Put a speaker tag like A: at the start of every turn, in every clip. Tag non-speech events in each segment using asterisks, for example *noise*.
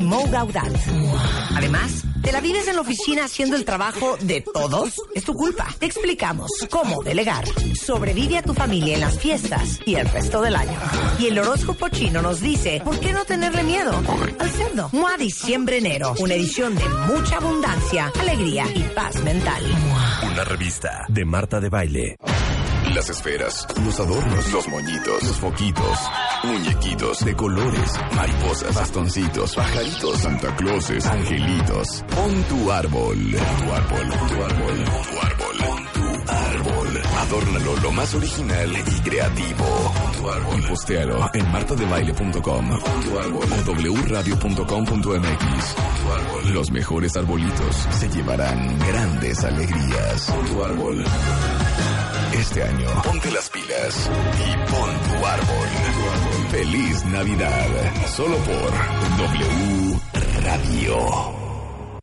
A: Mo Gaudat. Además, ¿te la vives en la oficina haciendo el trabajo de todos? Es tu culpa. Te explicamos cómo delegar. Sobrevive a tu familia en las fiestas y el resto del año. Y el horóscopo chino nos dice, ¿por qué no tenerle miedo al cerdo? Mua diciembre-enero, una edición de mucha abundancia, alegría y paz mental.
B: Una revista de Marta de Baile. Las esferas, los adornos, los moñitos, los foquitos, muñequitos de colores, mariposas, bastoncitos, pajaritos, Santa Clauses, angelitos. Pon tu árbol, pon tu árbol, pon tu árbol, pon tu árbol, pon tu árbol. Adórnalo lo más original y creativo. Pon tu árbol. Y postealo en martadebaile.com Pon tu árbol o wradio.com.mx. Pon tu árbol. Los mejores arbolitos se llevarán grandes alegrías. Pon tu árbol. Este año, ponte las pilas y pon tu árbol. Feliz Navidad, solo por W Radio.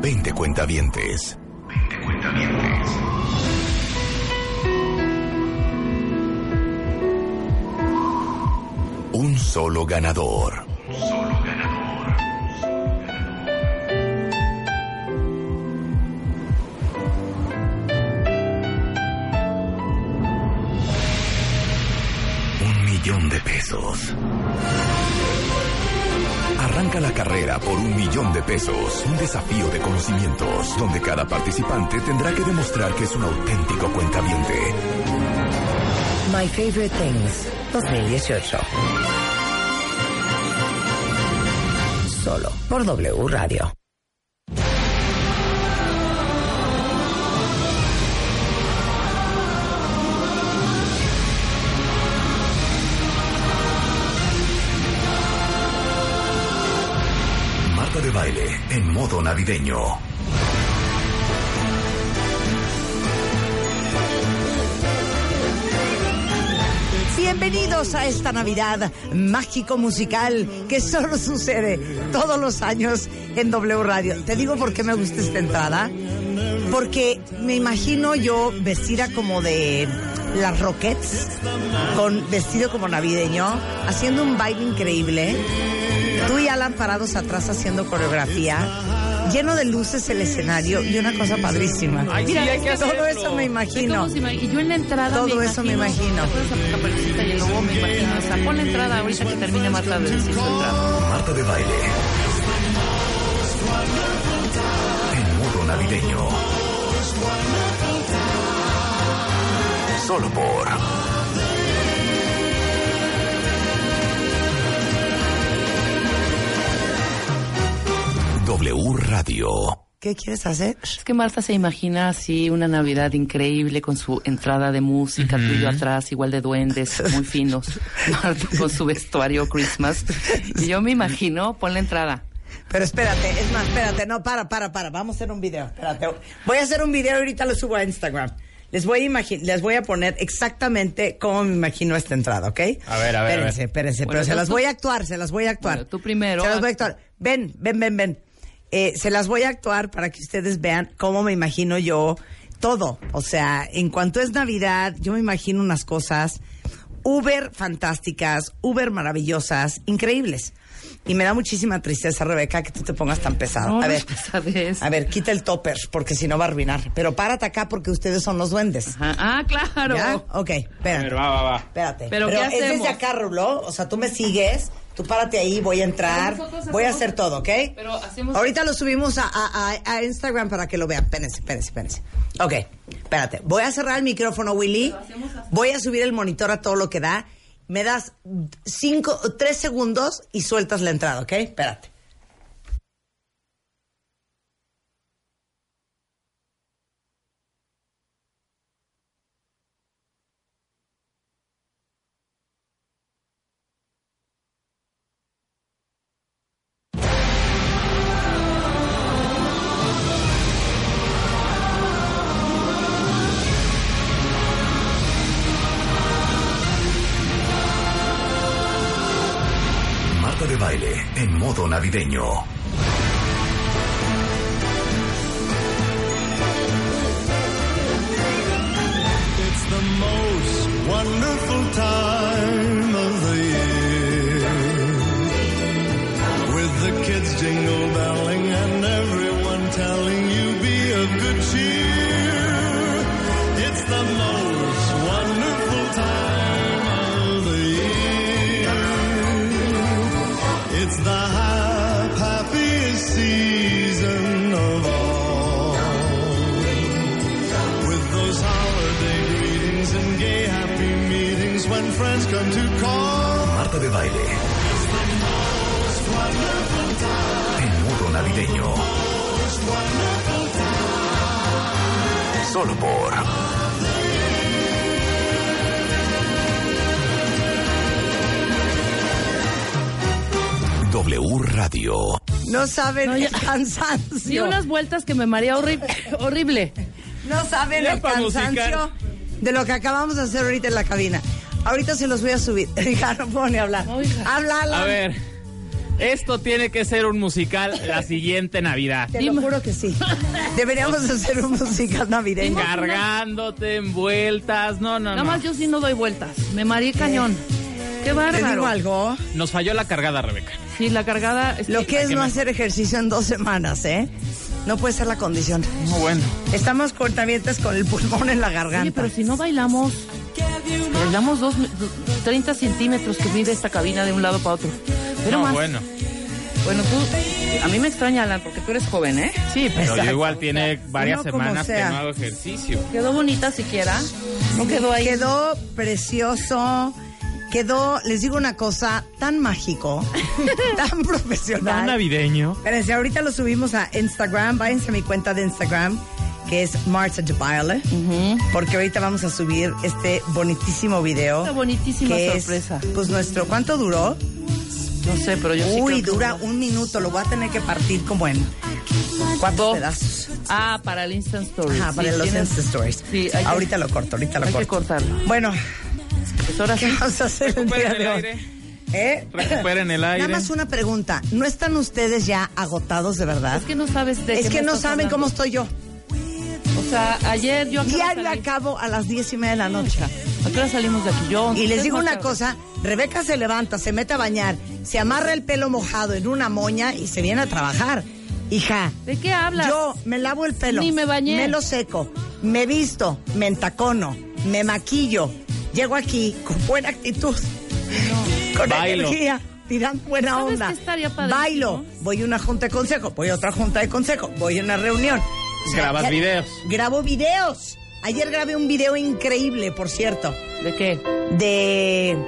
B: Veinte cuentavientes. Veinte cuentavientes. Un solo ganador. Un solo ganador. Un millón de pesos. Arranca la carrera por un millón de pesos, un desafío de conocimientos, donde cada participante tendrá que demostrar que es un auténtico cuentaviente.
A: My Favorite Things 2018. Solo por W Radio.
B: Marta de baile en modo navideño.
A: Bienvenidos a esta Navidad mágico musical que solo *laughs* sucede todos los años en W Radio. Te digo por qué me gusta esta entrada. Porque me imagino yo vestida como de las Rockets, con vestido como navideño, haciendo un baile increíble. Tú y Alan parados atrás haciendo coreografía, lleno de luces el escenario y una cosa padrísima.
C: Ay, sí, hay que
A: todo
C: hacerlo.
A: eso me imagino.
D: Estamos ima- y yo en la entrada
A: Todo eso me
D: ¿te
A: imagino.
D: acuerdas a Caperucita y el Lobo? me imagino. O sea, pon la entrada ahorita que termine Marta de decir su entrada.
B: Marta de baile. En modo navideño. Solo por W Radio.
A: ¿Qué quieres hacer?
D: Es que Marta se imagina así una Navidad increíble con su entrada de música, tuyo atrás, igual de duendes, muy
A: *laughs*
D: finos. Marta con su vestuario Christmas. Y yo me imagino, pon la entrada.
A: Pero espérate, es más, espérate, no, para, para, para, vamos a hacer un video, espérate. Voy a hacer un video y ahorita lo subo a Instagram. Les voy a imagi- les voy a poner exactamente cómo me imagino esta entrada, ¿ok?
C: A ver, a ver, a ver.
A: Espérense, espérense,
D: Bueno,
A: pero se
D: tú-
A: las
D: tú-
A: voy a actuar, se las voy a actuar.
D: Bueno, tú primero.
A: Se las voy a actuar. Ven, ven, ven, ven. Eh, se las voy a actuar para que ustedes vean cómo me imagino yo todo. O sea, en cuanto es Navidad, yo me imagino unas cosas uber fantásticas, uber maravillosas, increíbles. Y me da muchísima tristeza, Rebeca, que tú te pongas tan pesado.
D: No,
A: a
D: no
A: ver,
D: es pesadez.
A: a ver, quita el topper, porque si no va a arruinar. Pero párate acá porque ustedes son los duendes.
D: Ajá. Ah, claro.
A: ¿Ya? Ok,
C: A
A: espérate.
C: ver, va, va, va.
A: Espérate.
D: Pero, ¿qué
A: es desde
D: hacemos?
A: acá, Rulo. O sea, tú me sigues, tú párate ahí, voy a entrar,
D: Pero nosotros
A: voy a
D: hacemos-
A: hacer todo, ¿ok?
D: Pero hacemos-
A: Ahorita lo subimos a, a- a- a Instagram para que lo vean. Espérense, espérense, espérense. Ok, espérate. Voy a cerrar el micrófono, Willy. Voy a subir el monitor a todo lo que da. Me das cinco, tres segundos y sueltas la entrada, ¿ok? Espérate.
B: Marta de baile en modo navideño.
C: most wonderful time of the year. With the kids jingle belling and everyone telling you be of good cheer. It's the most wonderful time of the year. It's the hap- happiest season of all. With those holiday greetings and gay happy meetings when friends come to call.
B: Marta de Baile. Menudo navideño. Solo por W Radio.
A: No saben
D: No,
A: el
D: ya- Sí,
A: cansancio.
D: unas vueltas que me marea horrible. horrible.
A: No saben
E: Ya
A: el
E: pa'
A: cansancio
E: musical.
A: de lo que acabamos de hacer ahorita en la cabina. Ahorita se los voy a subir. *laughs* Ya no puedo ni hablar.
D: No, hija.
A: Habla, Alan.
E: A ver, esto tiene que ser un musical la siguiente Navidad.
A: Te lo
D: Dime.
A: juro que sí.
E: *laughs*
A: Deberíamos hacer un musical navideño.
E: Cargándote en vueltas. No, no,
D: Nada
E: no.
D: más yo sí no doy vueltas. Me mareé cañón. Qué
A: Te digo
D: bárbaro.
A: algo.
E: Nos falló la cargada, Rebeca.
D: Sí, la cargada. es
A: Lo que es
E: que
A: no
E: me-
A: hacer ejercicio en dos semanas, ¿eh? No puede ser la condición.
E: No, bueno.
A: Estamos cortavientes con el pulmón en la garganta.
D: Oye, pero si no bailamos, bailamos dos, do- 30 centímetros que mide esta cabina de un lado para otro. Pero
E: no,
D: más.
E: bueno.
D: Bueno, tú, a mí me extraña, Alan, porque tú eres joven, ¿eh?
E: Sí, pero
A: Exacto.
E: yo igual tiene varias
A: Uno como
E: semanas que
A: sea.
E: no hago ejercicio.
D: Quedó bonita siquiera. No quedó ahí.
A: Quedó precioso. Quedó, les digo una cosa, tan mágico, *laughs* tan
E: Tan
A: profesional.
E: navideño.
A: Espérense, ahorita lo subimos a Instagram. Váyanse a mi cuenta de Instagram, que es Marta de Baile, porque ahorita vamos a subir este bonitísimo video.
D: Una bonitísima
A: que es,
D: sorpresa.
A: pues nuestro, ¿cuánto duró?
D: No sé, pero yo sí
A: Uy,
D: creo que-
A: dura un minuto, lo voy a tener que partir como en cuatro
D: Dos.
A: pedazos.
D: Ah, para el Instant Story.
A: Ajá, para
D: Sí,
A: los
D: tienes-
A: Insta Stories.
D: Sí, hay que-
A: ahorita lo corto, ahorita lo
D: hay que
A: corto.
D: cortarlo.
A: Bueno, *laughs*
D: Pues ahora sí.
A: ¿qué vamos a hacer el día
E: Recuperen el
A: de hoy?
E: aire.
A: ¿Eh?
E: Recuperen el aire.
A: Nada más una pregunta. ¿No están ustedes ya agotados de verdad?
D: Es que no sabes de
A: Es
D: qué
A: que
D: me
A: no
D: estás
A: saben cómo
D: hablando.
A: estoy yo.
D: O sea, ayer yo... acabo de
A: Diario
D: salir-
A: acabo a las diez y media de la noche.
D: ¿A qué hora salimos de aquí? Yo...
A: Y les
D: ustedes
A: digo
D: no
A: una
D: acaban.
A: cosa, Rebeca se levanta, se mete a bañar, se amarra el pelo mojado en una moña y se viene a trabajar. Hija,
D: ¿De qué hablas?
A: yo me lavo el pelo,
D: Ni me bañé.
A: me lo seco, me visto, me entacono, me maquillo, llego aquí con buena actitud, *laughs* con
E: Bailo.
A: energía. Tirando buena
D: ¿Sabes
A: onda.
D: qué estaría padrísimo?
A: Bailo, voy a una junta de consejo, voy a otra junta de consejo, voy a una reunión.
E: Grabas
A: ya-
E: videos.
A: Grabo videos. Ayer grabé un video increíble, por cierto
D: ¿De qué?
A: de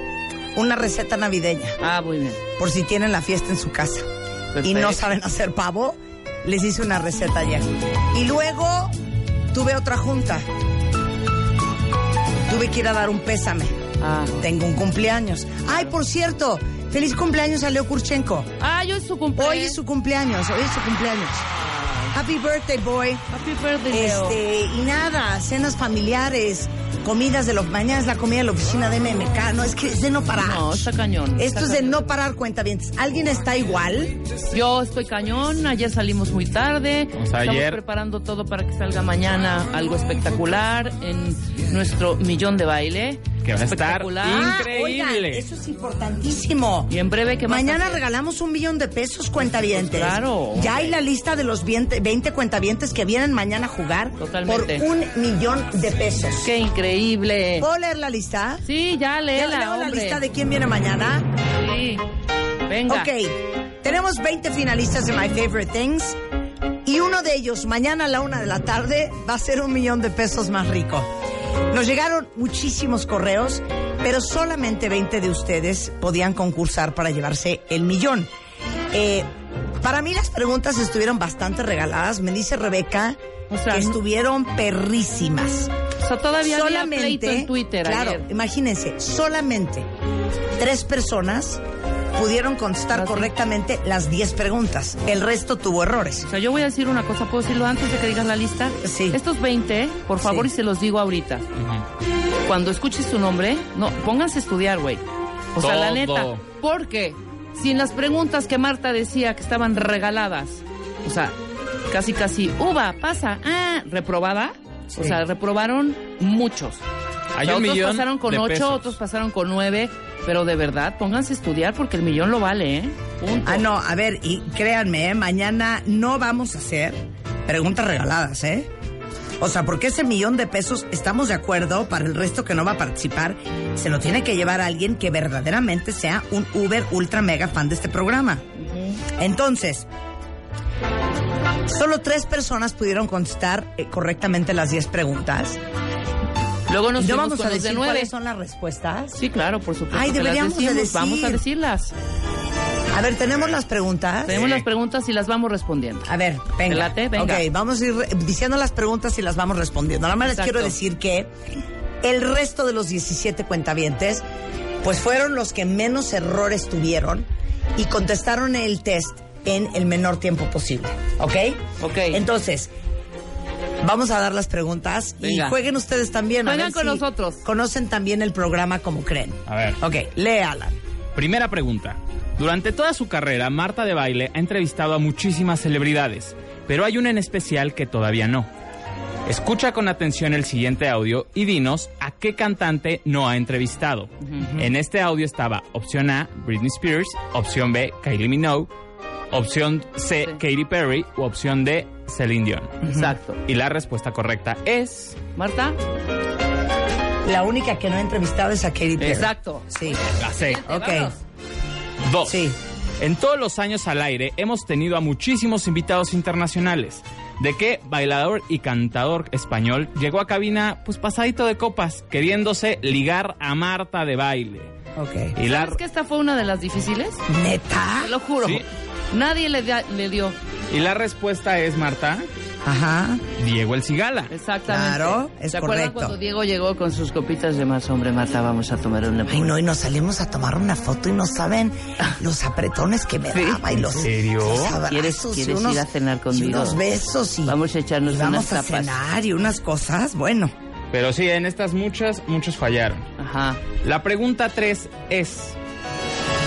A: una receta navideña,
D: Ah, muy bien.
A: por si tienen la fiesta en su casa y
D: Perfecto.
A: no saben hacer pavo, les hice una receta ayer. Y luego tuve otra junta. Tuve que ir a dar un pésame.
D: Ah.
A: Tengo un cumpleaños. Ay, por cierto, feliz cumpleaños a Leo Kurchenko.
D: Ah, yo es su cumpleaños.
A: Hoy es su cumpleaños, hoy es su cumpleaños.
D: Ah.
A: Happy birthday, boy.
D: Happy birthday, Leo.
A: Este, y nada, cenas familiares, comidas de los mañana es la comida de la oficina de MMK. No, es que es de no parar.
D: No, está cañón.
A: Esto es
D: está
A: de
D: cañón.
A: no parar cuenta ¿Alguien está igual?
D: Yo estoy cañón, ayer salimos muy tarde.
E: O sea,
D: Estamos
E: ayer-
D: preparando todo para que salga mañana algo espectacular en nuestro millón de baile.
E: Que va a estar
D: Espectacular.
E: in- Increíble.
A: Ah, oigan, eso es importantísimo.
D: Y en breve que
A: Mañana regalamos un millón de pesos cuentavientes.
D: Pues claro.
A: Ya hay la lista de los 20, 20 cuentavientes que vienen mañana a jugar
D: Totalmente.
A: por un millón de pesos.
D: Qué increíble.
A: ¿Puedo leer la lista?
D: Sí, ya
A: ¿Leo-
D: léela,
A: Oh. leo la
D: hombre.
A: lista de quién viene mañana?
D: Sí. Venga.
A: Ok, tenemos 20 finalistas de My Favorite Things y uno de ellos mañana a la una de la tarde va a ser un millón de pesos más rico. Nos llegaron muchísimos correos, pero solamente 20 de ustedes podían concursar para llevarse el millón. Eh, para mí las preguntas estuvieron bastante regaladas, me dice Rebeca.
D: O sea,
A: que
D: no-
A: estuvieron perrísimas.
D: O sea, todavía había pleito
A: solamente
D: en Twitter
A: claro,
D: ayer.
A: imagínense, solamente tres personas pudieron contestar
D: Así.
A: correctamente las 10 preguntas. El resto tuvo errores.
D: O sea, yo voy a decir una cosa, ¿puedo decirlo antes de que digas la lista?
A: Sí.
D: Estos 20, por favor,
A: Sí.
D: y se los digo ahorita.
E: Ujú.
D: Cuando escuches tu nombre, no, pónganse a estudiar, güey. O sea, la
E: Todo.
D: neta. Porque si en las preguntas que Marta decía que estaban regaladas, o sea, casi casi, uva, pasa, ah, reprobada, o
A: Sí.
D: sea, reprobaron muchos.
E: Hay
D: sea,
E: un
D: otros
E: millón
D: pasaron con
E: de
D: ocho,
E: pesos.
D: otros pasaron con nueve, pero de verdad, pónganse a estudiar porque el millón lo vale, ¿eh? Punto.
A: Ah, no, a ver, y créanme, ¿eh? mañana no vamos a hacer preguntas regaladas, ¿eh? O sea, porque ese millón de pesos, estamos de acuerdo, para el resto que no va a participar, se lo tiene que llevar a alguien que verdaderamente sea un Uber ultra mega fan de este programa. Entonces, solo tres personas pudieron contestar eh, correctamente las diez preguntas.
D: Luego nos
A: y no
D: fuimos
A: vamos
D: con
A: a
D: los de
A: decir
D: nueve.
A: cuáles son las respuestas.
D: Sí, claro, por supuesto.
A: Ay,
D: que las
A: deberíamos de
D: decimos, Vamos a
A: decir.
D: decirlas.
A: A ver, tenemos las preguntas.
D: Tenemos las preguntas y las vamos respondiendo.
A: A ver, venga.
D: ¿Te late? Venga.
A: Ok, vamos a ir re- diciendo las preguntas y las vamos respondiendo. Nada más les
D: Exacto.
A: quiero decir que el resto de los 17 cuentavientes, pues fueron los que menos errores tuvieron y contestaron el test en el menor tiempo posible. ¿Ok?
D: Ok.
A: Entonces. Vamos a dar las preguntas y
D: Venga.
A: jueguen ustedes también. a
D: Juegan
A: ver
D: con
A: si
D: nosotros.
A: Conocen también el programa como creen.
E: A ver.
A: Ok, lee Alan.
E: Primera pregunta. Durante toda su carrera, Marta de Baile ha entrevistado a muchísimas celebridades, pero hay una en especial que todavía no. Escucha con atención el siguiente audio y dinos a qué cantante no ha entrevistado. En este audio estaba opción A, Britney Spears, opción B, Kylie Minogue, opción C,
D: Sí.
E: Katy Perry u opción D, Celine Dion.
D: Exacto.
E: Y la respuesta correcta es...
D: Marta.
A: La única que no he entrevistado es a Katy Perry.
D: Exacto.
A: Sí.
E: La C.
A: Ok.
D: Vámonos.
E: Dos.
A: Sí.
E: En todos los años al aire hemos tenido a muchísimos invitados internacionales. ¿De qué bailador y cantador español llegó a cabina pues pasadito de copas, queriéndose ligar a Marta de baile?
A: Ok.
E: Y la,
D: ¿Sabes que esta fue una de las difíciles?
A: ¿Neta?
D: Te lo juro.
E: Sí.
D: Nadie le, da- le dio.
E: y la respuesta es Marta,
A: Ajá.
E: Diego el Cigala.
D: Exactamente.
A: Claro, es
D: ¿Te acuerdas
A: correcto.
D: cuando Diego llegó con sus copitas de más hombre, Marta, vamos a tomar una
A: Ay, no, y nos salimos a tomar una foto y no saben los apretones que me
D: Sí.
A: daba y los,
E: ¿En serio?
A: los abrazos
D: ¿Quieres-
A: y
D: quieres
A: unos-
D: ir a cenar conmigo?
A: Y unos besos y
D: Vamos a echarnos
A: y vamos
D: unas
A: a
D: tapas.
A: cenar y unas cosas. Bueno,
E: Pero sí, en estas muchas, muchos fallaron.
D: Ajá.
E: La pregunta 3 es,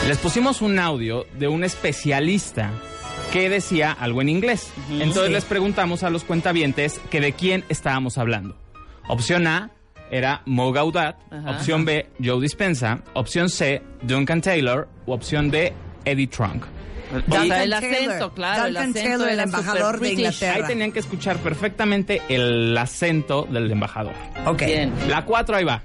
E: les pusimos un audio de un especialista que decía algo en inglés. Entonces
A: Sí.
E: les preguntamos a los cuentavientes que de quién estábamos hablando. Opción A era Mo Gaudat,
D: Ajá.
E: opción B Joe Dispenza, opción C Duncan Taylor u opción D Eddie Trunk.
D: O
A: Duncan
D: sea, el
A: Taylor.
D: acento, claro. el
A: Duncan
D: acento
A: Taylor, el
D: era
A: embajador
D: super
A: de
D: British.
A: Inglaterra.
E: Ahí tenían que escuchar perfectamente el acento del embajador.
A: ok.
D: Bien.
E: La 4 ahí va.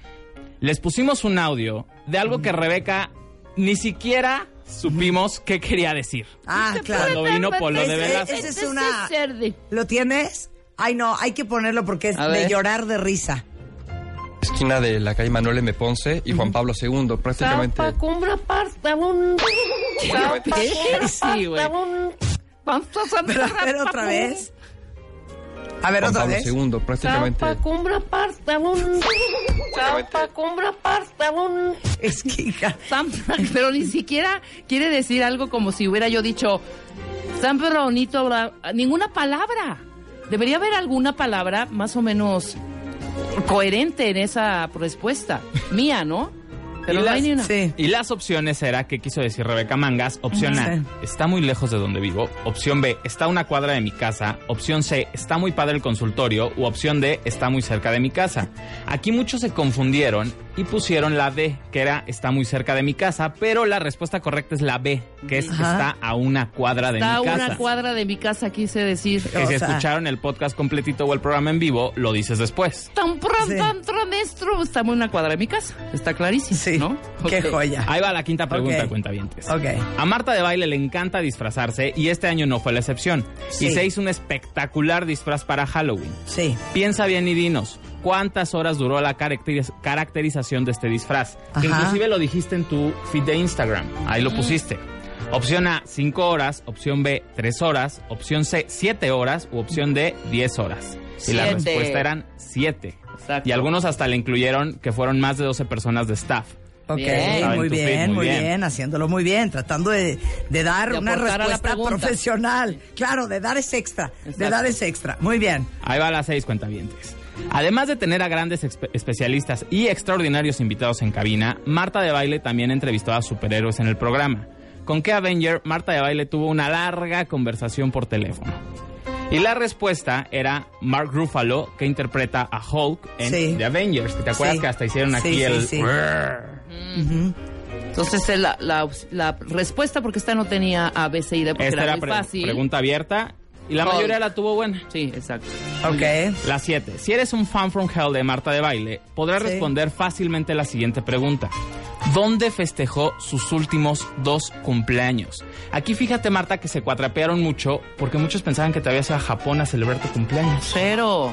E: Les pusimos un audio de algo que Rebeca ni siquiera supimos qué quería decir.
A: Ah,
E: Cuando
A: claro.
E: vino por lo de
A: Ese-
E: Velasco.
A: ese es una-
D: ser de-
A: ¿Lo tienes? Ay, no, hay que ponerlo porque es
D: A
A: de
D: ver.
A: llorar
D: *laughs*
A: de risa.
F: esquina de la calle Manuel M. Ponce y Juan Pablo II, prácticamente.
G: Capa con una pasta, un... Capa con
E: *laughs*
G: una
D: Sí, güey.
G: pasta, un...
D: Vamos a
A: Pero
D: hacer
A: a ver otra vez. A ver
F: Juan
A: otra
F: Pablo
A: vez.
F: II, prácticamente.
G: Capa con una pasta, un... Capa con una pasta, un...
A: *laughs* Es que hija,
D: Sam- *laughs* pero ni siquiera quiere decir algo como si hubiera yo dicho San Perronito, bla- ninguna palabra. Debería haber alguna palabra más o menos coherente en esa respuesta mía, ¿no? Pero
E: Y
D: no hay
E: las-
D: ni una.
A: Sí.
E: Y las opciones era que quiso decir Rebeca Mangas. Opción
A: Ujú.
E: A,
A: Sí.
E: está muy lejos de donde vivo. Opción B, está a una cuadra de mi casa. Opción C, está muy padre el consultorio. U opción D, está muy cerca de mi casa. Aquí muchos se confundieron y pusieron la D, que era está muy cerca de mi casa. Pero la respuesta correcta es la B, que es
A: Ajá.
E: está a una cuadra de
D: Está a
E: mi casa.
D: una cuadra de mi casa, quise decir.
E: Que si
A: O sea-
E: escucharon el podcast completito o el programa en vivo, lo dices después.
D: Tan pronto,
A: Sí.
D: tan tronestro. Está a una cuadra de mi casa. Está clarísimo,
A: Sí.
D: ¿no?
A: Qué
D: Ok.
A: joya.
E: Ahí va la quinta pregunta,
A: Ok.
E: cuentavientes.
A: Ok.
E: A Marta de Baile le encanta disfrazarse y este año no fue la excepción.
A: Sí.
E: Y se hizo un espectacular disfraz para Halloween.
A: Sí.
E: Piensa bien y dinos, ¿cuántas horas duró la caracteriz- caracterización de este disfraz? Que
A: Ajá.
E: inclusive lo dijiste en tu feed de Instagram. Ahí lo pusiste. Opción A, 5 horas. Opción B, 3 horas. Opción C, 7 horas. U opción D, 10 horas. Y la
D: Siete.
E: respuesta eran 7.
D: Exacto.
E: Y algunos hasta le incluyeron que fueron más de 12 personas de staff.
A: Ok,
D: Bien.
A: muy
E: En tu feed,
A: bien,
E: muy
A: muy bien,
E: bien.
A: haciéndolo muy bien, tratando de, de dar
D: De
A: una
D: aportar a la
A: respuesta
D: pregunta.
A: profesional. Claro, de dar ese extra, de
D: Exacto.
A: dar ese extra. Muy bien.
E: Ahí va las seis cuentavientes. Además de tener a grandes expe- especialistas y extraordinarios invitados en cabina, Marta de Baile también entrevistó a superhéroes en el programa. ¿Con qué Avenger Marta de Baile tuvo una larga conversación por teléfono? Y la respuesta era Mark Ruffalo, que interpreta a Hulk en
A: Sí.
E: The Avengers. ¿Te acuerdas
A: Sí.
E: que hasta hicieron
A: Sí,
E: aquí
A: sí,
E: el...
A: sí.
D: Entonces, eh, la, la ops- la respuesta, porque esta no tenía A, B, C y D, porque
E: Esta
D: era,
E: era
D: muy
E: pre-
D: fácil.
E: pregunta abierta y la
D: Hulk.
E: mayoría la tuvo buena.
D: Sí, exacto.
A: Ok.
E: La 7. Si eres un fan from hell de Marta de Baile, podrás
A: Sí.
E: responder fácilmente la siguiente pregunta. ¿Dónde festejó sus últimos dos cumpleaños? Aquí fíjate, Marta, que se cuatrapearon mucho porque muchos pensaban que te habías ido a Japón a celebrar tu cumpleaños.
D: Pero,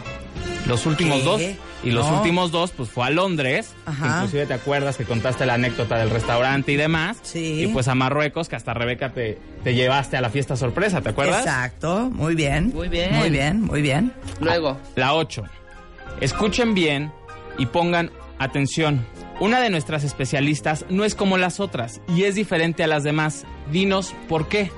E: Los últimos
A: ¿Qué?
E: dos. Y los
A: No.
E: últimos dos, pues fue a Londres.
A: Ajá.
E: Inclusive te acuerdas que contaste la anécdota del restaurante y demás.
A: Sí.
E: Y pues a Marruecos, que hasta Rebeca te, te llevaste a la fiesta sorpresa, ¿te acuerdas?
A: Exacto, muy bien.
D: Muy bien.
A: Muy bien, muy bien.
D: luego,
E: La 8. Escuchen bien y pongan atención. Una de nuestras especialistas no es como las otras y es diferente a las demás. Dinos por qué.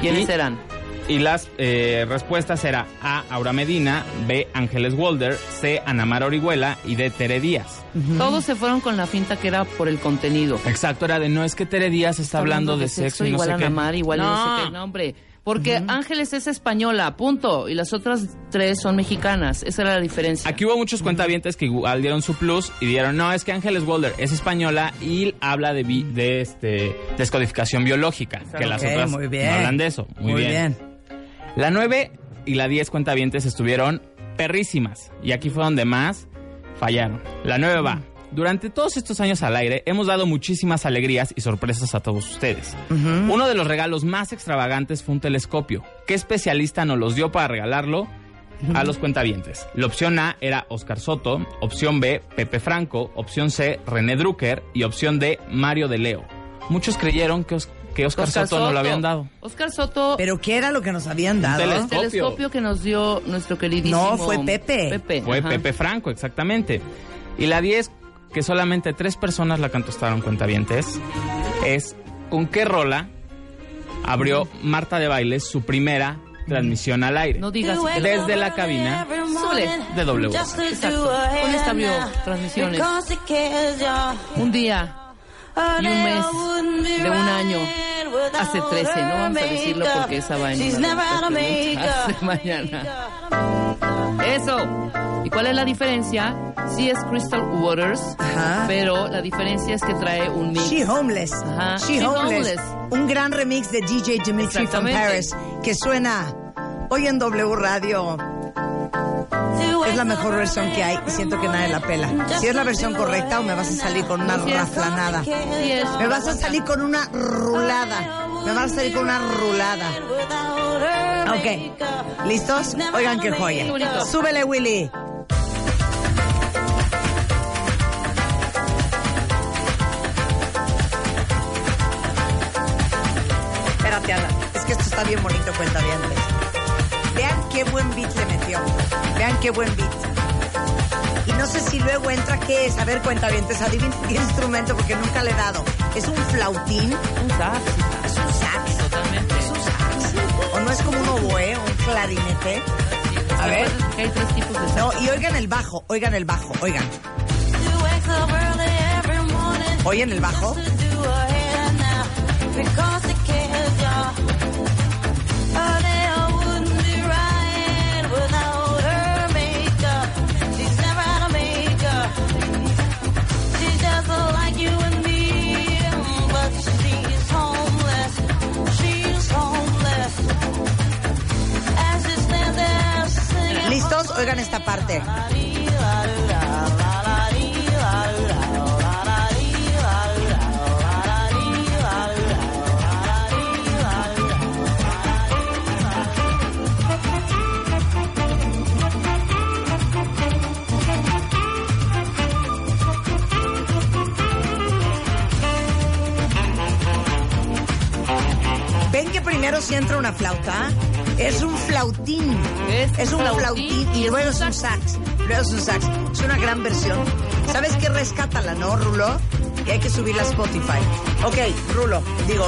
D: ¿quiénes
E: Ah, Y-
D: serán?
E: Y las eh, respuestas era A. Aura Medina, B. Ángeles Walder, C. Anamar Orihuela y D. Tere Díaz.
D: Todos se fueron con la finta que era por el contenido.
E: Exacto, era de no es que Tere Díaz está hablando de sexo y no
D: igual
E: sé
D: a
E: qué.
D: Namar, igual no. no sé qué, no, hombre. Porque Ángeles es española, punto. Y las otras tres son mexicanas. Esa era la diferencia.
E: Aquí hubo muchos cuentavientes que igual dieron su plus y dieron, no, es que Ángeles Walder es española y habla de, bi- de este, descodificación biológica, que las
A: Ok,
E: otras
A: muy bien.
E: no hablan de eso. Muy, bien. La 9 y la 10 cuentavientes estuvieron perrísimas y aquí fue donde más fallaron. La 9 va. Durante todos estos años al aire hemos dado muchísimas alegrías y sorpresas a todos ustedes. Uno de los regalos más extravagantes fue un telescopio. ¿Qué especialista nos los dio para regalarlo? A los cuentavientes. La opción A era Oscar Soto, opción B, Pepe Franco, opción C, René Drucker y opción D, Mario de Leo. Muchos creyeron que, Os- que Oscar, Soto no lo habían dado.
D: Oscar Soto,
A: Pero ¿qué era lo que nos habían
E: ¿Ah?
A: dado?
D: el telescopio que nos dio nuestro queridísimo.
A: No, fue Pepe.
D: Pepe.
E: Fue
D: ajá.
E: Pepe Franco, exactamente. Y la 10, que solamente tres personas la cantostaron cuentavientes, es con qué rola abrió Marta de Baile su primera transmisión al aire.
D: No digas. que-
E: Desde la cabina de W.
D: Exacto. Con esta abrió transmisiones. Un día y un mes de un año. Hace 13, no vamos a decirlo porque esa vaina. la pregunta *laughs* Hace mañana. Eso. ¿Y cuál es la diferencia? Sí es Crystal Waters,
A: Ajá.
D: pero la diferencia es que trae un mix.
A: She Homeless.
D: Ajá.
A: She,
D: She
A: homeless.
D: Homeless.
A: Un gran remix de DJ Dimitri from
D: Exactamente.
A: Paris que suena hoy en W Radio. Es la mejor versión que hay y siento que nadie la pela. Si es la versión correcta o me vas a salir con una
D: Así es.
A: raflanada.
D: Sí es.
A: Me vas a salir con una rulada. Me vas a salir con una rulada. Ok. ¿Listos? Oigan qué joya.
D: Qué bonito.
A: Súbele, Willy. Espérate, Ana. Es que esto está bien bonito, cuenta bien. Vean qué buen beat le metió. Vean qué buen beat. Y no sé si luego entra qué es. A ver, cuenta bien. adivinen qué instrumento porque nunca le he dado. ¿Es un flautín?
D: Un sax,
A: ¿Es un sax?
D: totalmente.
A: ¿Es un sax? ¿O no es como un oboe o un clarinete? A ver.
D: Recuerden que hay tres tipos de sax.
A: No, y oigan el bajo, oigan el bajo, oigan. ¿Oyen el bajo? ¿Listos? Oigan esta parte. ¿Ven que primero si entra una flauta? ¿ah? Es un flautín.
D: Es
A: Es un flautín, y luego es un sax. Luego es un sax. Es una gran versión. ¿Sabes qué? Rescátala, ¿no, Rulo? Que hay que subirla a Spotify. Ok, Rulo, digo,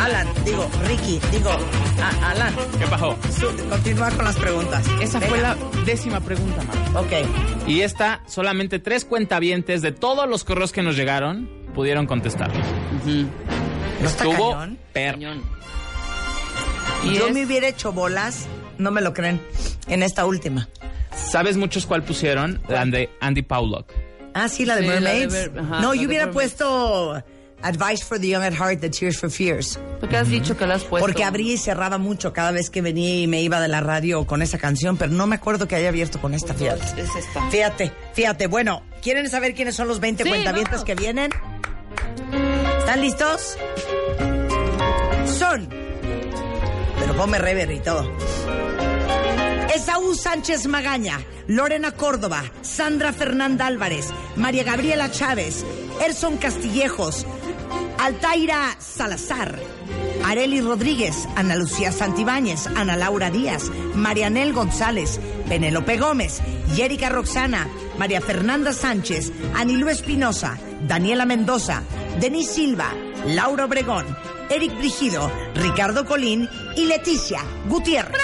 A: Alan, digo, Ricky, digo, a- Alan.
E: ¿Qué pasó?
A: Su- Continúa con las preguntas.
E: Esa fue la décima pregunta, Marta.
A: la... Ok.
E: Y esta, solamente tres cuentavientes de todos los correos que nos llegaron pudieron contestar.
D: Ujú.
A: ¿No está
E: Estuvo
A: cañón?
E: per-
D: Cañón. Y
A: Yo
D: es-
A: me hubiera hecho bolas No me lo creen. En esta última.
E: ¿Sabes muchos cuál pusieron? La de Andy Paulock.
A: Ah, sí, la de
D: Sí, la de
A: Mermaids.
D: Mer- ajá,
A: no,
D: la
A: yo
D: de
A: hubiera
D: Mermaids.
A: puesto Advice for the Young at Heart, The Tears for Fears.
D: ¿Por qué has dicho que la has puesto?
A: Porque abrí y cerraba mucho cada vez que venía y me iba de la radio con esa canción, pero no me acuerdo que haya abierto con esta,
D: Es
A: fíjate.
D: esta.
A: Fíjate, fíjate. Bueno, ¿quieren saber quiénes son los 20
D: Sí,
A: cuentavientes
D: vamos.
A: que vienen? ¿Están listos? Son. Pero ponme rever y todo. Esaú Sánchez Magaña, Lorena Córdoba, Sandra Fernanda Álvarez, María Gabriela Chávez, Erson Castillejos, Altaira Salazar, Areli Rodríguez, Ana Lucía Santibáñez, Ana Laura Díaz, Marianel González, Penélope Gómez, Yérica Roxana, María Fernanda Sánchez, Anilú Espinosa, Daniela Mendoza, Denise Silva, Laura Obregón, Eric Brigido, Ricardo Colín y Leticia Gutiérrez.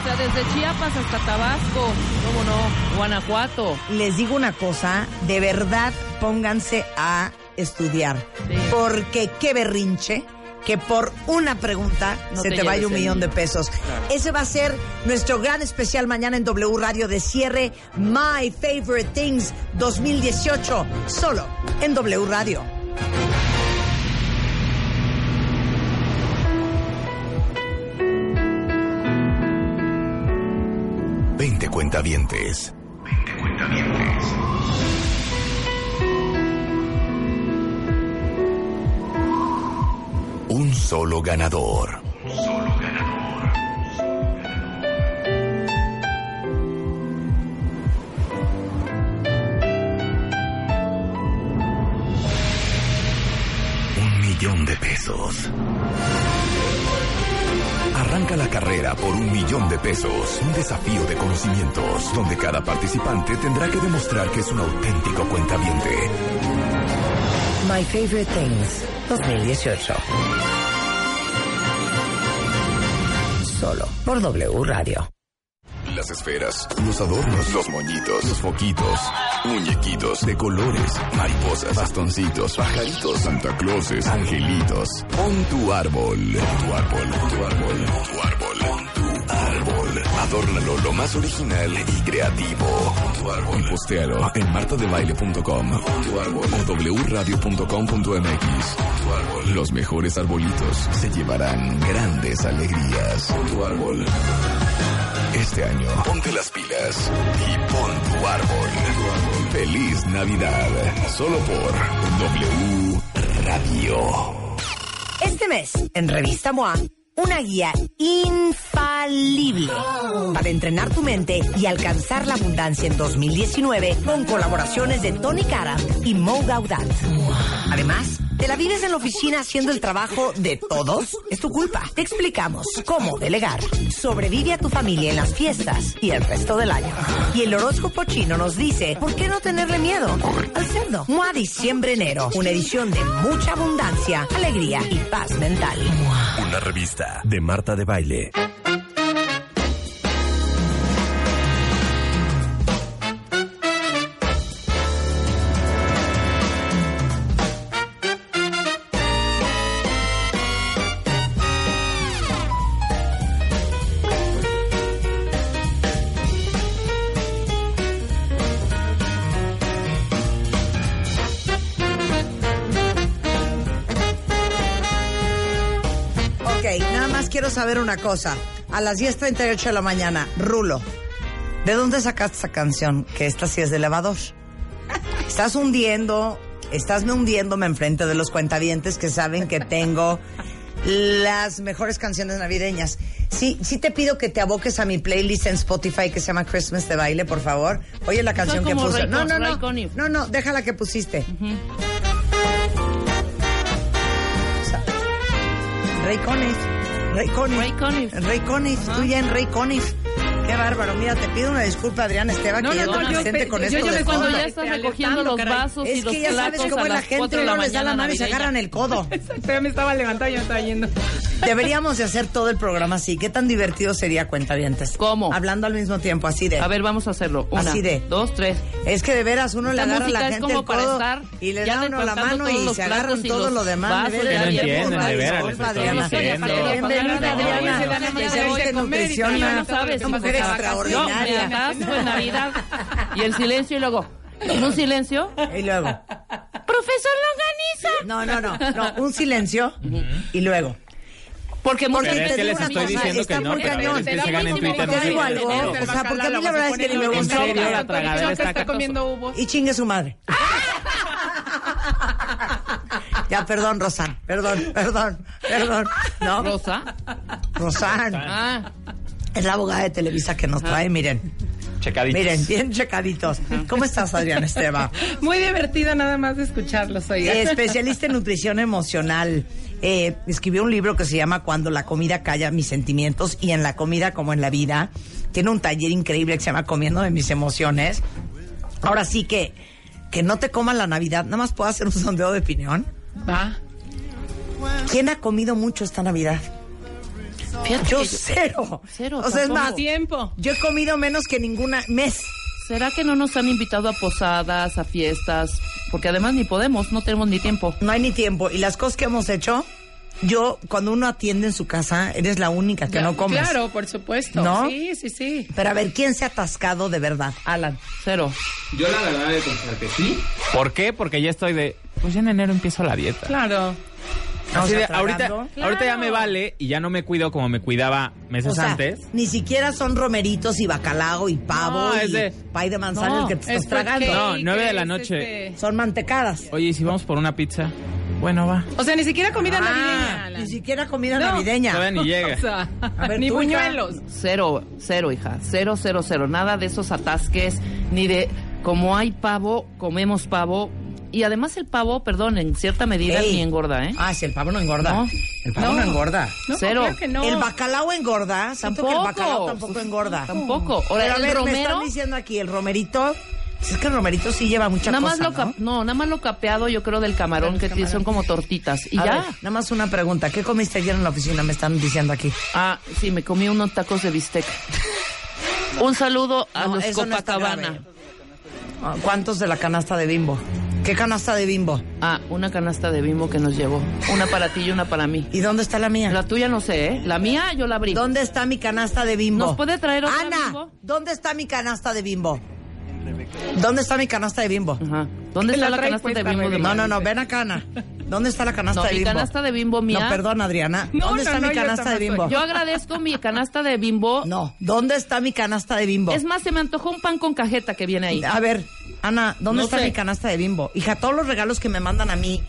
D: O sea, desde Chiapas hasta Tabasco, cómo no, Guanajuato.
A: les digo una cosa, de verdad pónganse a estudiar.
D: Sí.
A: Porque qué berrinche que por una pregunta
D: No
A: se te,
D: te
A: vaya
D: lleves
A: un
D: el
A: millón de
D: millón.
A: pesos. Ese va a ser nuestro gran especial mañana en W Radio de cierre My Favorite Things 2018, solo en W Radio.
B: Veinte cuentavientes. Un solo ganador. Un millón de pesos. Arranca la carrera por un millón de pesos, un desafío de conocimientos, donde cada participante tendrá que demostrar que es un auténtico cuentaviente.
A: My Favorite Things 2018. Solo por W Radio.
B: Las esferas, los adornos, los moñitos, los foquitos, muñequitos de colores, mariposas, bastoncitos, pajaritos, Santa Clauses, angelitos. Pon tu árbol, pon tu árbol, pon tu árbol, pon tu árbol, pon tu árbol. Adórnalo lo más original y creativo. Pon tu árbol. Y postéalo en martadebaile.com. Pon tu árbol o wradio.com.mx. Tu árbol. Los mejores arbolitos se llevarán grandes alegrías. Pon tu árbol. Este año, ponte las pilas y pon tu árbol. Feliz Navidad, solo por W Radio.
A: Este mes, en Revista MOA, una guía infalible para entrenar tu mente y alcanzar la abundancia en 2019 con colaboraciones de Tony Cara y Mo Gaudat. Además, ¿te la vives en la oficina haciendo el trabajo de todos? Es tu culpa. Te explicamos cómo delegar. Sobrevive a tu familia en las fiestas y el resto del año. Y el horóscopo chino nos dice, ¿por qué no tenerle miedo al cerdo? Mua diciembre-enero, una edición de mucha abundancia, alegría y paz mental.
B: Una revista de Marta de Baile.
A: Ok, nada más quiero saber una cosa. A las 10.38 de la mañana, Rulo, ¿de dónde sacaste esa canción? Que esta sí es de elevador. Estás hundiendo, estás me hundiéndome enfrente de los cuentavientes que saben que tengo las mejores canciones navideñas. Sí, sí te pido que te aboques a mi playlist en Spotify que se llama Christmas de baile, por favor. Oye la canción que
D: como
A: puse.
D: Ray-
A: no, no,
D: Ray
A: no.
D: Conniff.
A: No, no, déjala que pusiste. Ray Conniff. Ray Conniff.
D: Ray Conniff.
A: Ray Conniff, tú ya en Ray Conniff. Qué bárbaro. Mira, te pido una disculpa, Adrián Esteban,
D: No,
A: que
D: no,
A: ya
D: no,
A: tan
D: yo
A: presente
D: pe-
A: con
D: yo
A: esto
D: ya
A: de
D: me- cuando
A: fondo.
D: ya estás recogiendo los vasos y
A: Es
D: los
A: que ya sabes
D: platos
A: cómo
D: a
A: la
D: las
A: gente
D: 4 de
A: no
D: la
A: les da la
D: mañana
A: mano y se
D: navideña. *laughs*
A: agarran el codo.
H: Pero me estaba levantando y yo me estaba yendo.
A: Deberíamos de hacer todo el programa así. ¿Qué tan divertido sería cuenta antes?
D: ¿Cómo?
A: Hablando al mismo tiempo, así de.
D: A ver, vamos a hacerlo. Una,
A: Así de.
D: dos, tres.
A: Es que de veras uno le
D: Esta
A: agarra a la
D: música es
A: gente
D: como
A: el
D: para
A: codo
D: estar
A: y le
D: ya
A: da uno la
D: descontando
A: mano
D: todos
A: y
D: los
A: se agarran
D: platos y
A: todo
D: los
A: lo demás.
D: vasos, ya
E: no
D: bien
E: entienden,
D: borrados.
E: de veras, les
A: Disculpa,
E: estoy
A: Adriana.
E: diciendo.
A: Bienvenida,
D: Oye,
A: Adriana.
D: se dan la
A: Que
D: manera
A: seas
D: de comer y
A: de
D: todavía
A: nutrición,
D: no sabes,
A: una mujer
D: estás de vacación, me
A: extraordinaria.
D: atasco en Navidad. Y el silencio y luego, en un silencio,
A: Y luego.
D: ¡Profesor Longaniza!
A: No, no, no, no, un silencio y luego.
D: Porque
A: Porque
E: Pero es
A: te
E: que
A: digo
E: les
A: una
E: estoy
A: cosa,
E: diciendo
A: está
E: que no,
A: muy
E: pero
A: cañón.
E: es que sigan en Twitter,
A: Te
E: no
A: digo
E: sigan en
A: algo, ¿eh?
E: Twitter.
A: o sea, porque a mí la verdad es que ni me
E: En
A: gusta
E: serio,
A: hablar.
E: la tragadera está comiendo
A: y chingue su madre. Ya, perdón, Rosán, perdón, perdón, perdón. ¿No?
D: Rosa.
A: Rosán,
D: Ah,
A: es la abogada de Televisa que nos trae, miren,
E: Checaditos.
A: miren, bien checaditos. ¿Cómo estás, Adrián Esteba?
H: Muy divertido nada más de escucharlos hoy.
A: Eh, especialista en nutrición emocional. Eh, escribió un libro que se llama Cuando la comida calla mis sentimientos y en la comida como en la vida. Tiene un taller increíble que se llama Comiendo de mis emociones. Ahora sí que que no te coman la Navidad. Nada más puedo hacer un sondeo de opinión.
H: Va.
A: ¿Quién ha comido mucho esta Navidad?
D: fíjate
A: Yo
D: que-
A: cero.
D: Cero,
A: O sea, es
D: tampoco.
A: más,
H: Tiempo.
A: yo he comido menos que ninguna mes.
D: ¿Será que no nos han invitado a posadas, a fiestas? Porque además ni podemos, no tenemos ni tiempo.
A: No hay ni tiempo. Y las cosas que hemos hecho, yo, cuando uno atiende en su casa, eres la única que no comes.
H: Claro, por supuesto.
A: ¿No?
H: Sí, sí, sí.
A: Pero a ver, ¿quién se ha atascado de verdad? Alan.
D: Cero.
I: Yo la verdad de pensar que sí.
E: ¿Por qué? Porque ya estoy de. Pues ya en enero empiezo la dieta.
H: Claro.
E: Así de,
A: O sea,
E: ahorita,
A: tragando.
E: ahorita ya me vale y ya no me cuido como me cuidaba meses
A: O sea,
E: antes.
A: ni siquiera son romeritos y bacalao y pavo
E: No, es
A: y
E: de-
A: pay de manzana
E: No,
A: el que te
H: Es
A: estás tragando.
H: porque-
E: No, nueve de la
H: es,
E: noche.
H: este,
A: Son mantecadas.
E: Oye, ¿y si vamos por una pizza? Bueno, va.
H: O sea, ni siquiera comida navideña.
A: Ah. Ni
H: Alan.
A: siquiera comida
H: No.
E: Todavía
A: navideña.
E: ni llega.
H: *laughs* O sea,
A: A ver,
H: ni
A: tú, hija.
H: buñuelos.
D: Cero, cero, hija. Cero, cero, cero. Nada de esos atasques, ni de como hay pavo, comemos pavo. Y además el pavo, perdón, en cierta medida
A: Ey.
D: ni engorda, ¿eh?
A: Ah, si el pavo no engorda.
D: No.
A: El pavo no, engorda.
H: No,
D: Cero.
H: claro que no.
A: El bacalao engorda. Siento que el
D: Tampoco.
A: bacalao tampoco engorda.
D: Tampoco.
A: Pero
D: Ahora,
A: a
D: el
A: ver, me
D: romero-
A: están diciendo aquí, el romerito. pues Es que el romerito sí lleva mucha
D: Nada más
A: cosa,
D: lo cap-
A: ¿no?
D: ¿no? nada más lo capeado, yo creo, del camarón, que tiene- son como tortitas. Y
A: A
D: ya.
A: ver, nada más una pregunta. ¿Qué comiste ayer en la oficina? Me están diciendo aquí.
D: Ah, sí, me comí unos tacos de
A: *laughs*
D: bistec. Un saludo a
A: No,
D: los
A: eso no está
D: Copacabana.
A: grave. Ah, ¿Cuántos de la canasta de bimbo? ¿Qué canasta de bimbo?
D: ah, una canasta de bimbo que nos llegó. Una para ti y una para mí.
A: ¿Y dónde está la mía?
D: La tuya no sé, ¿eh? La mía yo la abrí.
A: ¿Dónde está mi canasta de bimbo?
D: ¿Nos puede traer otra
A: Ana,
D: bimbo?
A: ¿dónde está mi canasta de bimbo? ¿Dónde está mi canasta de bimbo?
D: Ajá. ¿Dónde
H: La
D: está la
H: trae
D: canasta de
H: puesta,
D: bimbo? de
H: Rebeca.
A: No,
D: mamá?
A: no, no, ven acá, Ana. ¿Dónde está la canasta
D: No,
A: de
D: mi
A: bimbo?
D: canasta de bimbo mía.
A: No, perdón, Adriana.
H: No,
A: ¿Dónde
H: no,
A: está
H: no,
A: mi
H: yo
A: canasta de
H: tampoco
A: bimbo?
D: Yo agradezco mi canasta de bimbo.
A: No, ¿dónde está mi canasta de bimbo?
D: Es más, se me antojó un pan con cajeta que viene ahí.
A: A ver, Ana, ¿dónde
D: No
A: está
D: sé.
A: mi canasta de bimbo? Hija, todos los regalos que me mandan a mí,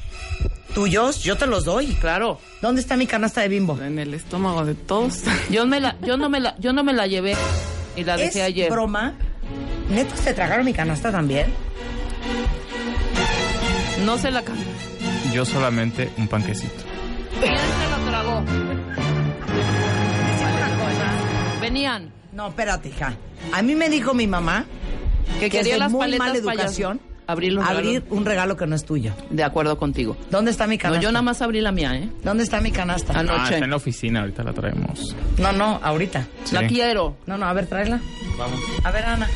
A: tuyos, yo te los doy.
D: Claro.
A: ¿Dónde está mi canasta de bimbo?
H: En el estómago de todos.
D: *laughs* Yo me la, yo no me la, yo no me la llevé y la
A: ¿Es
D: dejé ayer.
A: broma? ¿Neta se tragaron mi canasta también?
D: No se la cambió.
E: Yo solamente un panquecito.
D: se la tragó? Venían.
A: No, espérate, hija. A mí me dijo mi mamá
D: Que
A: que es
D: quería
A: de
D: las
A: muy
D: paletas
A: mala
D: payaso.
A: educación
D: Abrir los
A: abrir
D: regalos.
A: un regalo que no es tuyo.
D: De acuerdo contigo.
A: ¿Dónde está mi
D: No,
A: canasta?
D: yo nada más abrí la mía, ¿eh?
A: ¿Dónde está mi canasta?
D: Ah, no.
E: Ah,
D: Noche.
E: está en la oficina, ahorita la traemos.
A: No, no, ahorita.
E: Sí.
D: La quiero.
A: No, no, a ver, tráela.
E: Vamos.
A: A ver, Ana,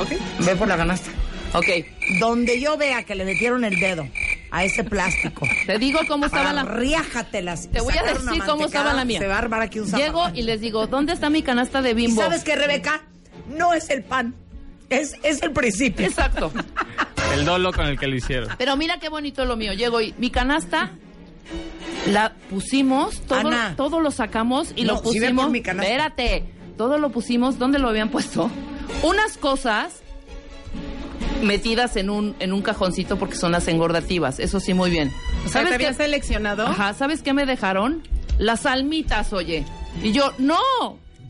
E: Ok.
A: ve por la canasta.
D: Ok.
A: Donde yo vea que le metieron el dedo a ese plástico.
D: Te digo cómo estaba la.
A: Riájatelas.
D: Te voy a
A: Sacar una
D: decir cómo
A: mantecada,
D: estaba la mía.
A: Se va a armar aquí un
D: Llego
A: zafarrón.
D: y les digo, ¿dónde está mi canasta de
A: ¿Y
D: bimbo?
A: sabes qué, Rebeca? No es el pan. Es, es el principio.
D: Exacto.
E: El dolo con el que lo hicieron.
D: Pero mira qué bonito lo mío. Llego y mi canasta la pusimos, todo,
A: Ana.
D: todo lo sacamos y
A: No,
D: lo
A: sí, ve por
D: pusimos.
A: mi canasta.
D: Espérate, todo lo pusimos, ¿dónde lo habían puesto? Unas cosas metidas en un, en un cajoncito porque son las engordativas, eso sí muy bien.
H: O sea, te habías seleccionado.
D: Ajá, ¿sabes qué me dejaron? Las almitas, oye. Y yo, no,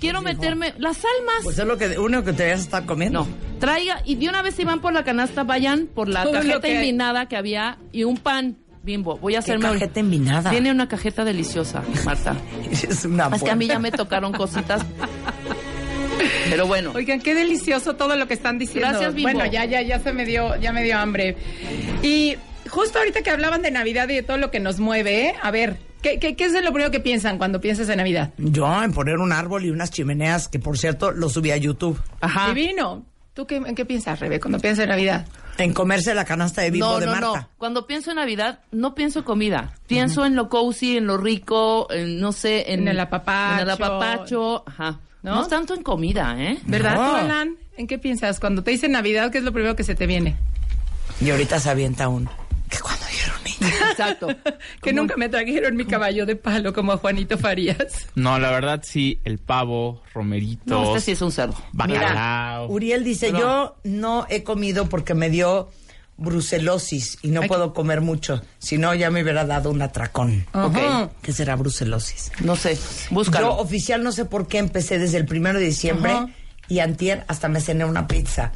D: quiero meterme las almas.
A: Pues es lo que, único que te debes estar comiendo.
D: No, traiga, y de una vez si van por la canasta, vayan por la
H: Todo lo
D: cajeta
H: que hay.
D: envinada que había y un pan bimbo. Voy a
A: ¿Qué
D: hacerme un-
A: cajeta envinada?
D: Tiene una cajeta deliciosa, Marta.
A: *laughs* Es una
D: es que a mí ya
A: buena.
D: me tocaron cositas. Pero bueno,
H: Oigan, qué delicioso todo lo que están diciendo.
D: Gracias, Bimbo.
H: Bueno, ya, ya, ya se me dio, ya me dio hambre. Y justo ahorita que hablaban de Navidad y de todo lo que nos mueve, ¿eh? a ver, ¿Qué, qué, qué es lo primero que piensan cuando piensas en Navidad?
A: Yo en poner un árbol y unas chimeneas, que por cierto lo subí a YouTube.
H: Ajá. Divino. ¿Tú qué, en qué piensas, Rebe, cuando piensas en Navidad?
A: En comerse la canasta de vivo
D: no,
A: de
D: no,
A: Marta.
D: no. Cuando pienso en Navidad, no pienso en comida. Pienso en lo cozy, en lo rico, en, no sé, en,
H: En el apapacho.
D: En el apapacho, ajá.
H: ¿No?
D: ¿No? tanto en comida, ¿eh?
H: ¿Verdad,
A: No.
H: tú, Alan? ¿En qué piensas? Cuando te dicen Navidad, ¿qué es lo primero que se te viene?
A: Y ahorita se avienta un. Que cuando yo era un niño.
D: Exacto.
H: Que nunca me trajeron mi caballo de palo como a Juanito Farías.
E: No, la verdad sí, el pavo, romeritos,
D: No, este sí es un cerdo.
E: bacalao.
A: Uriel dice: Yo no he comido porque me dio brucelosis y no
H: Ay.
A: puedo comer mucho. Si no, ya me hubiera dado un atracón.
H: Ajá.
A: ¿Qué será brucelosis?
D: No sé,
A: Yo
D: búscalo.
A: oficial no sé por qué empecé desde el primero de diciembre
H: Ajá.
A: y antier hasta me cené una pizza.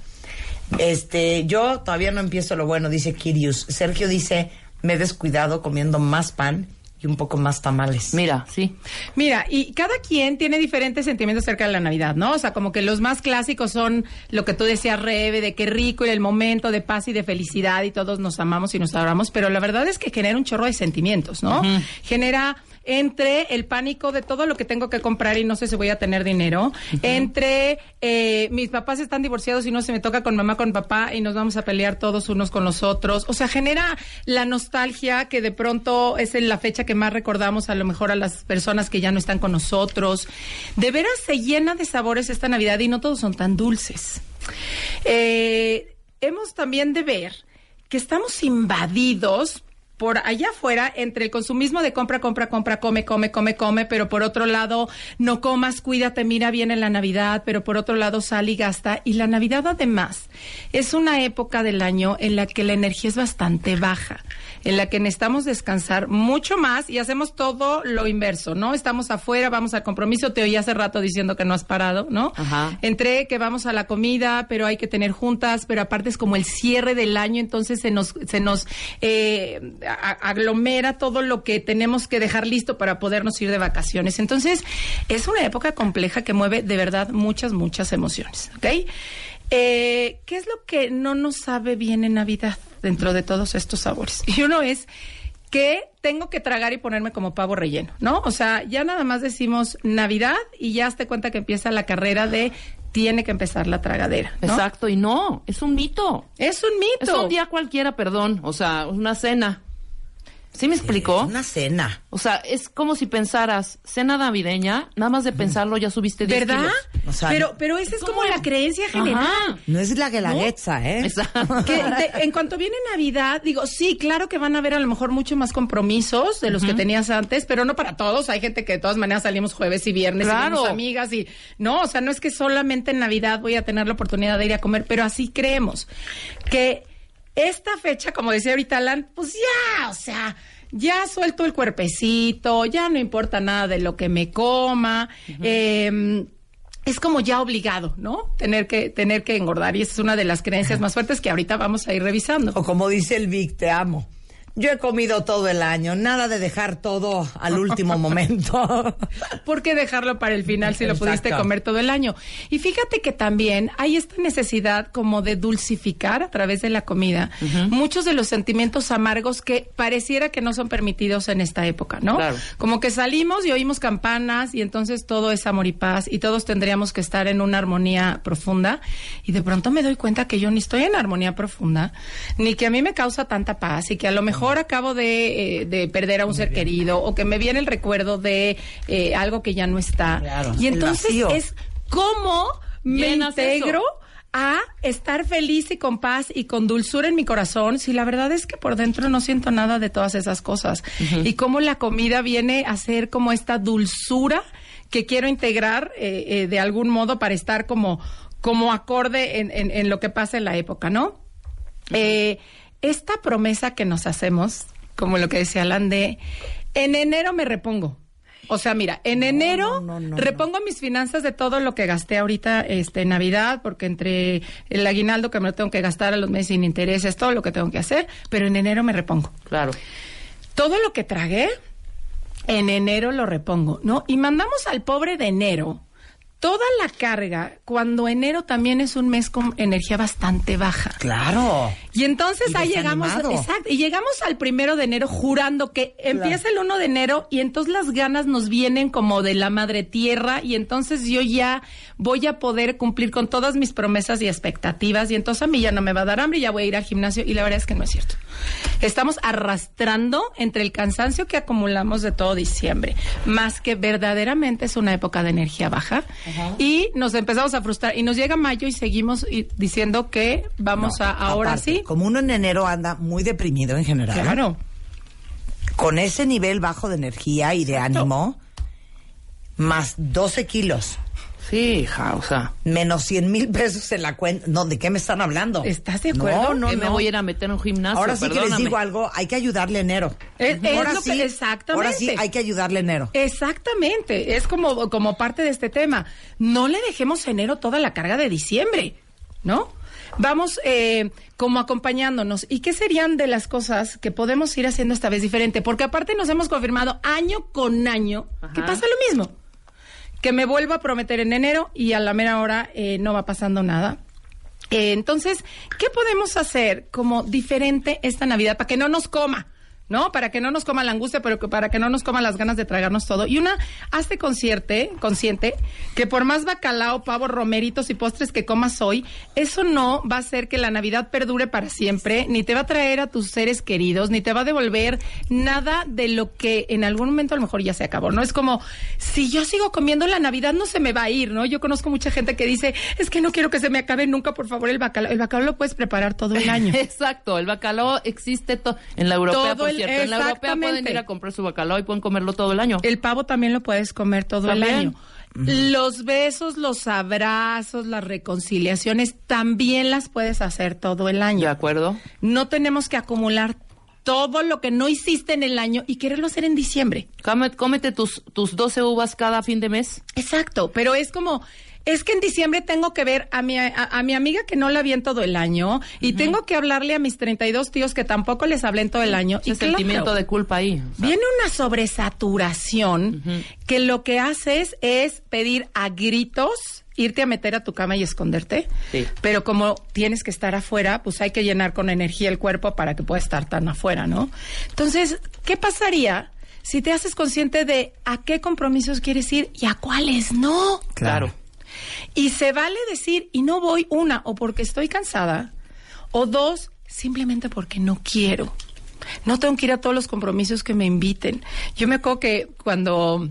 A: Este, yo todavía no empiezo lo bueno, dice Kirius. Sergio dice, me he descuidado comiendo más pan y un poco más tamales.
D: Mira, sí.
H: Mira, y cada quien tiene diferentes sentimientos acerca de la Navidad, ¿no? O sea, como que los más clásicos son lo que tú decías, Rebe, de qué rico y el momento de paz y de felicidad y todos nos amamos y nos adoramos, pero la verdad es que genera un chorro de sentimientos, ¿no? Genera entre el pánico de todo lo que tengo que comprar y no sé si voy a tener dinero, entre eh, mis papás están divorciados y no se me toca con mamá, con papá y nos vamos a pelear todos unos con los otros. O sea, genera la nostalgia que de pronto es en la fecha que más recordamos a lo mejor a las personas que ya no están con nosotros. De veras se llena de sabores esta Navidad y no todos son tan dulces. Eh, hemos también de ver que estamos invadidos por allá afuera entre el consumismo de compra, compra, compra, come, come, come, come, pero por otro lado, no comas, cuídate, mira bien en la Navidad, pero por otro lado, sal y gasta. Y la Navidad además es una época del año en la que la energía es bastante baja, en la que necesitamos descansar mucho más y hacemos todo lo inverso, ¿no? Estamos afuera, vamos al compromiso, te oí hace rato diciendo que no has parado, ¿no?
D: Ajá.
H: entre que vamos a la comida, pero hay que tener juntas, pero aparte es como el cierre del año, entonces se nos, se nos eh, a- aglomera todo lo que tenemos que dejar listo para podernos ir de vacaciones. Entonces, es una época compleja que mueve de verdad muchas, muchas emociones, ¿ok? Eh, ¿Qué es lo que no nos sabe bien en Navidad dentro de todos estos sabores? Y uno es que tengo que tragar y ponerme como pavo relleno, ¿no? O sea, ya nada más decimos Navidad y ya te cuenta que empieza la carrera de tiene que empezar la tragadera. ¿no?
D: Exacto, y no, es un mito.
H: Es un mito.
D: Es un día cualquiera, perdón, o sea, una cena. ¿Sí me explicó?
A: Una cena.
D: O sea, es como si pensaras, cena navideña, nada más de pensarlo ya subiste 10
H: ¿Verdad?
D: kilos.
A: O sea,
H: pero, pero esa es como la creencia general.
D: Ajá.
A: No es la guelaguetza, ¿eh?
D: Exacto.
H: que de- en cuanto viene Navidad, digo, sí, claro que van a haber a lo mejor mucho más compromisos de los que tenías antes, pero no para todos. Hay gente que de todas maneras salimos jueves y viernes y
D: Claro.
H: vemos amigas y no, o sea, no es que solamente en Navidad voy a tener la oportunidad de ir a comer, pero así creemos que esta fecha, como decía ahorita Alan, pues ya, o sea, ya suelto el cuerpecito, ya no importa nada de lo que me coma. eh, es como ya obligado, ¿no? Tener que, tener que engordar. Y esa es una de las creencias más fuertes que ahorita vamos a ir revisando.
A: O como dice el Vic, te amo. Yo he comido todo el año, nada de dejar todo al
H: *laughs*
A: último momento.
H: ¿Por qué dejarlo para el final si lo
A: Exacto.
H: pudiste comer todo el año? Y fíjate que también hay esta necesidad como de dulcificar a través de la comida muchos de los sentimientos amargos que pareciera que no son permitidos en esta época, ¿no?
D: Claro.
H: Como que salimos y oímos campanas y entonces todo es amor y paz y todos tendríamos que estar en una armonía profunda y de pronto me doy cuenta que yo ni estoy en armonía profunda, ni que a mí me causa tanta paz y que a lo mejor acabo de, eh, de perder a un ser querido o que me viene el recuerdo de eh, algo que ya no está.
A: Claro,
H: y
A: el
H: entonces
A: vacío.
H: es cómo me
D: Llenas eso.
H: integro a estar feliz y con paz y con dulzura en mi corazón, si la verdad es que por dentro no siento nada de todas esas cosas. Y cómo la comida viene a ser como esta dulzura que quiero integrar eh, eh, de algún modo para estar como, como acorde en, en- en lo que pasa en la época, ¿no? Eh, esta promesa que nos hacemos, como lo que decía Alan de, en enero me repongo. O sea, mira, en enero
A: no, no, no.
H: repongo mis finanzas de todo lo que gasté ahorita este, en Navidad, porque entre el aguinaldo que me lo tengo que gastar a los meses sin intereses, todo lo que tengo que hacer, pero en enero me repongo.
D: Claro.
H: Todo lo que tragué, en enero lo repongo, ¿no? Y mandamos al pobre de enero toda la carga, cuando enero también es un mes con energía bastante baja.
A: claro.
H: Y entonces
A: Y
H: ahí llegamos,
A: desanimado.
H: exacto, y llegamos al primero de enero jurando que empieza el 1 de enero y entonces las ganas nos vienen como de la madre tierra y entonces yo ya voy a poder cumplir con todas mis promesas y expectativas y entonces a mí ya no me va a dar hambre y ya voy a ir al gimnasio y la verdad es que no es cierto. Estamos arrastrando entre el cansancio que acumulamos de todo diciembre, más que verdaderamente es una época de energía baja y nos empezamos a frustrar y nos llega mayo y seguimos y- diciendo que vamos a ahora
A: Aparte,
H: sí.
A: Como uno en enero anda muy deprimido en general.
H: Claro.
A: Con ese nivel bajo de energía y de ánimo, más 12 kilos,
D: Sí, hija, o sea.
A: menos 100 mil pesos en la cuenta. No, ¿de qué me están hablando?
H: ¿Estás de acuerdo?
A: No, no,
D: que me
A: no.
D: voy a ir a meter a un gimnasio.
A: Ahora sí que les
D: perdóname.
A: digo algo, hay que ayudarle enero.
H: Es- es lo que- exactamente.
A: Ahora sí hay que ayudarle enero.
H: Exactamente, es como, como parte de este tema. No le dejemos enero toda la carga de diciembre, ¿no? Vamos eh, como acompañándonos. ¿Y qué serían de las cosas que podemos ir haciendo esta vez diferente? Porque aparte nos hemos confirmado año con año que
D: Ajá.
H: pasa lo mismo. Que me vuelvo a prometer en enero y a la mera hora eh, no va pasando nada. Eh, entonces, ¿qué podemos hacer como diferente esta Navidad para que no nos coma? ¿No? Para que no nos coma la angustia, pero que- para que no nos coma las ganas de tragarnos todo. Y una, hazte concierte, consciente que por más bacalao, pavo, romeritos y postres que comas hoy, eso no va a hacer que la Navidad perdure para siempre, ni te va a traer a tus seres queridos, ni te va a devolver nada de lo que en algún momento a lo mejor ya se acabó, ¿no? Es como, si yo sigo comiendo la Navidad no se me va a ir, ¿no? Yo conozco mucha gente que dice, es que no quiero que se me acabe nunca, por favor, el bacalao. El bacalao lo puedes preparar todo el
D: *laughs*
H: año.
D: Exacto, el bacalao existe to- en la europea,
H: Todo el-
D: por cierto. En la europea pueden
H: exactamente.
D: ir a comprar su bacalao y pueden comerlo todo el año.
H: El pavo también lo puedes comer todo el
D: También.
H: año. Los besos, los abrazos, las reconciliaciones también las puedes hacer todo el año.
D: ¿De acuerdo?
H: No tenemos que acumular todo lo que no hiciste en el año y quererlo hacer en diciembre.
D: Come- cómete tus, tus 12 uvas cada fin de mes.
H: Exacto, pero es como es que en diciembre tengo que ver a mi a, a mi amiga que no la vi en todo el año y tengo que hablarle a mis 32 tíos que tampoco les hablé en todo el año y
D: Ese sentimiento de culpa ahí. o sea.
H: Viene una sobresaturación que lo que haces es pedir a gritos irte a meter a tu cama y esconderte.
D: Sí.
H: Pero como tienes que estar afuera, pues hay que llenar con energía el cuerpo para que pueda estar tan afuera, ¿no? Entonces, ¿qué pasaría si te haces consciente de a qué compromisos quieres ir y a cuáles no?
D: Claro.
H: Y se vale decir, y no voy una, o porque estoy cansada, o dos, simplemente porque no quiero. No tengo que ir a todos los compromisos que me inviten. Yo me acuerdo que cuando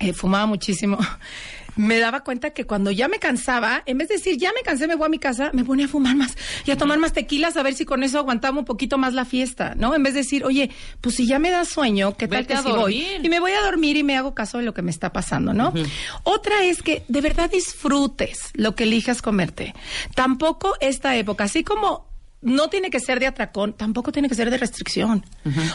H: eh, fumaba muchísimo, *laughs* me daba cuenta que cuando ya me cansaba, en vez de decir, ya me cansé, me voy a mi casa, me ponía a fumar más y a tomar más tequilas a ver si con eso aguantaba un poquito más la fiesta, ¿no? En vez de decir, oye, pues si ya me da sueño, ¿qué tal que
D: Vete a
H: si voy?
D: dormir.
H: Y me voy a dormir y me hago caso de lo que me está pasando, ¿no? Otra es que de verdad disfrutes lo que elijas comerte. Tampoco esta época, así como no tiene que ser de atracón, tampoco tiene que ser de restricción.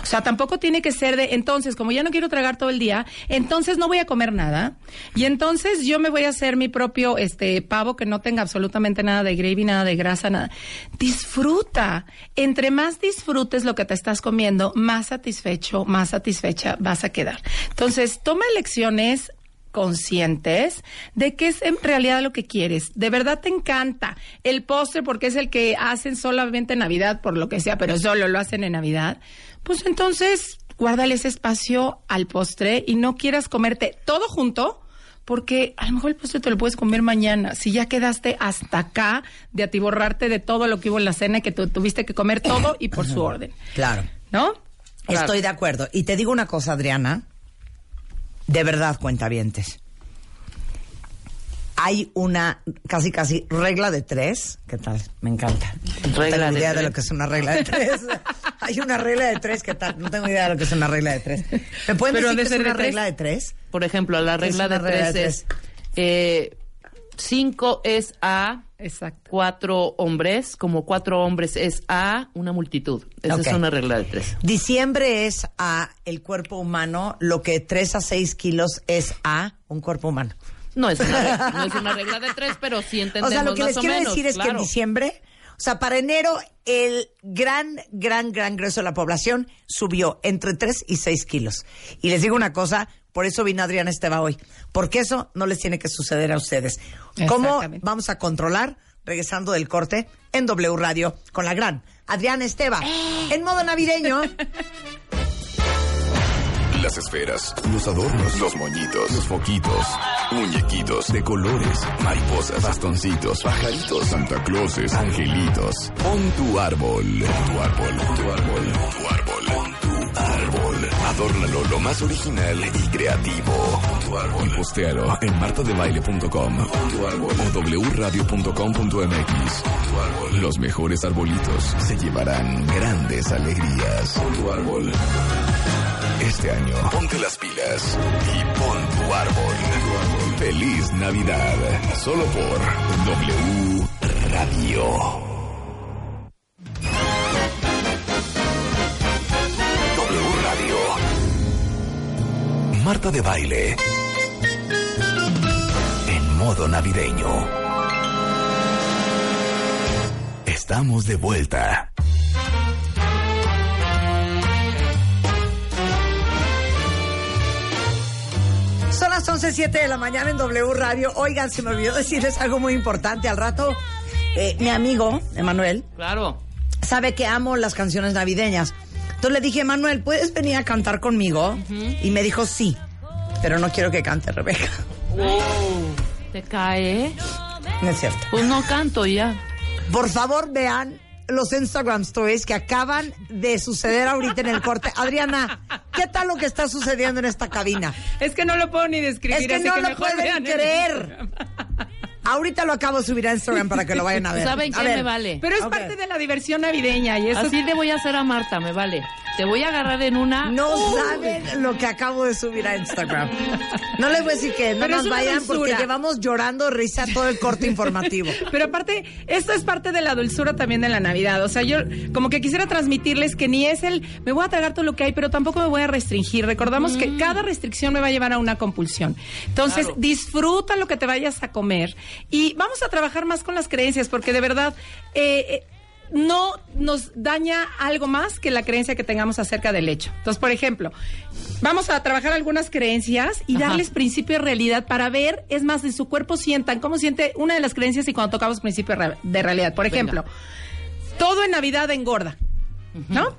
H: O sea, tampoco tiene que ser de, entonces, como ya no quiero tragar todo el día, entonces no voy a comer nada. Y entonces yo me voy a hacer mi propio este pavo que no tenga absolutamente nada de gravy, nada de grasa, nada. Disfruta. Entre más disfrutes lo que te estás comiendo, más satisfecho, más satisfecha vas a quedar. Entonces, toma elecciones conscientes de que es en realidad lo que quieres. De verdad te encanta el postre porque es el que hacen solamente en Navidad, por lo que sea, pero solo lo hacen en Navidad. Pues entonces, guárdale ese espacio al postre y no quieras comerte todo junto. Porque a lo mejor el postre te lo puedes comer mañana. Si ya quedaste hasta acá de atiborrarte de todo lo que hubo en la cena y que tú tuviste que comer todo y
A: *laughs*
H: por su orden.
A: Claro.
H: ¿No?
D: Claro.
A: Estoy de acuerdo. Y te digo una cosa, Adriana. De verdad, cuentavientes. Hay una casi casi regla de tres. ¿Qué tal? Me encanta. no
D: Regla
A: tengo
D: de
A: idea de
D: tres.
A: lo que es una regla
H: *laughs*
A: de tres. Hay una regla de tres. ¿Qué tal? No tengo idea de lo que es una regla de tres. ¿Me pueden
H: Pero ha de
A: decir que es
H: ser de
A: una
H: tres.
A: regla de tres?
D: Por ejemplo, la
A: ¿Qué es
D: regla de
A: una regla de
D: tres es: eh, cinco es a
H: Exacto.
D: cuatro hombres, como cuatro hombres es a una multitud. Esa
A: Ok.
D: es una regla de tres.
A: Diciembre es a el cuerpo humano, lo que tres a seis kilos es a un cuerpo humano.
D: No es una, re- no es una regla de tres, pero sí
A: *laughs* O
D: entendemos
A: sea, lo que
D: más
A: les
D: o
A: quiero
D: menos,
A: decir es que en
D: claro.
A: diciembre, o sea, para enero, el gran, gran, gran grueso de la población subió entre 3 y 6 kilos. Y les digo una cosa, por eso vino Adriana Esteba hoy, porque eso no les tiene que suceder a ustedes. ¿Cómo
H: Exactamente.
A: vamos a controlar? Regresando del corte en W Radio con la gran Adrián Esteva.
D: ¡Eh!
A: En modo navideño,
B: Las esferas, los adornos, los moñitos, los foquitos, muñequitos de colores, mariposas, bastoncitos, pajaritos, Santa Clauses, angelitos. Pon tu árbol, pon tu árbol, pon tu árbol, pon tu árbol, pon tu árbol. Adórnalo lo más original y creativo. Pon tu árbol. Y postealo en martadebaile.com Pon tu árbol o wradio.com.mx. Pon tu árbol. Los mejores arbolitos se llevarán grandes alegrías. Pon tu árbol. Este año, ponte las pilas y pon tu árbol. Feliz Navidad, solo por W Radio. W Radio. Marta de baile. En modo navideño. Estamos de vuelta.
A: son las 11.07 de la mañana en W Radio. Oigan, se me olvidó decirles algo muy importante. Al rato, eh, mi amigo, Emanuel,
D: Claro.
A: sabe que amo las canciones navideñas. Entonces le dije, Manuel, ¿puedes venir a cantar conmigo? Y me dijo, sí, pero no quiero que cante Rebeca. *laughs*
D: Te cae.
A: No es cierto.
D: Pues no canto ya.
A: Por favor, vean los Instagram stories que acaban de suceder ahorita en el
D: *laughs*
A: corte. Adriana, ¿qué tal lo que está sucediendo en esta cabina?
H: Es que no lo puedo ni describir.
A: Es que
H: así
A: no lo
H: mejor
A: pueden
H: vean el
A: creer.
H: Instagram.
A: Ahorita lo acabo de subir a Instagram para que lo vayan a ver.
D: ¿Saben
A: A
D: qué
A: ver.
D: me vale?
H: Pero es
A: Ok.
H: parte de la diversión navideña y eso
D: Así le voy a hacer a Marta, me vale. Te voy a agarrar en una.
A: No saben lo que acabo de subir a Instagram. No les voy a decir que no
H: Pero es
A: nos
H: una
A: vayan porque
H: dulzura.
A: llevamos llorando de risa todo el corte informativo.
H: Pero aparte, esto es parte de la dulzura también de la Navidad. O sea, yo como que quisiera transmitirles que ni es el me voy a tragar todo lo que hay, pero tampoco me voy a restringir. Recordamos que cada restricción me va a llevar a una compulsión. Entonces, disfruta lo que te vayas a comer y vamos a trabajar más con las creencias, porque de verdad. eh, eh, no nos daña algo más que la creencia que tengamos acerca del hecho. Entonces, por ejemplo, vamos a trabajar algunas creencias y
D: Ajá.
H: darles principio de realidad para ver, es más, de su cuerpo sientan cómo siente una de las creencias y cuando tocamos principio de re- de realidad. Por ejemplo, todo en Navidad engorda, ¿no?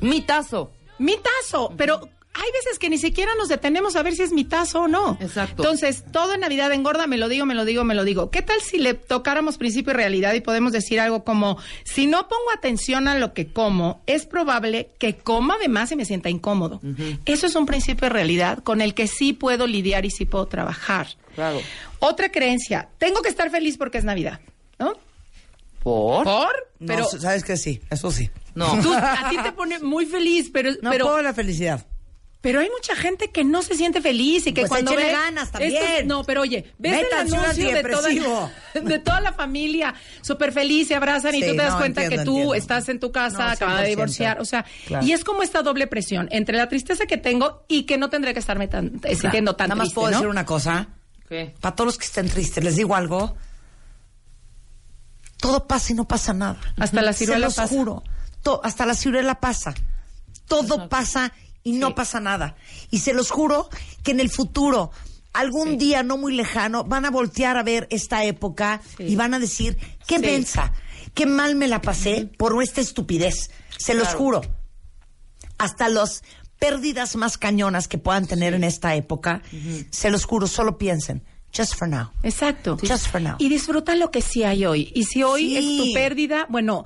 D: Mitazo.
H: Mitazo, pero hay veces que ni siquiera nos detenemos a ver si es mitazo o no.
D: Exacto.
H: Entonces, todo en Navidad engorda, me lo digo, me lo digo, me lo digo. ¿Qué tal si le tocáramos principio y realidad y podemos decir algo como, si no pongo atención a lo que como, es probable que coma de más y me sienta incómodo? Eso es un principio de realidad con el que sí puedo lidiar y sí puedo trabajar.
D: Claro.
H: Otra creencia, tengo que estar feliz porque es Navidad, ¿no?
D: ¿Por?
A: No,
H: Pero
A: sabes que sí, eso sí.
D: No.
H: tú- a ti te pone muy feliz, pero...
A: No
H: pero,
A: puedo la felicidad.
H: pero hay mucha gente que no se siente feliz y que
A: Pues
H: cuando
A: échale
H: ve
A: ganas también.
H: Estos- no, pero oye, ves
A: Métanse
H: el
A: un
H: anuncio de
A: antidepresivo.
H: toda, *laughs* de toda la familia, súper feliz, se abrazan y
A: Sí,
H: tú te das
A: no,
H: cuenta
A: entiendo,
H: que tú
A: entiendo.
H: estás en tu
A: No,
H: casa, acabada de
A: 100%.
H: divorciar, o sea,
A: Claro.
H: y es como esta doble presión entre la tristeza que tengo y que no tendré que estarme tan, eh, sintiendo tan
A: Nada más
H: triste,
A: puedo
H: ¿no?
A: decir una cosa.
D: ¿Qué?
A: Para todos los que estén tristes, les digo algo. Todo pasa y no pasa nada.
H: Hasta la
A: Se
H: ciruela
A: los
H: pasa.
A: juro. To- hasta la ciruela pasa. Todo pasa y no pasa nada. Y se los juro que en el futuro, algún día no muy lejano, van a voltear a ver esta época
H: Sí.
A: y van a decir, qué
H: Sí.
A: mensa, qué mal me la pasé por esta estupidez. Se los juro hasta las pérdidas más cañonas que puedan tener en esta época, se los juro, solo piensen, just for now.
H: Exacto.
A: Sí. Just for now.
H: Y disfruta lo que sí hay hoy. Y si hoy
A: Sí.
H: es tu pérdida, bueno,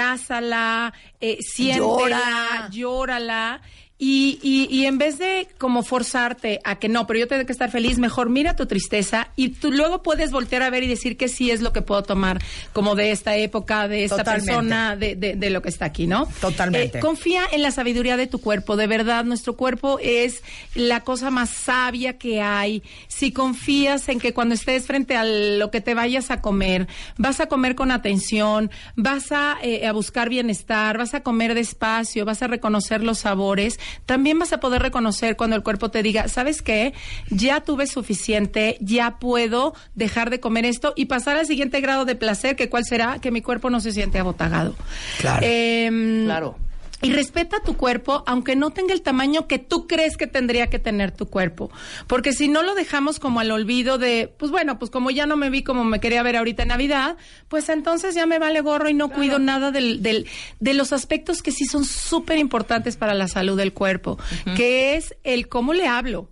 H: abrázala, eh, siéntela,
A: Llora.
H: llórala. Y, y, y en vez de como forzarte a que no, pero yo tengo que estar feliz, mejor mira tu tristeza y tú luego puedes voltear a ver y decir que sí es lo que puedo tomar como de esta época, de esta
A: Totalmente.
H: persona, de, de- de lo que está aquí, ¿no?
A: Totalmente.
H: Eh, confía en la sabiduría de tu cuerpo, de verdad, nuestro cuerpo es la cosa más sabia que hay. Si confías en que cuando estés frente a lo que te vayas a comer, vas a comer con atención, vas a, eh, a buscar bienestar, vas a comer despacio, vas a reconocer los sabores, también vas a poder reconocer cuando el cuerpo te diga, ¿sabes qué? Ya tuve suficiente, ya puedo dejar de comer esto y pasar al siguiente grado de placer, que cuál será, que mi cuerpo no se siente abotagado.
A: Claro.
H: Em,
D: Claro.
H: Y respeta tu cuerpo, aunque no tenga el tamaño que tú crees que tendría que tener tu cuerpo. Porque si no lo dejamos como al olvido de, pues bueno, pues como ya no me vi como me quería ver ahorita en Navidad, pues entonces ya me vale gorro y no cuido nada del, del- de los aspectos que sí son súper importantes para la salud del cuerpo, que es el cómo le hablo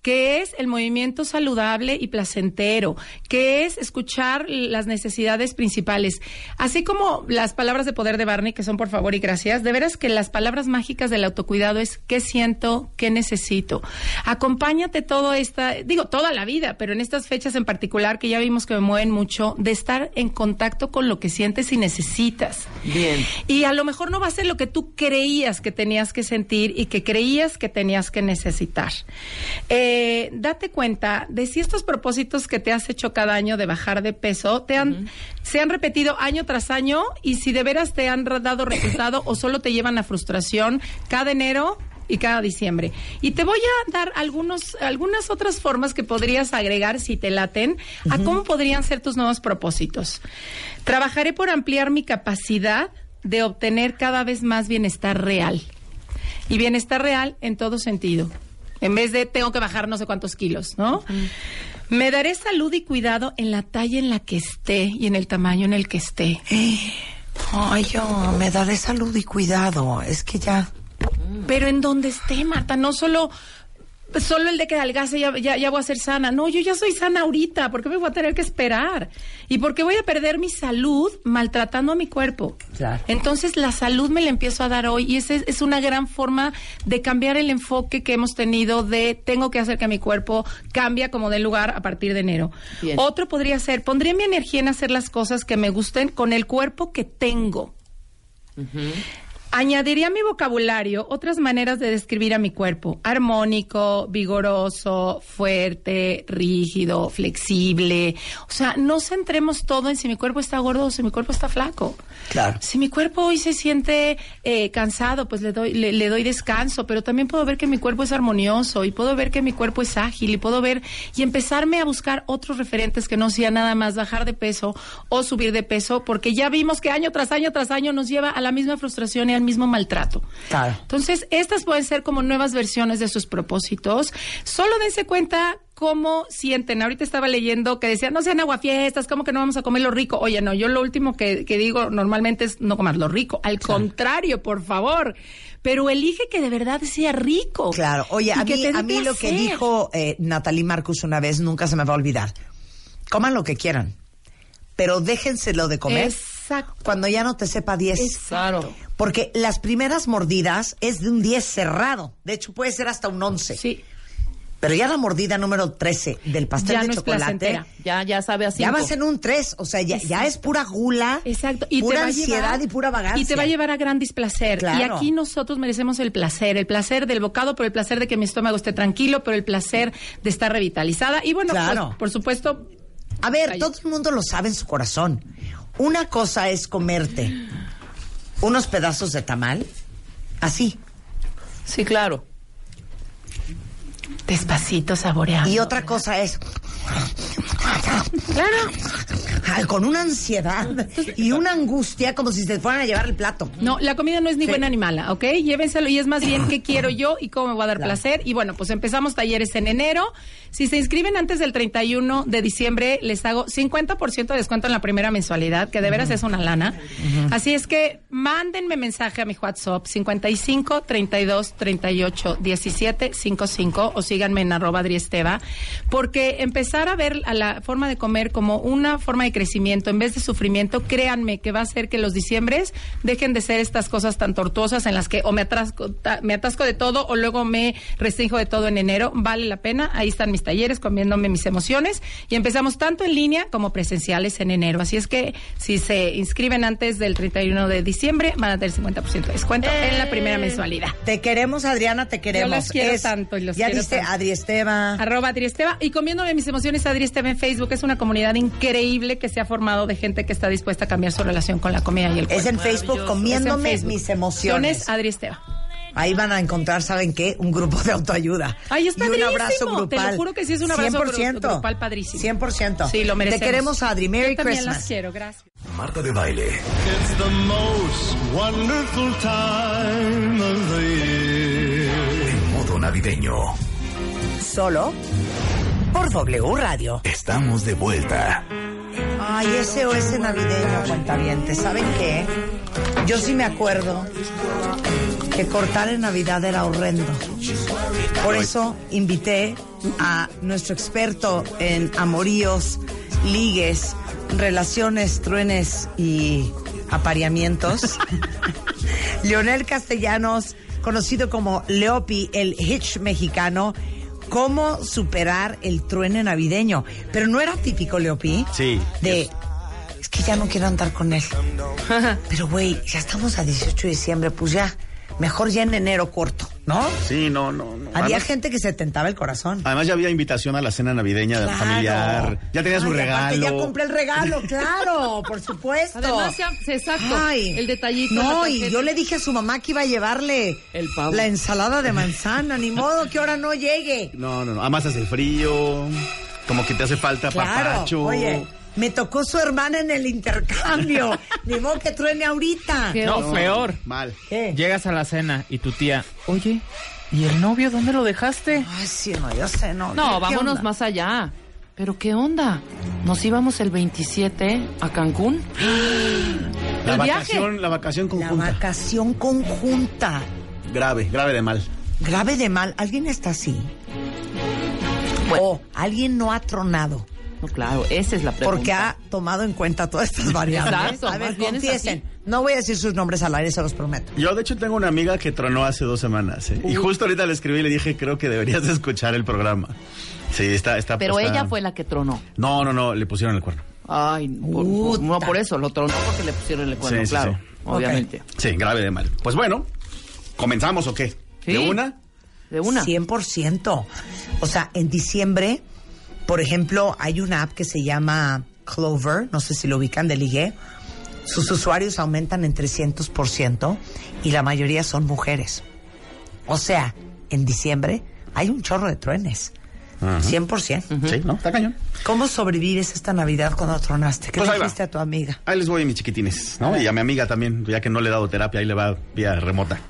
H: que es el movimiento saludable y placentero, que es escuchar las necesidades principales, así como las palabras de poder de Barney, que son por favor y gracias, de veras que las palabras mágicas del autocuidado es qué siento, qué necesito. Acompáñate todo esta, digo, toda la vida, pero en estas fechas en particular que ya vimos que me mueven mucho, de estar en contacto con lo que sientes y necesitas.
D: Bien.
H: Y a lo mejor no va a ser lo que tú creías que tenías que sentir y que creías que tenías que necesitar. Eh, date cuenta de si estos propósitos que te has hecho cada año de bajar de peso te han, se han repetido año tras año y si de veras te han dado resultado o solo te llevan a frustración cada enero y cada diciembre. Y te voy a dar algunos, algunas otras formas que podrías agregar, si te laten, a cómo podrían ser tus nuevos propósitos. Trabajaré por ampliar mi capacidad de obtener cada vez más bienestar real. Y bienestar real en todo sentido. En vez de tengo que bajar no sé cuántos kilos, ¿no? Me daré salud y cuidado en la talla en la que esté y en el tamaño en el que esté.
A: Ay, yo me daré salud y cuidado. Es que ya.
H: Pero en donde esté, Marta, no solo solo el de que adelgace ya, ya, ya voy a ser sana. No, yo ya soy sana ahorita. ¿Por qué me voy a tener que esperar? ¿Y por qué voy a perder mi salud maltratando a mi cuerpo?
A: Claro.
H: Entonces la salud me la empiezo a dar hoy y esa es, es una gran forma de cambiar el enfoque que hemos tenido de tengo que hacer que mi cuerpo cambie como de lugar a partir de enero.
D: Bien.
H: Otro podría ser, pondría mi energía en hacer las cosas que me gusten con el cuerpo que tengo. Añadiría a mi vocabulario otras maneras de describir a mi cuerpo. Armónico, vigoroso, fuerte, rígido, flexible. O sea, no centremos todo en si mi cuerpo está gordo o si mi cuerpo está flaco.
A: Claro.
H: Si mi cuerpo hoy se siente eh, cansado, pues le doy, le, le doy descanso, pero también puedo ver que mi cuerpo es armonioso y puedo ver que mi cuerpo es ágil y puedo ver y empezarme a buscar otros referentes que no sea nada más bajar de peso o subir de peso, porque ya vimos que año tras año tras año nos lleva a la misma frustración y al mismo maltrato.
A: Claro.
H: Entonces, estas pueden ser como nuevas versiones de sus propósitos. Solo dense cuenta cómo sienten. Ahorita estaba leyendo que decían, no sean aguafiestas, ¿cómo que no vamos a comer lo rico? Oye, no, yo lo último que, que digo normalmente es no comer lo rico. Al contrario, por favor. Pero elige que de verdad sea rico.
A: Claro. Oye,
H: Y
A: a
H: que
A: mí,
H: te dé
A: a mí lo que
H: placer.
A: dijo eh, Natalie Marcus una vez nunca se me va a olvidar. Coman lo que quieran, pero déjenselo de comer
H: Exacto.
A: cuando ya no te sepa 10.
D: Claro.
A: Porque las primeras mordidas es de un 10 cerrado. De hecho, puede ser hasta un 11.
H: Sí.
A: Pero ya la mordida número 13 del pastel
H: Ya
A: de
H: no es
A: chocolate.
H: placentera.
D: Ya, ya sabe así.
A: Ya vas en un 3, o sea, ya, ya es pura gula,
H: Exacto. Y
A: pura
H: te va a
A: ansiedad
H: llevar-
A: y pura vagancia.
H: Y te va a llevar a gran displacer.
A: Claro.
H: Y aquí nosotros merecemos el placer, el placer del bocado, pero el placer de que mi estómago esté tranquilo, pero el placer de estar revitalizada. Y bueno,
A: Claro.
H: pues, por supuesto,
A: A ver,
H: Ay.
A: todo el mundo lo sabe en su corazón. Una cosa es comerte unos pedazos de tamal, así,
D: Sí, claro.
H: despacito saboreando.
A: y otra cosa es
H: Ah. Claro.
A: ay, con una ansiedad y una angustia como si te fueran a llevar el plato.
H: No, la comida no es ni buena ni mala, ¿ok? Llévenselo y es más bien qué quiero yo y cómo me voy a dar
A: Claro.
H: placer. Y bueno, pues empezamos talleres en enero. Si se inscriben antes del 31 de diciembre, les hago 50% de descuento en la primera mensualidad, que de veras es una lana. Así es que mándenme mensaje a mi WhatsApp 55 32 38 17 55 o síganme en arroba driesteva, porque empezar a ver a la forma de comer como una forma de crecimiento en vez de sufrimiento, créanme que va a hacer que los diciembres dejen de ser estas cosas tan tortuosas en las que o me atasco, ta- me atasco de todo o luego me restringo de todo en enero. Vale la pena. Ahí están mis talleres comiéndome mis emociones y empezamos tanto en línea como presenciales en enero. Así es que si se inscriben antes del 31 de diciembre van a tener 50% de descuento en la primera mensualidad.
A: Te queremos, Adriana, te queremos.
H: las quiero tanto y los
A: ya
H: quiero
A: viste
H: tanto.
A: Adri Esteba.
H: Arroba Adri Esteva. Y comiéndome mis emociones, Adri Esteva en Facebook. Es una comunidad increíble que se ha formado de gente que está dispuesta a cambiar su relación con la comida y el cuerpo.
A: es en Facebook comiéndome
H: Es en Facebook.
A: mis emociones.
H: Adri Esteva.
A: Ahí van a encontrar, ¿saben qué? Un grupo de autoayuda.
H: Ay, es
A: Y un
H: padrísimo.
A: abrazo grupal.
H: Te lo juro que sí es un abrazo gru- grupal padrísimo.
A: 100%.
H: Sí, lo merecemos.
A: Te queremos, Adri. Merry
H: Yo también
A: Christmas.
H: las quiero, gracias.
B: Marta de Baile.
C: It's the most wonderful time of the year.
B: En modo navideño.
A: Solo por W Radio.
B: Estamos de vuelta.
A: Ay, ese o ese navideño, cuentavientes. ¿Saben qué? Yo sí me acuerdo que cortar en Navidad era horrendo. Por eso invité a nuestro experto en amoríos, ligues, relaciones, truenes y apareamientos, Leonel Castellanos, conocido como Leopi, el hitch mexicano. ¿Cómo superar el truene navideño? Pero no era típico, Leopi.
J: Sí.
A: De, es que ya no quiero andar
J: *laughs*
A: con él. Pero, güey, ya estamos a 18 de diciembre, pues ya, mejor ya en enero corto, ¿no?
J: Sí, no, no. no.
A: Había
J: Además-
A: gente que se tentaba el corazón.
J: Además ya había invitación a la cena navideña
A: Claro.
J: familiar. Ya tenía su
A: Ay, aparte
J: regalo.
A: Ya compré el regalo, claro,
J: *laughs*
A: por supuesto.
K: Además, ya- exacto, el detallito,
A: No,
K: la
A: y
K: tarjeta.
A: yo le dije a su mamá que iba a llevarle
K: El pavo.
A: la ensalada de manzana, ni modo que ahora no llegue.
J: No, no, no. Además hace el frío. Como que te hace falta
A: Claro,
J: papacho.
A: oye, me tocó su hermana en
D: *laughs*
A: el intercambio. ni modo que truene ahorita.
E: No, peor.
J: Mal.
A: ¿Qué?
E: Llegas a la cena y tu tía, oye, ¿y el novio dónde lo dejaste?
A: Ay, sí, no, yo sé, no.
D: No,
A: ¿Qué
D: vámonos
A: onda?
D: más allá. Pero qué onda? Nos íbamos el 27 a
A: *gasps*
D: Cancún.
J: La
D: El viaje.
J: vacación, la vacación
A: La
J: conjunta.
A: vacación conjunta.
J: grave, grave de mal.
A: Grave de mal. ¿Alguien está así? o alguien no ha tronado
D: No, claro, esa es la pregunta.
A: porque ha tomado en cuenta todas estas variables.
D: Exacto,
A: a ver,
D: más bien es
A: confiesen.
D: así.
A: No voy a decir sus nombres al aire, se los prometo.
J: Yo de hecho tengo una amiga que tronó hace dos semanas. ¿eh? Y justo ahorita le escribí y le dije, creo que deberías de escuchar el programa. Sí, está... está
D: Pero
J: está-
D: ella fue la que tronó.
J: No, no, no, le pusieron el cuerno.
D: Ay, por- por- no por eso, lo tronó porque le pusieron el cuerno,
J: Sí, sí,
D: claro,
J: sí.
D: obviamente.
J: Sí, grave de mal. Pues bueno, ¿comenzamos o qué?
D: Sí.
J: ¿De una?
D: De una.
A: 100%. O sea, en diciembre, por ejemplo, hay una app que se llama Clover, no sé si lo ubican de ligue. Sus usuarios aumentan en 300% y la mayoría son mujeres. O sea, en diciembre hay un chorro de truenes. 100%.
J: Sí, ¿no? Está cañón.
A: ¿Cómo sobrevives esta Navidad cuando tronaste? ¿Qué
J: Pues
A: le
J: ahí va.
A: dijiste a tu amiga?
J: Ahí les voy mis chiquitines, ¿no? Y a mi amiga también, ya que no le he dado terapia, ahí le va vía remota.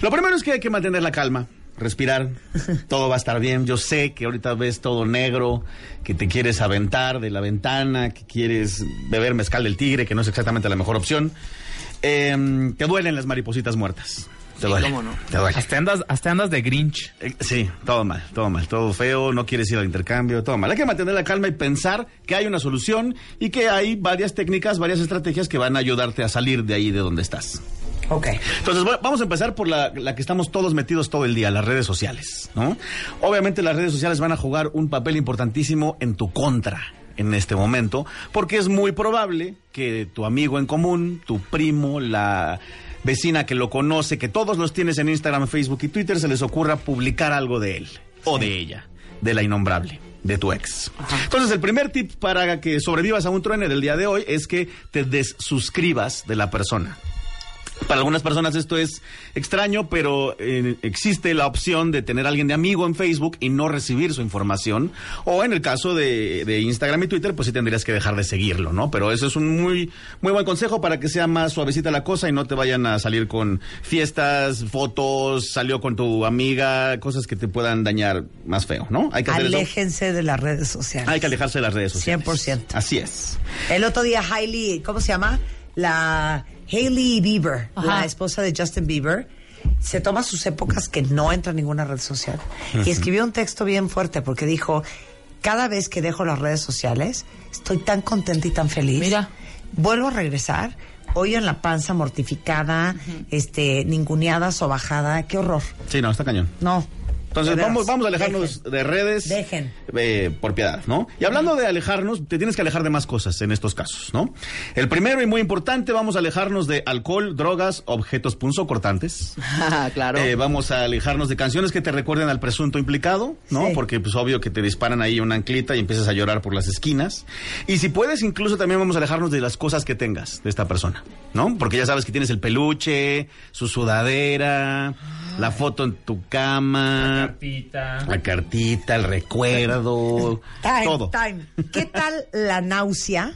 J: Lo primero es que hay que mantener la calma,
D: *laughs*
J: respirar, todo va a estar bien. Yo sé que ahorita ves todo negro, que te quieres aventar de la ventana, que quieres beber mezcal del tigre, que no es exactamente la mejor opción. Em, te duelen las maripositas muertas. Te
D: Sí,
J: duelen,
D: cómo no.
J: Te duelen.
E: Hasta andas, hasta andas de Grinch.
J: Eh, Sí, todo mal, todo mal, todo feo, no quieres ir al intercambio, todo mal. Hay que mantener la calma y pensar que hay una solución y que hay varias técnicas, varias estrategias que van a ayudarte a salir de ahí de donde estás.
A: Ok.
J: Entonces, bueno, vamos a empezar por la, la que estamos todos metidos todo el día, las redes sociales, ¿no? Obviamente las redes sociales van a jugar un papel importantísimo en tu contra en este momento, porque es muy probable que tu amigo en común, tu primo, la vecina que lo conoce, que todos los tienes en Instagram, Facebook y Twitter, se les ocurra publicar algo de él o de ella, de la innombrable, de tu ex. Entonces, el primer tip para que sobrevivas a un truene del día de hoy es que te desuscribas de la persona. Para algunas personas esto es extraño, pero eh, existe la opción de tener a alguien de amigo en Facebook y no recibir su información. O en el caso de, de Instagram y Twitter, pues sí tendrías que dejar de seguirlo, ¿no? Pero eso es un muy, muy buen consejo para que sea más suavecita la cosa y no te vayan a salir con fiestas, fotos, salió con tu amiga, cosas que te puedan dañar más feo, ¿no? Hay que hacer eso.
A: Aléjense de las redes sociales.
J: Hay que alejarse de las redes sociales.
A: 100%.
J: Así es.
A: El otro día Hailey, ¿cómo se llama? La Hailey Bieber,
D: Ajá.
A: la esposa de Justin Bieber, se toma sus épocas que no entra en ninguna red social. Y escribió un texto bien fuerte porque dijo, cada vez que dejo las redes sociales, estoy tan contenta y tan feliz.
D: Mira.
A: Vuelvo a regresar, hoy en la panza mortificada, este, ninguneada, sobajada, qué horror.
J: Sí, no, está cañón.
A: No.
J: Entonces
A: de veras,
J: vamos, vamos a alejarnos
A: dejen.
J: de redes.
A: Dejen.
J: eh, por piedad, ¿no? Y hablando de alejarnos, te tienes que alejar de más cosas en estos casos, ¿no? El primero y muy importante, vamos a alejarnos de alcohol, drogas, objetos punzocortantes.
D: *laughs* Ah, claro.
J: Eh, vamos a alejarnos de canciones que te recuerden al presunto implicado, ¿no?
A: Sí.
J: Porque pues obvio que te disparan ahí una anclita y empiezas a llorar por las esquinas. Y si puedes, incluso también vamos a alejarnos de las cosas que tengas de esta persona, ¿no? Porque ya sabes que tienes el peluche, su sudadera, la foto en tu cama, la cartita, el recuerdo,
A: Time,
J: todo.
A: time. ¿Qué tal la náusea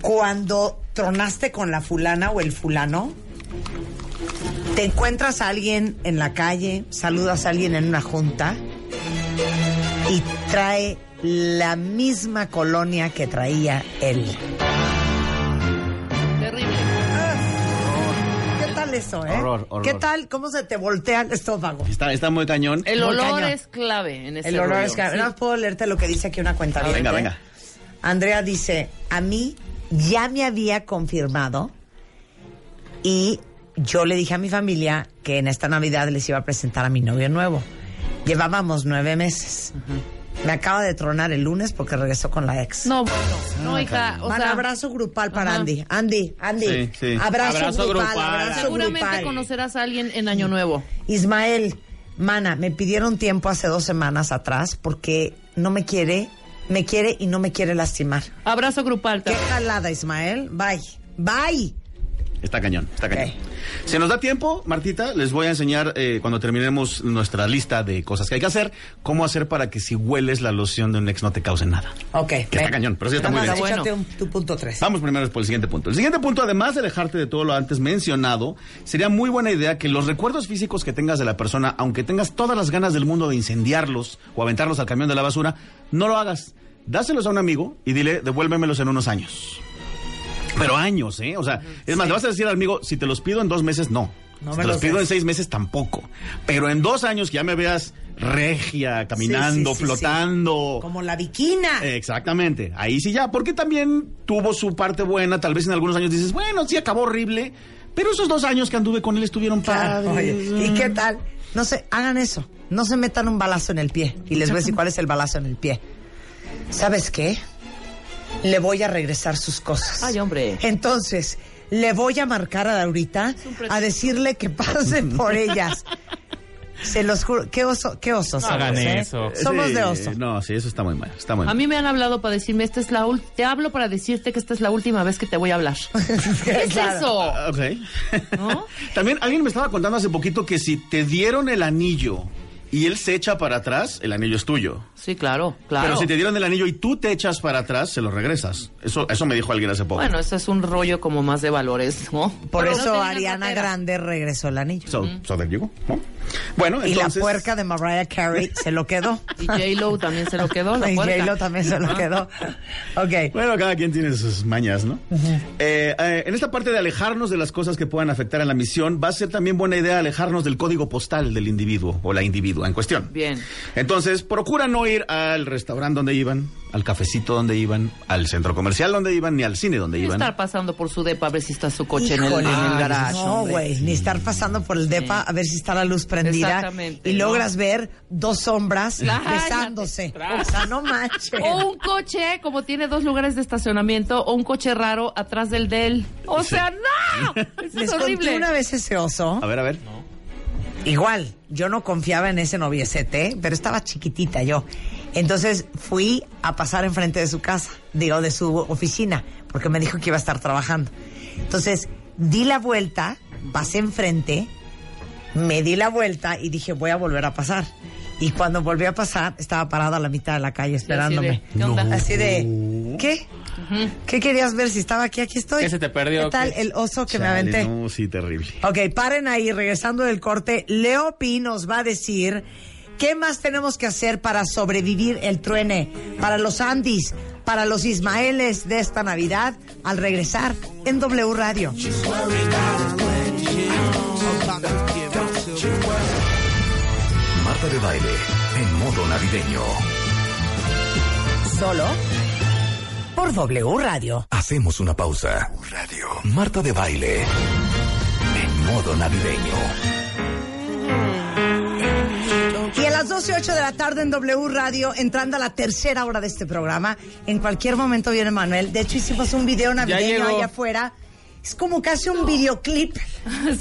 A: cuando tronaste con la fulana o el fulano, te encuentras a alguien en la calle, saludas a alguien en una junta y trae la misma colonia que traía él.
K: Terrible.
A: ¿Qué tal eso, eh?
J: Horror, horror.
A: ¿Qué tal? ¿Cómo se te voltea el estómago?
J: Está, está muy cañón.
D: El
A: Muy
D: olor
A: cañón.
D: es clave en ese
A: El olor
D: rollo.
A: es caro.
D: Sí.
A: No puedo leerte lo que dice aquí una cuenta.
J: Ah,
A: ¿eh?
J: Venga, venga.
A: Andrea dice, a mí ya me había confirmado y yo le dije a mi familia que en esta Navidad les iba a presentar a mi novio nuevo. Llevábamos nueve meses. Me acaba de tronar el lunes porque regresó con la ex.
D: No, bueno,
A: Ah,
D: no, hija, o
A: Van,
D: sea,
A: abrazo grupal para
D: Ajá.
A: Andy. Andy, Andy.
J: Sí, sí.
A: Abrazo,
J: Abrazo
A: grupal,
J: grupal.
A: abrazo
K: Seguramente
A: grupal.
K: conocerás a alguien en Año Nuevo.
A: Ismael, mana, me pidieron tiempo hace dos semanas atrás porque no me quiere, me quiere y no me quiere lastimar.
K: Abrazo grupal.
A: Qué
K: también.
A: jalada, Ismael. Bye. Bye.
J: Está cañón, está cañón. Si nos da tiempo, Martita, les voy a enseñar eh, cuando terminemos nuestra lista de cosas que hay que hacer, cómo hacer para que si hueles la loción de un ex no te cause nada.
A: Ok.
J: Que está cañón, pero sí está muy
A: Nada
J: bien.
A: más, échate un- tu punto tres.
J: pues. Vamos primero por el siguiente punto. El siguiente punto, además de alejarte de todo lo antes mencionado, sería muy buena idea que los recuerdos físicos que tengas de la persona, aunque tengas todas las ganas del mundo de incendiarlos o aventarlos al camión de la basura, no lo hagas. Dáselos a un amigo y dile, devuélvemelos en unos años. Pero años, ¿eh? O sea, es más, le vas a decir al amigo, si te los pido en dos meses, no.
A: No
J: si
A: me
J: te los
A: los
J: pido
A: des.
J: en seis meses, tampoco. Pero en dos años que ya me veas regia, caminando,
A: sí, sí, sí.
J: flotando.
A: Como la viquina.
J: Eh. Exactamente, ahí sí ya, porque también tuvo su parte buena, tal vez en algunos años dices, bueno, sí acabó horrible, pero esos dos años que anduve con él estuvieron
A: Claro,
J: padres.
A: Ah, oye, ¿Y qué tal? No se, hagan eso. No se metan un balazo en el pie. Y les voy a decir cuál es el balazo en el pie. ¿Sabes qué? Le voy a regresar sus cosas.
D: Ay, hombre.
A: Entonces, le voy a marcar a Laurita a decirle que pasen por ellas. Se los juro, qué oso, qué oso somos,
E: hagan
A: ¿eh?
E: eso.
A: Somos
J: Sí,
A: de oso.
J: No, sí, eso está muy mal, está muy
K: A
J: mal.
K: mí me han hablado para decirme, esta es la ul- te hablo para decirte que esta es la última vez que te voy a
A: *laughs*
K: hablar. ¿Qué es
A: *laughs* Claro.
K: eso?
J: Ah, ok.
K: ¿No?
J: *laughs* también alguien me estaba contando hace poquito que si te dieron el anillo y él se echa para atrás, el anillo es tuyo.
D: Sí, claro, claro.
J: Pero si te dieron el anillo y tú te echas para atrás, se lo regresas. Eso, eso me dijo alguien hace poco.
D: Bueno, eso es un rollo como más de valores, ¿no?
A: Por
K: Pero no *laughs*
A: eso
K: tenía
A: Ariana
K: cartera.
A: Grande regresó el anillo.
J: So- so there you go, ¿no? Bueno,
A: y la
J: entonces-
A: puerca de Mariah Carey se lo quedó.
D: Y J-Lo también *laughs* se lo quedó,
A: *laughs*
D: la
A: Y
D: puerca.
A: J-Lo también se lo quedó. Ok.
J: Bueno, cada quien tiene sus mañas, ¿no? Eh, eh, en esta parte de alejarnos de las cosas que puedan afectar a la misión, va a ser también buena idea alejarnos del código postal del individuo o la individua en cuestión.
D: Bien.
J: Entonces, procura no ir al restaurante donde iban, al cafecito donde iban, al centro comercial donde iban, ni al cine donde
D: Y
J: iban.
D: estar pasando por su depa a ver si está su coche en el,
A: Híjole,
D: en el garage.
A: No,
D: hombre.
A: güey, ni estar pasando por el depa a ver si está la luz prendida.
D: Exactamente,
A: Y
D: ¿no?
A: logras ver dos sombras
D: Claro.
A: besándose. O sea, no manches.
D: Oh,
K: O un coche, como tiene dos lugares de estacionamiento, o un coche raro atrás del de él. O sea,
A: *laughs*
K: ¡no! Eso
A: Les
K: es
A: conté
K: horrible.
A: una vez ese oso.
J: A ver, a ver.
A: Igual, yo no confiaba en ese noviecete, ¿eh? pero estaba chiquitita yo. Entonces fui a pasar enfrente de su casa, digo, de su oficina, porque me dijo que iba a estar trabajando. Entonces di la vuelta, pasé enfrente, me di la vuelta y dije, voy a volver a pasar. Y cuando volví a pasar, estaba parada a la mitad de la calle esperándome.
D: ¿qué onda? No.
A: Así
J: Uh.
A: de, ¿qué? ¿Qué querías ver si estaba aquí? Aquí estoy.
E: ¿Qué se te perdió?
A: ¿Qué tal
E: ¿Qué?
A: el oso que me
J: Chale,
A: aventé?
J: No, sí, terrible.
A: Ok, paren ahí, regresando del corte, Leo Pi nos va a decir qué más tenemos que hacer para sobrevivir el truene, para los Andis, para los Ismaeles de esta Navidad, al regresar en W Radio.
B: Marta de Baile en modo navideño.
A: Solo por W Radio.
B: Hacemos una pausa. Radio. Marta de Baile en modo navideño.
A: Y a las 12.08 de la tarde en W Radio, entrando a la tercera hora de este programa, en cualquier momento viene Manuel. De hecho, hicimos un video navideño
E: llegó.
A: allá afuera. Es como casi un
E: *laughs*
A: videoclip.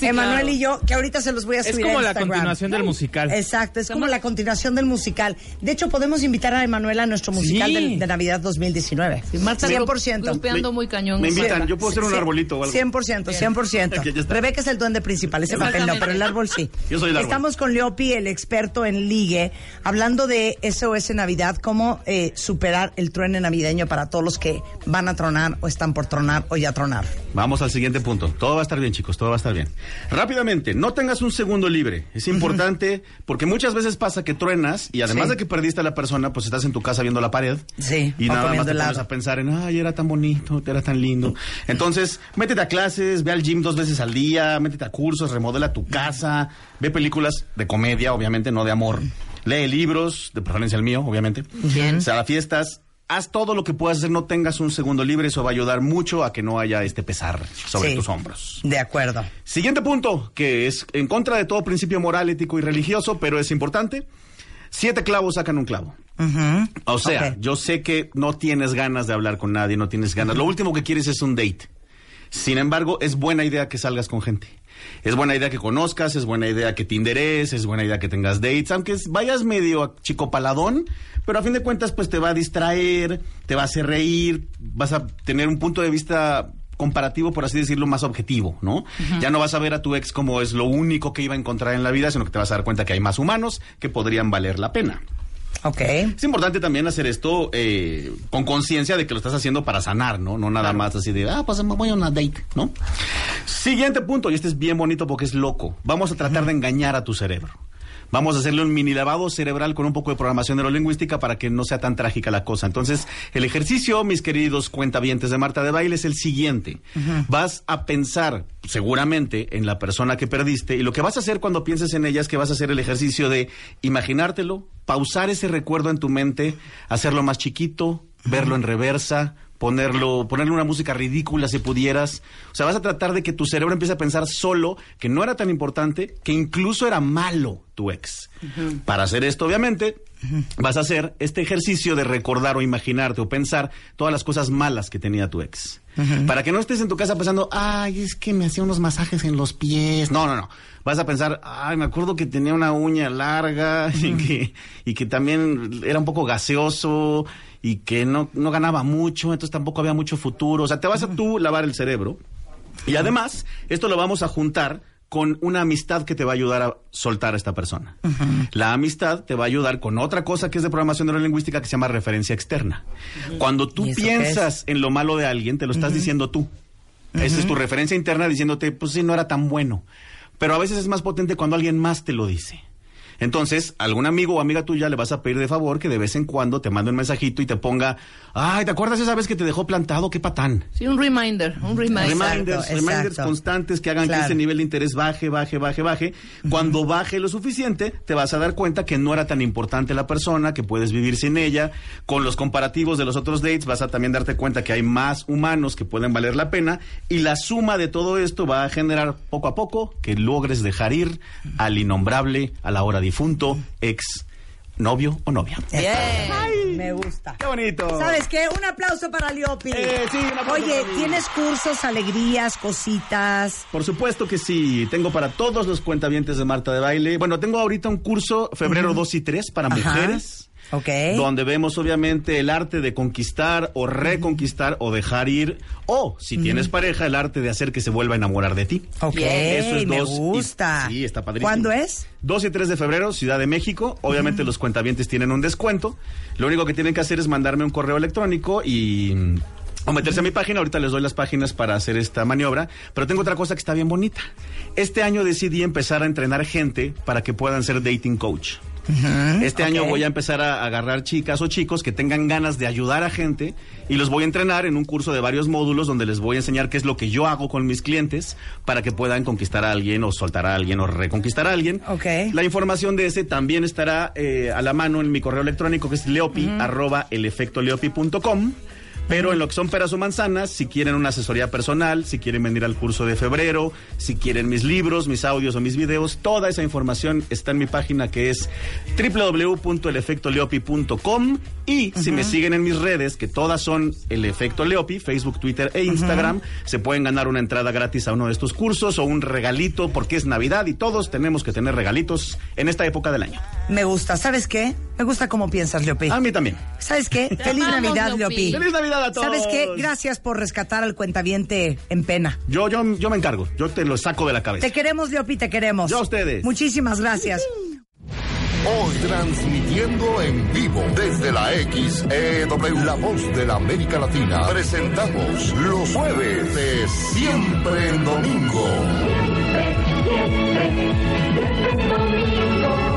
A: Emanuel y yo, que ahorita se los voy a
E: Es
A: subir.
E: como
A: a
E: la
A: Instagram.
E: continuación del musical.
A: Exacto, es como la continuación del musical. De hecho, podemos invitar a Emanuel a nuestro musical
E: Sí.
A: del- de, Navidad 2019.
K: Marta
A: 100%.
K: grupeando muy cañón.
J: me invitan, yo puedo hacer un
A: Sí,
J: arbolito o algo.
A: 100%, 100%.
J: Ok, ya está.
A: Rebeca es el duende principal, ese papel no,
J: Exactamente.
A: pero el árbol sí.
J: Yo soy el árbol.
A: Estamos con Leopi, el experto en ligue, hablando de SOS Navidad, cómo eh, superar el truene navideño para todos los que van a tronar o están por tronar o ya tronar.
J: Vamos al siguiente punto. Todo va a estar bien, chicos, todo va a estar bien. Rápidamente, no tengas un segundo libre. Es importante porque muchas veces pasa que truenas y además
A: Sí.
J: de que perdiste a la persona, pues estás en tu casa viendo la pared.
A: Sí,
J: Y
A: o
J: nada más
A: comiendo
J: te pones
A: helado.
J: a pensar en, ay, era tan bonito, era tan lindo. Entonces, métete a clases, ve al gym dos veces al día, métete a cursos, remodela tu casa, ve películas de comedia, obviamente, no de amor. Lee libros, de preferencia el mío, obviamente.
A: Bien.
J: O sea, a fiestas. Haz todo lo que puedas hacer, no tengas un segundo libre, eso va a ayudar mucho a que no haya este pesar sobre
A: Sí.
J: tus hombros.
A: De acuerdo.
J: Siguiente punto, que es en contra de todo principio moral, ético y religioso, pero es importante. Siete clavos sacan un clavo.
A: Ujú.
J: O sea,
A: Ok.
J: yo sé que no tienes ganas de hablar con nadie, no tienes ganas. Lo último que quieres es un date. Sin embargo, es buena idea que salgas con gente. Es buena idea que conozcas, es buena idea que tinderes, es buena idea que tengas dates, aunque es- vayas medio a chico paladón, pero a fin de cuentas pues te va a distraer, te va a hacer reír, vas a tener un punto de vista comparativo, por así decirlo, más objetivo, ¿no? Ya no vas a ver a tu ex como es lo único que iba a encontrar en la vida, sino que te vas a dar cuenta que hay más humanos que podrían valer la pena.
A: Ok.
J: Es importante también hacer esto eh, con conciencia de que lo estás haciendo para sanar, ¿no? No nada más así de, ah, pues me voy a una date, ¿no? Siguiente punto, y este es bien bonito porque es loco. Vamos a tratar de engañar a tu cerebro. Vamos a hacerle un mini lavado cerebral con un poco de programación neurolingüística para que no sea tan trágica la cosa. Entonces, el ejercicio, mis queridos cuentavientes de Marta de Baile, es el siguiente. Vas a pensar seguramente en la persona que perdiste y lo que vas a hacer cuando pienses en ella es que vas a hacer el ejercicio de imaginártelo, pausar ese recuerdo en tu mente, hacerlo más chiquito, verlo en reversa, ponerlo, ponerle una música ridícula si pudieras. O sea, vas a tratar de que tu cerebro empiece a pensar solo que no era tan importante, que incluso era malo tu ex. Para hacer esto, obviamente, vas a hacer este ejercicio de recordar o imaginarte o pensar todas las cosas malas que tenía tu ex. Para que no estés en tu casa pensando, ay, es que me hacía unos masajes en los pies. No, no, no. Vas a pensar, ay, me acuerdo que tenía una uña larga y, que, y que también era un poco gaseoso y que no, no ganaba mucho, entonces tampoco había mucho futuro. O sea, te vas a tú lavar el cerebro. Y además, esto lo vamos a juntar con una amistad que te va a ayudar a soltar a esta persona. La amistad te va a ayudar con otra cosa que es de programación neurolingüística que se llama referencia externa. Cuando tú
L: ¿Y eso qué
J: piensas en lo malo de alguien, te lo estás diciendo tú. Esa es tu referencia interna diciéndote, pues sí, no era tan bueno. Pero a veces es más potente cuando alguien más te lo dice. Entonces, a algún amigo o amiga tuya le vas a pedir de favor que de vez en cuando te mande un mensajito y te ponga, ay, ¿te acuerdas esa vez que te dejó plantado? ¡Qué patán!
K: Sí, un reminder, un reminder.
J: Reminders, reminders constantes que hagan que
K: Claro.
J: ese nivel de interés baje, baje, baje, baje. Cuando baje lo suficiente, te vas a dar cuenta que no era tan importante la persona, que puedes vivir sin ella. Con los comparativos de los otros dates, vas a también darte cuenta que hay más humanos que pueden valer la pena. Y la suma de todo esto va a generar poco a poco que logres dejar ir al innombrable, a la hora difunto, ex novio o novia.
A: Ay, Me gusta.
J: ¡Qué bonito!
A: ¿Sabes qué? Un aplauso para Leopi.
J: Eh, sí, un aplauso
A: Oye,
J: para mí.
A: tienes cursos, alegrías, cositas.
J: Por supuesto que sí. Tengo para todos los cuentavientes de Marta de Baile. Bueno, tengo ahorita un curso febrero 2 y 3 para mujeres.
A: Ok.
J: Donde vemos obviamente el arte de conquistar o reconquistar o dejar ir. O, si tienes pareja, el arte de hacer que se vuelva a enamorar de ti.
A: Ok, me
J: dos y-
A: gusta.
J: sí, está padrísimo.
A: ¿Cuándo es?
J: 2 y 3 de febrero, Ciudad de México. Obviamente los cuentavientes tienen un descuento. Lo único que tienen que hacer es mandarme un correo electrónico y... mm, O meterse a mi página, ahorita les doy las páginas para hacer esta maniobra, pero tengo otra cosa que está bien bonita. Este año decidí empezar a entrenar gente para que puedan ser dating coach. Este año voy a empezar a agarrar chicas o chicos que tengan ganas de ayudar a gente y los voy a entrenar en un curso de varios módulos donde les voy a enseñar qué es lo que yo hago con mis clientes para que puedan conquistar a alguien o soltar a alguien o reconquistar a alguien. La información de ese también estará eh, a la mano en mi correo electrónico que es leopi arroba elefectoleopi.com. Pero en lo que son peras o manzanas, si quieren una asesoría personal, si quieren venir al curso de febrero, si quieren mis libros, mis audios o mis videos, toda esa información está en mi página que es www.elefectoleopi.com y si
M: Ujú.
J: me siguen en mis redes, que todas son El Efecto Leopi, Facebook, Twitter e Instagram, se pueden ganar una entrada gratis a uno de estos cursos o un regalito porque es Navidad y todos tenemos que tener regalitos en esta época del año.
A: Me gusta, ¿sabes qué? Me gusta cómo piensas, Leopi. A
J: mí también.
A: ¿Sabes qué?
J: Te
A: Feliz
J: amamos,
A: Navidad,
J: Leopi.
A: Leopi.
J: Ah. Feliz Navidad a todos.
A: ¿Sabes qué? Gracias por rescatar al cuentaviente en pena.
J: Yo, yo, yo me encargo, yo te lo saco de la cabeza.
A: Te queremos, Leopi, te queremos.
J: Yo a ustedes.
A: Muchísimas gracias.
N: Hoy transmitiendo en vivo desde la XEW, la voz de la América Latina, presentamos los jueves de Siempre en Domingo.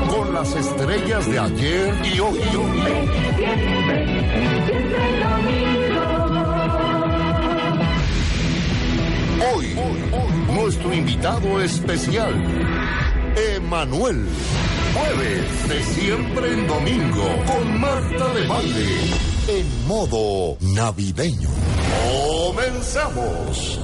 N: Con las estrellas de ayer y hoy. Hoy, nuestro invitado especial, Emanuel. Jueves de siempre en domingo, con Marta de Valle, en modo navideño. Comenzamos.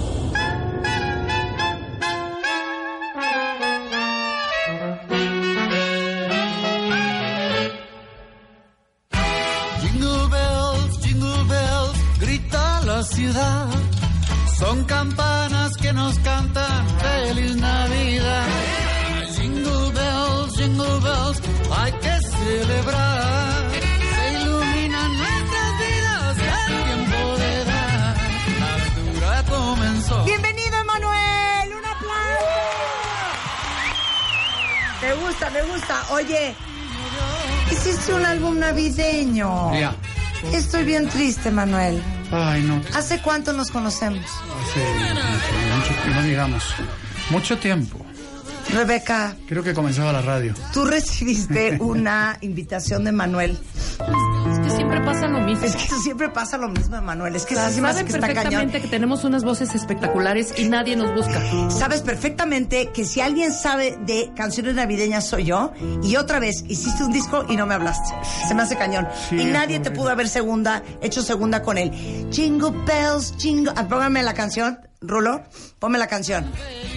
O: Jingle bells, jingle bells, grita la ciudad. Son campanas que nos cantan feliz Navidad. Jingle bells, jingle bells, hay que celebrar. Se iluminan nuestras vidas y al tiempo de dar. La dura comenzó.
A: Bienvenido, Emanuel. Un aplauso. Me gusta, me gusta. Oye, hiciste un álbum navideño.
P: Ya.
A: Estoy bien triste, Manuel.
P: Ay, no.
A: ¿Hace cuánto nos conocemos?
P: Hace mucho- no digamos. Mucho tiempo.
A: Rebeca.
P: Creo que comenzaba la radio.
A: Tú
D: *laughs*
A: recibiste una invitación de Manuel.
D: Es que siempre pasa lo mismo.
A: Es que siempre pasa lo mismo, Manuel. Es que sí se me hace
D: saben
A: que está
D: perfectamente que tenemos unas voces espectaculares y nadie nos busca.
A: Sabes perfectamente que si alguien sabe de canciones navideñas soy yo. Y otra vez hiciste un disco y no me hablaste. Se me hace cañón. y nadie te pudo haber segunda, hecho segunda con él. Jingle bells, jingle. Ah, póngame la canción, Rulo. Ponme la canción.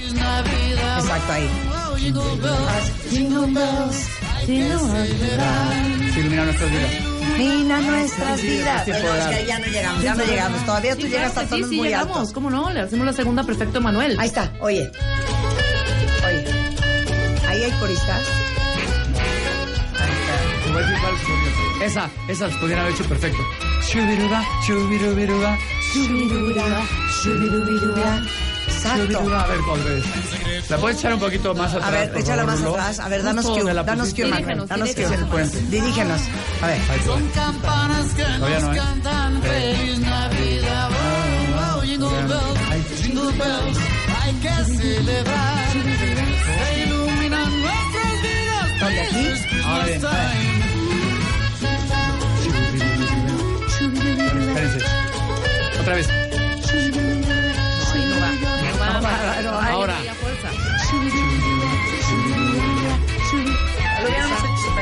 A: Exacto ahí. Jingle bells,
P: Se iluminaron nuestras vidas.
A: Mira nuestras
D: Sí,
A: vidas.
D: sí,
A: Ay, no,
D: podrá.
A: es que ahí ya no llegamos, ya no llegamos. Todavía tú
D: Sí, claro
A: llegas a
D: que sí,
A: tonos
D: sí,
A: muy
D: llegamos.
A: altos.
D: ¿Cómo no? Le hacemos la segunda perfecto a Manuel.
A: Ahí está, oye. Oye. Ahí hay coristas.
P: Te voy a decir cuáles podrían ser. Esa, esa las podrían haber hecho perfecto. Shubiruba, shubirubiruba,
A: shubirubiruba, shubirubiruba.
P: Exacto. A ver, ¿cuál es? ¿La puedes echar un poquito más atrás?
A: A ver,
P: por
A: échala
P: favor,
A: más
P: Rulo?
A: atrás. A ver, danos
P: Justo
A: cue,
P: donde la
A: danos
P: pusiste.
A: cue, Manuel. Danos cue. Dirígenos. A ver.
O: Son campanas que
P: Todavía
O: nos
P: no, ¿eh?
O: cantan feliz Navidad. Oh, oh, jingle bells, jingle bells, hay que celebrar. Se iluminan nuestras vidas.
A: ¿Dónde aquí?
P: Ah, bien, a Espérense. Otra vez.
D: va,
P: va,
D: va,
P: no va.
D: va,
P: Ahora.
D: y a fuerza.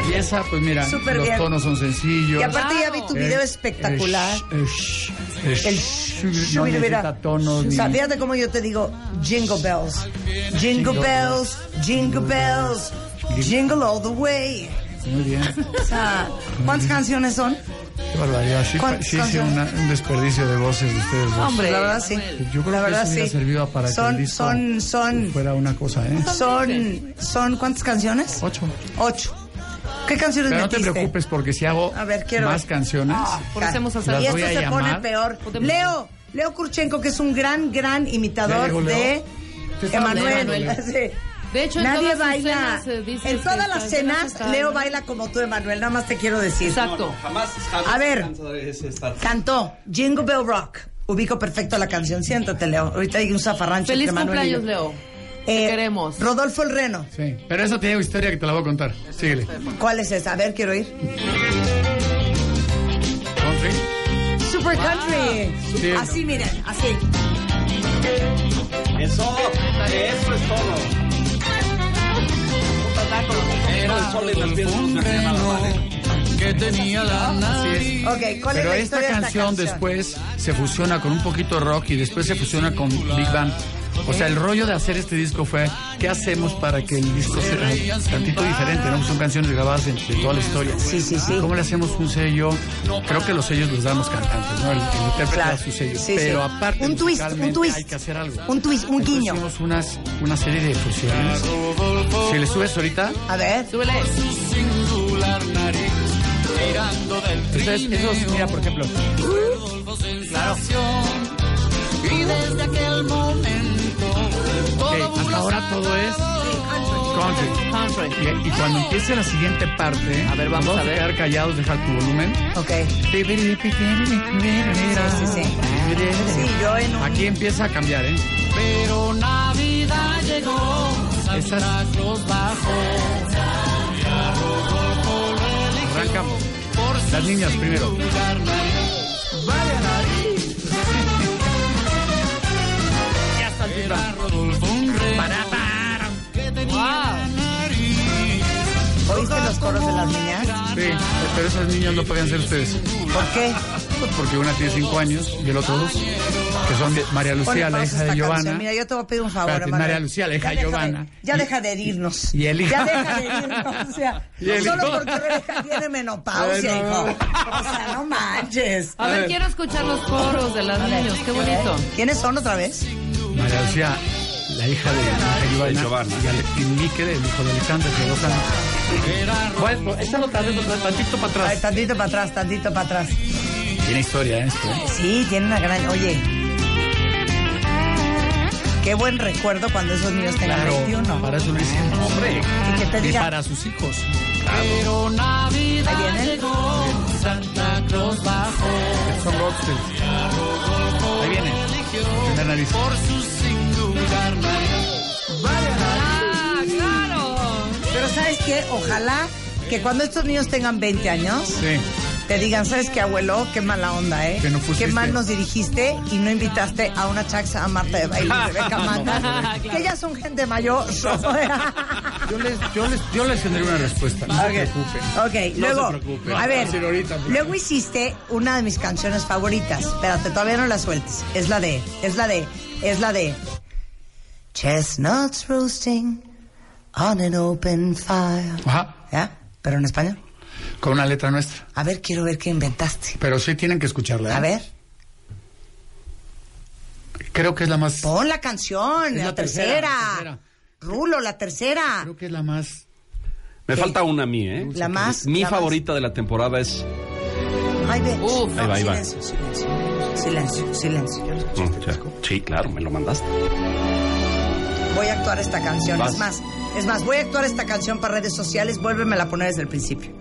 P: Y esa, pues mira,
A: Súper
P: los
A: bien.
P: tonos son sencillos.
A: Y aparte ya vi tu video espectacular.
P: El, eh, sh- el, sh- el sh- no
A: Shubirubira.
P: necesita tonos.
A: O
P: ni-
A: sea, fíjate cómo yo te digo jingle bells. Jingle bells, jingle bells, jingle all the way.
P: Muy bien.
A: O sea, ¿cuántas canciones son?
P: Qué barbaridad. Sí,
A: ¿Cuántas
P: sí, sí,
A: canciones?
P: una- un desperdicio de voces de ustedes dos.
A: la verdad sí.
P: Yo creo
A: la
P: que
A: verdad
P: eso hubiera
A: sí.
P: servido para que
A: son,
P: el disco
A: son, son,
P: fuera una cosa, ¿eh?
A: son, son, ¿cuántas canciones?
P: Ocho.
A: Ocho. ¿Qué canciones
P: Pero no te
A: metiste?
P: preocupes porque si hago
A: A ver, quiero
P: más
A: ver.
P: canciones,
A: Ah,
P: las
A: Y
P: voy
A: esto
P: a
A: se pone
P: llamar.
A: peor. Leo, Leo Kurchenko, que es un gran, gran
P: Ya
A: imitador
P: llegó Leo.
A: de
P: Tú estás
A: Emanuel.
P: hablando de
A: *laughs*
P: Emanuel.
A: Sí.
D: De hecho, en
A: Nadie
D: todas sus
A: baila.
D: cenas, eh, dices
A: en
D: que
A: todas
D: está-
A: las cenas,
D: está-
A: Leo baila como tú, Emanuel. Nada más te quiero decir.
D: Exacto.
Q: Jamás, jamás.
A: A ver.
Q: canso de ese estar.
A: Cantó Jingle Bell Rock. Ubico perfecto la canción. Siéntate, Leo. Ahorita hay un zafarrancho.
D: Feliz
A: entre Manuel y yo.
D: cumpleaños, Leo.
A: Eh, queremos. Rodolfo el Reno.
P: Sí, pero esa tiene historia que te la voy a contar. Síguele.
A: ¿Cuál es esa? A ver, quiero ir.
P: Country.
A: Super Country.
P: Sí.
A: Así, miren, así.
Q: Eso, eso es todo. Era el sol en las piernas, no se hacía nada mal, ¿eh?
O: que tenía la
P: Así
O: nariz.
P: es. Pero esta, canción después se fusiona con un poquito rock y después se fusiona con Big Bang. O sea, el rollo de hacer este disco fue, ¿qué hacemos para que el disco sea un tantito diferente? ¿no? Son canciones grabadas en de toda la historia. Sí, sí, sí. ¿Cómo le hacemos un sello? Creo que los sellos los damos cantantes, ¿no? El, el intérprete da su sello.
A: Sí,
P: Pero
A: sí.
P: aparte,
A: un twist, un
P: musicalmente,
A: twist.
P: hay que hacer algo.
A: Un twist, un
P: Entonces
A: guiño.
P: hicimos unas, una serie de fusiones. Si le subes ahorita,
A: A ver.
D: Súbele.
P: entonces, esos, mira, por ejemplo,
O: Claro. Y desde aquel momento
P: Ok, hasta ahora todo es country. Y, y cuando empiece la siguiente parte, a ver,
D: vamos a ver.
P: quedar callados, dejar tu volumen.
A: Ok.
P: Sí,
A: sí, sí. yo en
P: Aquí empieza a cambiar, ¿eh?
O: Pero Navidad llegó, Santa Claus bajó.
P: Arrancamos. Las niñas primero.
O: Vaya nariz.
P: Ya está el
O: Para, para. Que tenía la nariz.
A: ¿Oíste los coros de las niñas?
P: Sí, pero esas niñas no podían ser ustedes.
A: ¿Por qué?
P: Porque una tiene cinco años y el otro dos, que son de María
A: Ponle
P: Lucía, la
A: pausa
P: hija de
A: esta
P: Giovanna.
A: canción. Mira, yo te voy a pedir un favor,
P: Espérate,
A: Emanuel.
P: María Lucía, la hija
A: Ya
P: de
A: deja de-
P: Giovanna.
A: ya deja de herirnos.
P: Y el hijo.
A: Ya deja de herirnos. O sea,
P: *laughs* Y el
A: solo
P: hijo.
A: porque Rebeca tiene menopausia,
P: Ay, no.
A: hijo. O sea, no manches.
K: A ver, quiero escuchar los coros de las
A: A ver,
K: niños. Qué
A: a ver.
K: bonito.
A: ¿Quiénes son otra vez?
P: María Lucía, la hija de, de Giovanna, y, Ale, y Miquel, el hijo de Alejandro, que dos años. Bueno, échalo otra vez, otra vez, tantito para
A: Ay,
P: atrás.
A: tantito para atrás, tantito para atrás.
P: Tiene historia ¿eh? esto. ¿eh?
A: Sí, tiene una gran. Oye. Qué buen recuerdo cuando esos niños tengan
P: Claro,
A: 21.
P: para eso lo hice. Hombre,
A: Y que te
P: y
A: diga-
P: para sus hijos.
O: Pero Navidad llegó, Santa Claus bajó.
P: Son rockstars. Ahí viene. Primer nariz.
O: Por su singular nariz. Vaya
K: Ah, claro.
A: Pero ¿sabes qué? Ojalá que cuando estos niños tengan 20 años,
P: Sí.
A: te digan, ¿sabes qué, abuelo? Qué mala onda, ¿eh?
P: Que no
A: qué
P: pusiste.
A: mal nos dirigiste y no invitaste a una chaxa a Marta de Baile y
P: *laughs*
A: Rebeca Mangas, que ellas son gente mayor.
P: Yo les, yo les, yo les tendré una respuesta. No
A: Ok.
P: se preocupen.
A: ok, luego,
P: No se preocupen.
A: a
P: Voy
A: ver,
P: decir ahorita, porque-
A: luego hiciste una de mis canciones favoritas. Espérate, todavía no la sueltes. Es la de, es la de, es la de... Chestnuts roasting on an open fire.
P: Ajá.
A: ¿Ya? ¿Pero en español?
P: Con una letra nuestra.
A: A ver, quiero ver qué inventaste.
P: Pero sí tienen que escucharla. ¿eh?
A: A ver.
P: Creo que es la más.
A: Pon la canción,
P: Es
A: la,
P: la
A: tercera.
P: tercera, la tercera.
A: Rulo, la tercera.
P: Creo que es la más.
L: Me falta una a mí, ¿eh?
A: La más-
L: Mi
A: la más-
L: favorita de la temporada es.
A: Ay, ve.
L: ahí va, ahí va.
A: Silencio, silencio, silencio, silencio.
L: Mm, ya. Sí, claro, me lo mandaste.
A: Voy a actuar esta canción.
L: Vas.
A: Es más, es más, voy a actuar esta canción para redes sociales. Vuélvemela a poner desde el principio.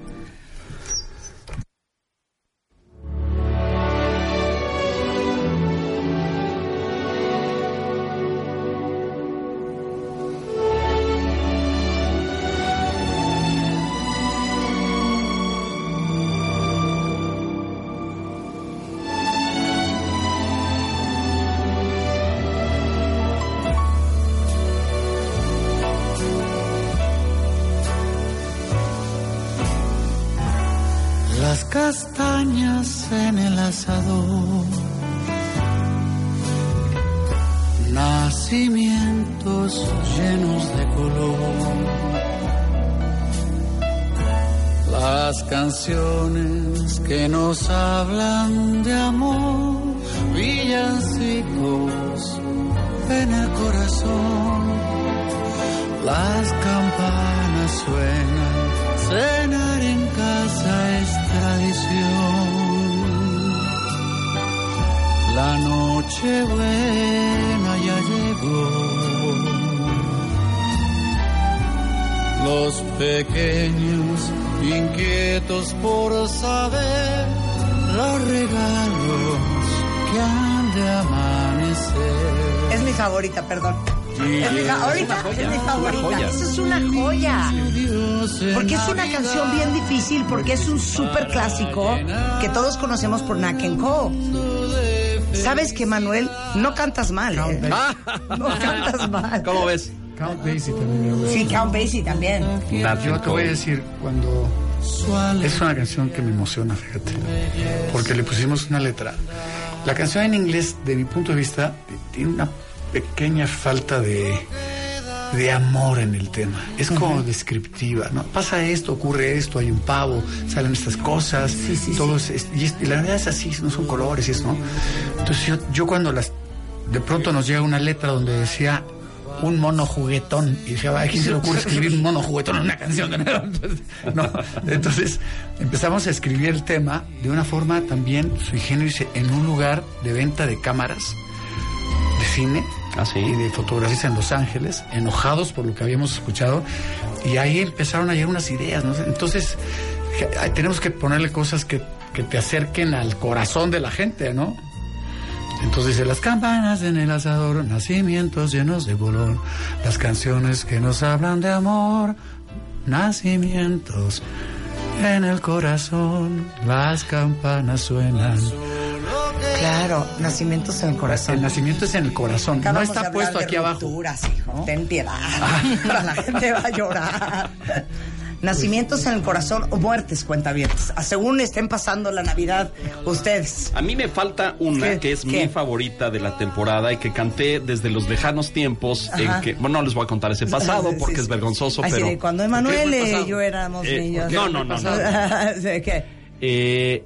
O: Las castañas en el asador. Nacimientos llenos de color. Las canciones que nos hablan de amor. Villancicos en el corazón. Las campanas suenan, cenar en casa es tradición. La noche buena ya llegó. Los pequeños inquietos por saber los regalos que han de amanecer.
A: Es mi favorita, perdón.
O: Y
A: Es mi
O: llega-
A: favorita,
O: Es una
A: es mi
O: joya, es una
A: favorita.
O: joya.
A: Eso es una joya. Porque es una canción bien difícil, porque es un súper clásico que todos conocemos por Naken Cole. ¿Sabes que Manuel? No cantas mal. ¿eh? *laughs* No cantas mal.
L: ¿Cómo ves?
P: Count Basie también.
A: Sí, Count Basie también.
P: Yo te voy a decir, cuando Es una canción que me emociona, fíjate, porque le pusimos una letra. La canción en inglés, de mi punto de vista, tiene una pequeña falta de, de amor en el tema. Es como descriptiva, ¿no? Pasa esto, ocurre esto, hay un pavo, salen estas cosas, todo es- es- y, es- y la verdad es así, no son colores, y es, ¿no? Entonces yo, yo cuando las de pronto nos llega una letra donde decía un mono juguetón y dije, "Ay, ¿a quién se le ocurre escribir un mono juguetón en una canción? *laughs* Entonces, no. Entonces empezamos a escribir el tema de una forma también sui generis en un lugar de venta de cámaras de cine
L: Ah,
P: y de fotografías en Los Ángeles, enojados por lo que habíamos escuchado, y ahí empezaron a llegar unas ideas. ¿no? Entonces, dije, "Ay, tenemos que ponerle cosas que, que te acerquen al corazón de la gente, ¿no? Entonces dice, las campanas en el asador, nacimientos llenos de color, las canciones que nos hablan de amor, nacimientos en el corazón, las campanas suenan.
A: Claro, nacimientos en el corazón.
P: El nacimiento es en el corazón,
A: Acabamos
P: no
A: de
P: está
A: hablar
P: puesto
A: de
P: aquí abajo.
A: rupturas, hijo, Ten piedad. *laughs* La gente va a llorar. Nacimientos en el corazón o muertes, cuentavientes. Ah, Según estén pasando la Navidad ustedes.
L: A mí me falta una
A: ¿Qué?
L: que es
A: ¿Qué?
L: mi favorita de la temporada y que canté desde los lejanos tiempos
A: Ajá.
L: en que, bueno, no les voy a contar ese
A: *laughs*
L: pasado porque es vergonzoso,
A: Así
L: pero
A: de cuando Emanuel
L: ¿Por qué
A: eh,
L: fue
A: y yo éramos
L: Eh,
A: niños.
L: no, no,
A: *laughs*
L: no, no.
A: ¿De ¿Qué?
L: Eh,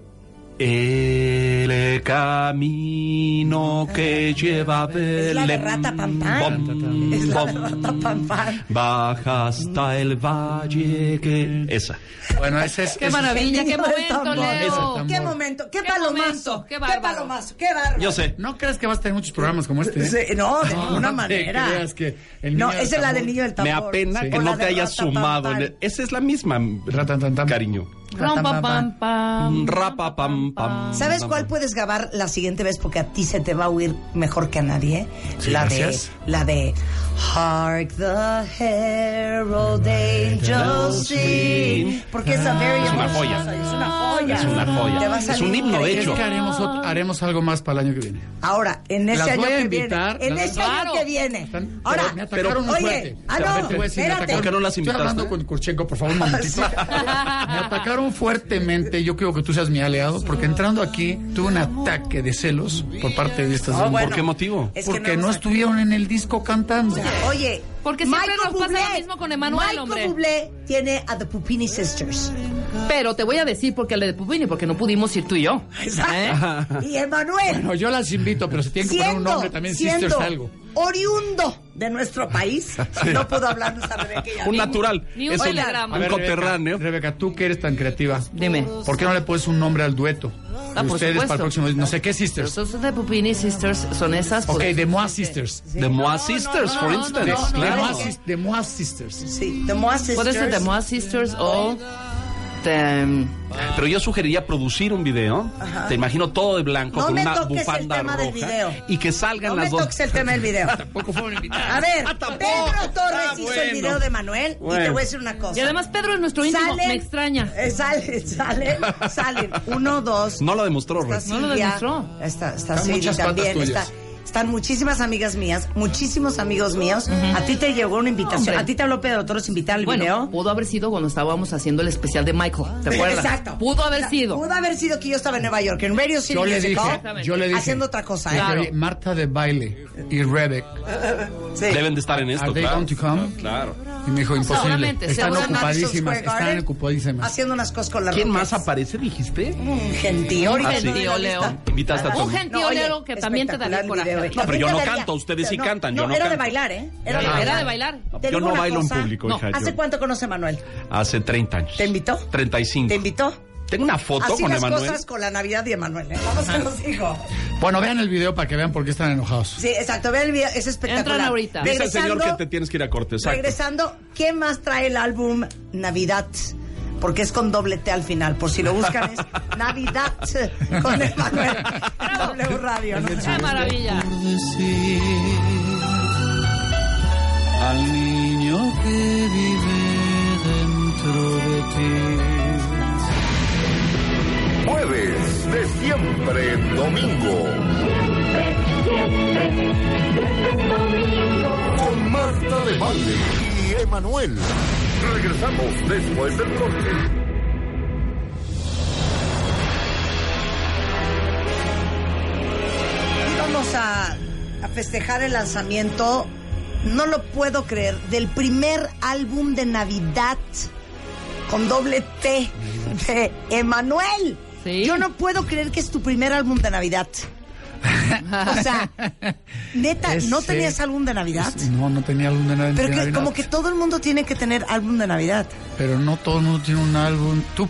L: el camino que lleva
A: Ah, Es la de
L: Belén
A: rata pam
L: pom,
A: pam. Es la de
L: pom,
A: rata pam pam.
L: baja hasta el valle que... Esa.
P: Bueno, ese es...
K: Qué maravilla, qué
A: El
K: momento,
A: tambor.
K: Leo.
A: Qué momento, qué, palomazo. Qué, palomazo, qué bárbaro.
L: Yo sé.
P: No crees que vas a tener muchos programas como este. ¿eh?
A: Sí, no, de ninguna
P: te
A: manera.
P: creas que el
A: No,
P: niño del
A: esa es la
P: tambor-
A: del niño del tambor.
L: Me apena
P: Sí.
L: que
P: O
L: no
P: la
L: te
P: de
L: hayas
P: rata, pam,
L: sumado.
P: pam.
L: en el- esa es la misma, cariño.
A: Ram, pam, pam,
L: Rapa pam pam.
A: ¿Sabes cuál puedes grabar la siguiente vez? Porque a ti se te va a oír mejor que a nadie.
L: Sí,
A: la
L: gracias.
A: de. La de. Hark the Herald Angels sing. Porque esa very
P: Es una
A: emotional,
P: joya.
A: Es una joya.
P: Es una joya.
A: Te va a
P: Es
A: salir
P: un himno
A: increíble.
P: hecho. Es que haremos ot- haremos algo más para el año que viene.
A: Ahora, en ese
P: Las
A: año
P: voy a
A: que
P: invitar,
A: viene. En
P: las-
A: ese año
P: Claro.
A: que viene. Ahora,
P: Pero me atacaron muy
A: oye,
P: fuerte.
A: ah,
P: Te
A: no,
P: voy a decir, me
A: espérate.
P: atacaron.
A: *laughs*
P: Estoy hablando con Kurchenko, por favor, un momentito. Me atacaron fuertemente. Yo creo que tú seas mi aliado, porque entrando aquí tuve un ataque de celos por parte de estas
A: Oh, bueno.
P: dos mujeres.
A: ¿Por qué motivo? Es que no
P: porque
A: hemos
P: no estuvieron en el disco cantando.
A: Oye,
K: Porque siempre nos pasa lo mismo con Emanuel,
A: Michael
K: hombre.
A: Bublé tiene a The Pupini Sisters.
K: Pero te voy a decir porque le de Pupini, porque no pudimos ir tú y yo. ¿Eh?
A: Exacto. Y Emanuel.
P: Bueno, yo las invito, pero se tienen que poner un
A: Siendo-
P: nombre también,
A: siendo
P: Sisters, algo.
A: oriundo de nuestro
P: *laughs*
A: país, no pudo hablarnos a Rebeca y a
P: Un
A: mí.
P: natural.
K: Ni un
P: Es
K: telegrama.
P: a ver,
K: Un
P: Rebeca, Rebeca, tú que eres tan creativa.
K: Dime.
P: ¿Por qué no le pones un nombre al dueto?
K: Ah,
P: de
K: por
P: ustedes para el
K: supuesto.
P: próximo. No sé qué Sisters.
K: Entonces, de Pupini Sisters son esas.
P: Ok,
K: pues,
P: The Moa Sisters.
L: The Moa Sisters, for instance.
P: The
L: Claro.
P: Moa Sis- The Moa Sisters.
A: Sí, The Moa
K: Puede ser The Moa Sisters o um,
L: Pero yo sugeriría producir un video. Te imagino todo de blanco
A: No
L: con
A: me
L: una
A: toques el
L: bufanda
A: tema del
L: roja
A: video.
L: y que salgan
A: No me
L: las dos.
A: toques el tema del
P: *laughs*
A: video. A ver,
P: Ah,
A: Pedro Torres hizo el
L: bueno.
A: video de Manuel y te
L: Bueno.
A: voy a decir una cosa.
K: Y además Pedro es nuestro íntimo, me
A: *laughs* extraña. eh, sale, sale, sale. Uno, dos.
L: No lo demostró, Rey.
A: Está Silvia, Está, está
L: Están
A: Silvia
L: muchas patas
A: también.
L: tuyas.
A: está- están muchísimas amigas mías, muchísimos amigos míos. A ti te llegó una invitación.
K: Hombre.
A: A ti te habló Pedro Torres invitar al
K: bueno,
A: video.
K: pudo haber sido cuando estábamos haciendo el especial de Michael, ¿te acuerdas?
A: Exacto.
K: Pudo haber
A: O sea,
K: sido.
A: Pudo haber sido que yo estaba en Nueva York, en Radio City
P: Yo le
A: Music
P: dije,
A: Hall,
P: yo le dije.
A: haciendo otra cosa. ¿eh?
P: Yo le dije, Marta de Baile y Rebek.
L: Deben de estar en esto,
P: Are they
L: claro.
P: going to come?
L: Claro.
P: Y me dijo, imposible.
A: Seguramente,
P: Están
A: seguramente.
P: ocupadísimas,
A: Madison Square
P: están
A: Garden.
P: ocupadísimas.
A: Haciendo unas cosas con la
L: ¿Quién
A: ropa.
L: más aparece, dijiste?
A: Un gentío.
L: Ah,
A: ahorita
L: sí.
A: no doy la
L: Gentío,
A: lista.
L: Leo. Invitaste a
A: Nada.
L: todo. Un
K: gentío,
A: oye,
K: Leo, que también te daría
A: espectacular
K: coraje.
A: video.
L: No, pero yo
A: te
L: no
A: daría-
L: canto, ustedes sí
A: no,
L: cantan,
A: No,
L: yo no
A: era de
L: canto.
A: bailar, ¿eh? Era
L: Ah,
A: de bailar.
L: era de bailar.
A: Te digo
L: Yo no
A: una
L: bailo en
A: cosa.
L: público, hija,
A: ¿Hace
L: yo-
A: cuánto conoce a Manuel?
L: Hace 30 años.
A: ¿Te invitó?
L: 35.
A: ¿Te invitó?
L: Tengo una foto
A: Así
L: con
A: las
L: Emanuel.
A: cosas con la Navidad y Emanuel,
L: *laughs*
A: ¿eh? Vamos a los hijos.
P: Bueno, vean el video para que vean por qué están enojados.
A: Sí, exacto, ve el video, es espectacular.
L: Dice el
A: Regresando-
L: señor que te tienes que ir a corte. Exacto.
A: Regresando, ¿qué más trae el álbum Navidad? Porque es con doble T al final, por si lo buscan es
L: *laughs*
A: Navidad con Emanuel. W Radio. ¿no?
K: ¡Qué maravilla!
O: al niño que vive dentro de ti.
B: Jueves de siempre domingo. Con Marta de Valle y Emanuel. Regresamos después del corte.
A: Vamos a, a festejar el lanzamiento, no lo puedo creer, del primer álbum de Navidad con doble T de Emanuel. Yo no puedo creer que es tu primer álbum de Navidad. o
P: *laughs*
A: sea, neta,
P: Es,
A: ¿no
P: eh,
A: tenías álbum de Navidad?
P: No, no tenía álbum de Navidad.
A: Pero
P: de
A: que,
P: Navidad.
A: como que todo el mundo tiene que tener álbum de Navidad.
P: Pero no todo el mundo tiene un álbum. Tú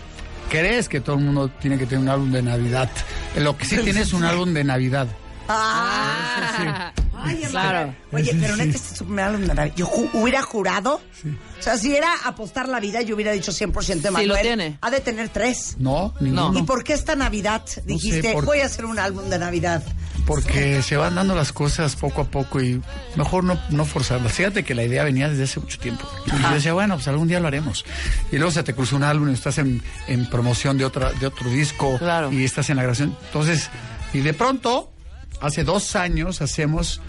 P: crees que todo el mundo tiene que tener un álbum de Navidad. Lo
A: *laughs*
P: que sí tienes es un álbum de Navidad.
A: Ah, Ay, claro. Oye, pero neta, este es tu primer álbum de Navidad. Yo ju- hubiera jurado. O sea, si era apostar la vida, yo hubiera dicho 100% de
K: Sí,
A: Manuel.
K: lo tiene.
A: Ha de tener tres.
P: No, ninguno.
A: ¿Y por qué esta Navidad dijiste,
P: por-
A: voy a hacer un álbum de Navidad?
P: Porque se van dando las cosas poco a poco y mejor no, no forzarlas. Fíjate que la idea venía desde hace mucho tiempo. Y yo decía, bueno, pues algún día lo haremos. Y luego se te cruzó un álbum y estás en, en promoción de, otra, de otro disco y estás en la grabación. Entonces, y de pronto, hace dos años hacemos,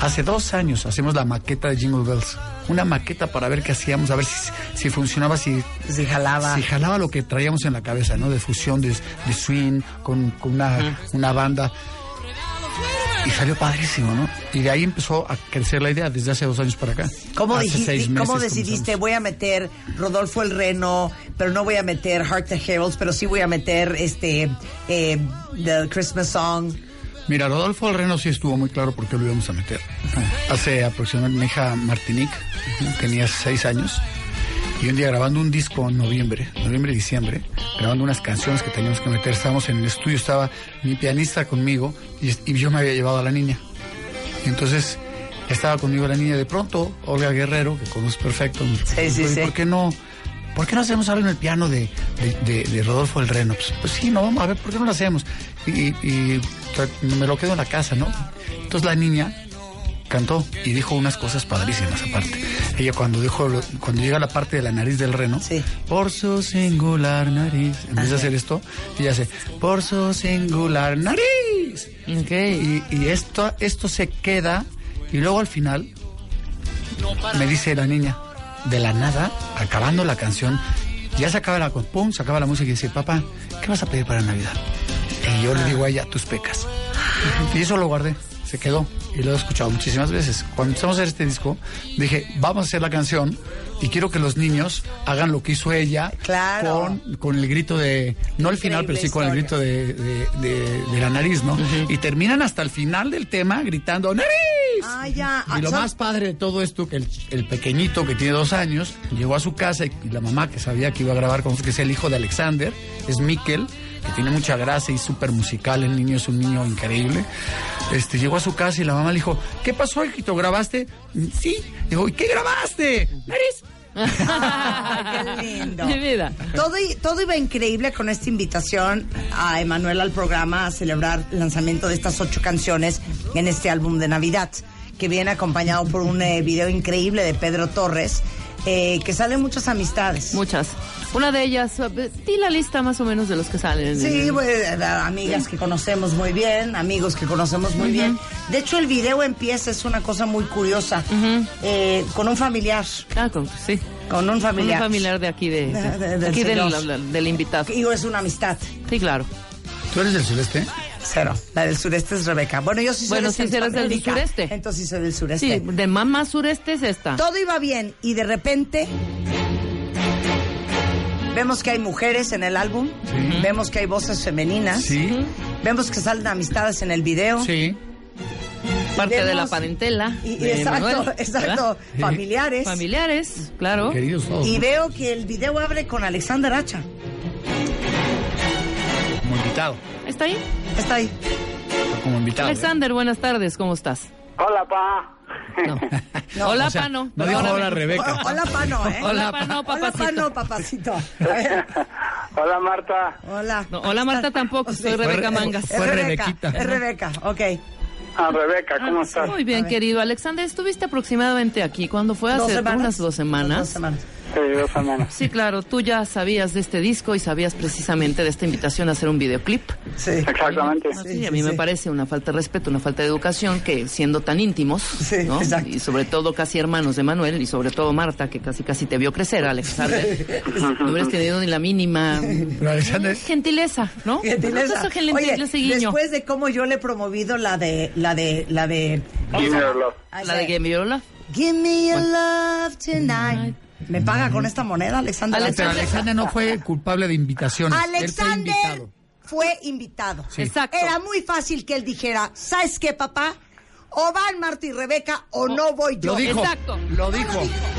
P: hace dos años hacemos la maqueta de Jingle Bells. Una maqueta para ver qué hacíamos, a ver si, si funcionaba, si,
A: si jalaba.
P: Si jalaba lo que traíamos en la cabeza, ¿no? De fusión, de, de swing, con, con
A: Ah,
P: una, una banda. Y salió padrísimo, ¿no? Y de ahí empezó a crecer la idea desde hace dos años para acá.
A: ¿Cómo,
P: Hace
A: dijiste-
P: seis meses
A: cómo decidiste, voy a meter Rodolfo el Reno, pero no voy a meter Heart the Heralds, pero sí voy a meter este eh, The Christmas Song?
P: comenzamos. Mira, Rodolfo el Reno sí estuvo muy claro por qué lo íbamos a meter. Hace aproximadamente, mi hija Martinique ujú, tenía seis años. Y un día grabando un disco en noviembre, noviembre, diciembre, grabando unas canciones que teníamos que meter, estábamos en el estudio, estaba mi pianista conmigo y, y yo me había llevado a la niña. Y entonces estaba conmigo la niña de pronto, Olga Guerrero, que conoces perfecto. me dijo, "¿Y ¿Por qué no? ¿Por qué no hacemos algo en el piano de, de- de- de Rodolfo el Reno? Pues, pues sí, no, vamos a ver, ¿por qué no lo hacemos? Y, y tra- me lo quedo en la casa, ¿no? Entonces la niña cantó y dijo unas cosas padrísimas aparte. Ella cuando dijo lo- cuando llega la parte de la nariz del reno, por su singular nariz, empieza a hacer esto y hace por su singular nariz. Y, y esto esto se queda y luego al final me dice la niña de la nada acabando la canción ya se acaba la co- pum se acaba la música y dice papá qué vas a pedir para Navidad y yo le digo a ella tus pecas y eso lo guardé, se quedó. Y lo he escuchado muchísimas veces. Cuando empezamos a hacer este disco, dije, vamos a hacer la canción y quiero que los niños hagan lo que hizo ella con, con el grito de, no al final, pero sí con el grito de, de- de- de la nariz, ¿no? Y terminan hasta el final del tema gritando, ¡Nariz!
A: Ah, ya.
P: Y lo
A: Ah,
P: más padre de todo esto, que el, el pequeñito que tiene dos años llegó a su casa y, y la mamá que sabía que iba a grabar con que es el hijo de Alexander, es Miquel, que tiene mucha gracia y súper musical, el niño es un niño increíble. Este, llegó a su casa y la mamá le dijo, ¿qué pasó, hijito? ¿Grabaste? Sí. Dijo, ¿y qué grabaste?
A: Nariz. qué
K: *laughs*
A: lindo. Todo, i- todo iba increíble con esta invitación a Emanuel al programa a celebrar el lanzamiento de estas ocho canciones en este álbum de Navidad, que viene acompañado por un eh, video increíble de Pedro Torres, eh, que salen muchas amistades.
K: Muchas. Una de ellas, eh, di la lista más o menos de los que salen.
A: Sí, pues, eh, amigas que conocemos muy bien, amigos que conocemos muy bien. De hecho, el video empieza, es una cosa muy curiosa, eh, con un familiar.
K: Ah, con, sí.
A: Con un familiar.
K: Un familiar de aquí, de,
A: De- de- del
K: aquí del,
A: señor.
K: del- del invitado.
A: Digo, es una amistad.
K: Sí, claro.
P: ¿Tú eres del sureste?
A: Cero. La del sureste es Rebeca. Bueno, yo sí soy
K: Bueno,
A: de
K: sí, eres del
A: Centroamérica.
K: sureste.
A: Entonces sí soy del sureste.
K: Sí, de más más sureste es esta.
A: este. Todo iba bien y de repente vemos que hay mujeres en el álbum, vemos que hay voces femeninas, vemos que salen amistades en el video.
P: Sí.
K: Parte de la
A: vemos-
K: parentela.
A: y- y
K: de
A: exacto,
K: Manuel,
A: exacto,
K: Sí.
A: familiares.
K: Familiares, claro.
P: Queridos todos,
A: Y
P: ¿no?
A: veo que el video abre con Alexander Hacha.
P: Como invitado.
K: ¿Está ahí?
A: Está ahí.
P: Como invitado.
K: Alexander, buenas tardes, ¿cómo estás?
R: Hola, pa.
K: Hola,
P: O sea,
K: Pano.
P: no dijo
K: Perdóname.
P: hola, Rebeca.
A: Hola, Pano, ¿eh?
K: Hola, Pano, papacito.
A: Hola, Pano, papacito.
R: Hola, Marta.
A: Hola.
K: No, hola, Marta, tampoco. Soy
A: Fue
K: Rebeca
A: Re-
K: Mangas.
A: es Rebeca, Es Rebeca, ok.
R: Ah, Rebeca, ¿cómo estás?
K: Muy bien, querido. Alexander, estuviste aproximadamente aquí cuando fue
A: Dos
K: hace
A: semanas.
K: unas dos semanas.
A: Dos semanas.
E: dos semanas.
D: Sí, claro, tú ya sabías de este disco y sabías precisamente de esta invitación a hacer un videoclip.
A: Sí.
E: Exactamente.
D: Sí, a mí me parece una falta de respeto, una falta de educación que siendo tan íntimos, ¿no? y sobre todo casi hermanos de Manuel y sobre todo Marta, que casi casi te vio crecer, Alexander, no hubieras tenido ni la mínima gentileza, ¿no?
A: Gentileza.
D: Entonces,
A: Oye,
D: gentileza, guiño.
A: después de cómo yo le he promovido la de, la de, la de...
E: Give me your love.
D: La de Game Viola.
A: Give me your love tonight. ¿Me paga con esta moneda, Alexander?
P: Pero Alexander no fue culpable de invitación.
A: Alexander fue invitado.
P: Sí.
D: Exacto.
A: Era muy fácil que él dijera, ¿sabes qué, papá? O van Marta y Rebeca o no voy yo.
P: Lo dijo, lo dijo,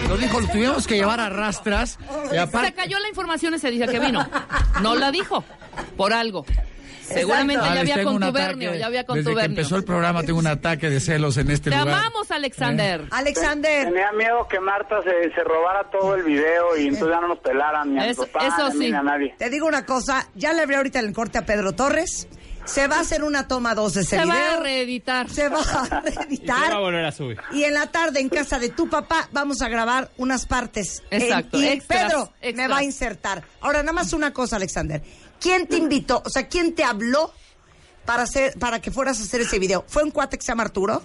P: lo dijo, lo tuvimos que llevar a rastras. Y
D: Se
P: aparte,
D: cayó la información ese día que vino. No la dijo, por algo. Seguramente
P: Ah,
D: ya
P: les
D: había
P: tengo un
D: contubernio,
P: ataque.
D: ya había
P: Desde que
D: contubernio.
P: empezó el programa tengo un ataque de celos en este
D: Te
P: lugar.
D: amamos, Alexander.
A: Alexander.
E: Tenía miedo que Marta se, se robara todo el video y entonces ya no nos pelaran ni a mi
A: Eso-
E: papá,
A: eso
E: ni a mí,
A: sí.
E: ni a nadie.
A: Te digo una cosa, ya le hablé ahorita en el corte a Pedro Torres. Se va a hacer una toma dos de ese
D: Se
A: video.
D: va a reeditar.
A: Se va a *laughs*
S: Y se va a
A: reeditar.
S: volver a subir.
A: Y en la tarde en casa de tu papá vamos a grabar unas partes.
D: Exacto,
A: En- y
D: extras,
A: Pedro me
D: extras.
A: va a insertar. Ahora, nada más una cosa, Alexander. ¿Quién te invitó? O sea, ¿quién te habló para, hacer, para que fueras a hacer ese video? ¿Fue un cuate que se llama Arturo?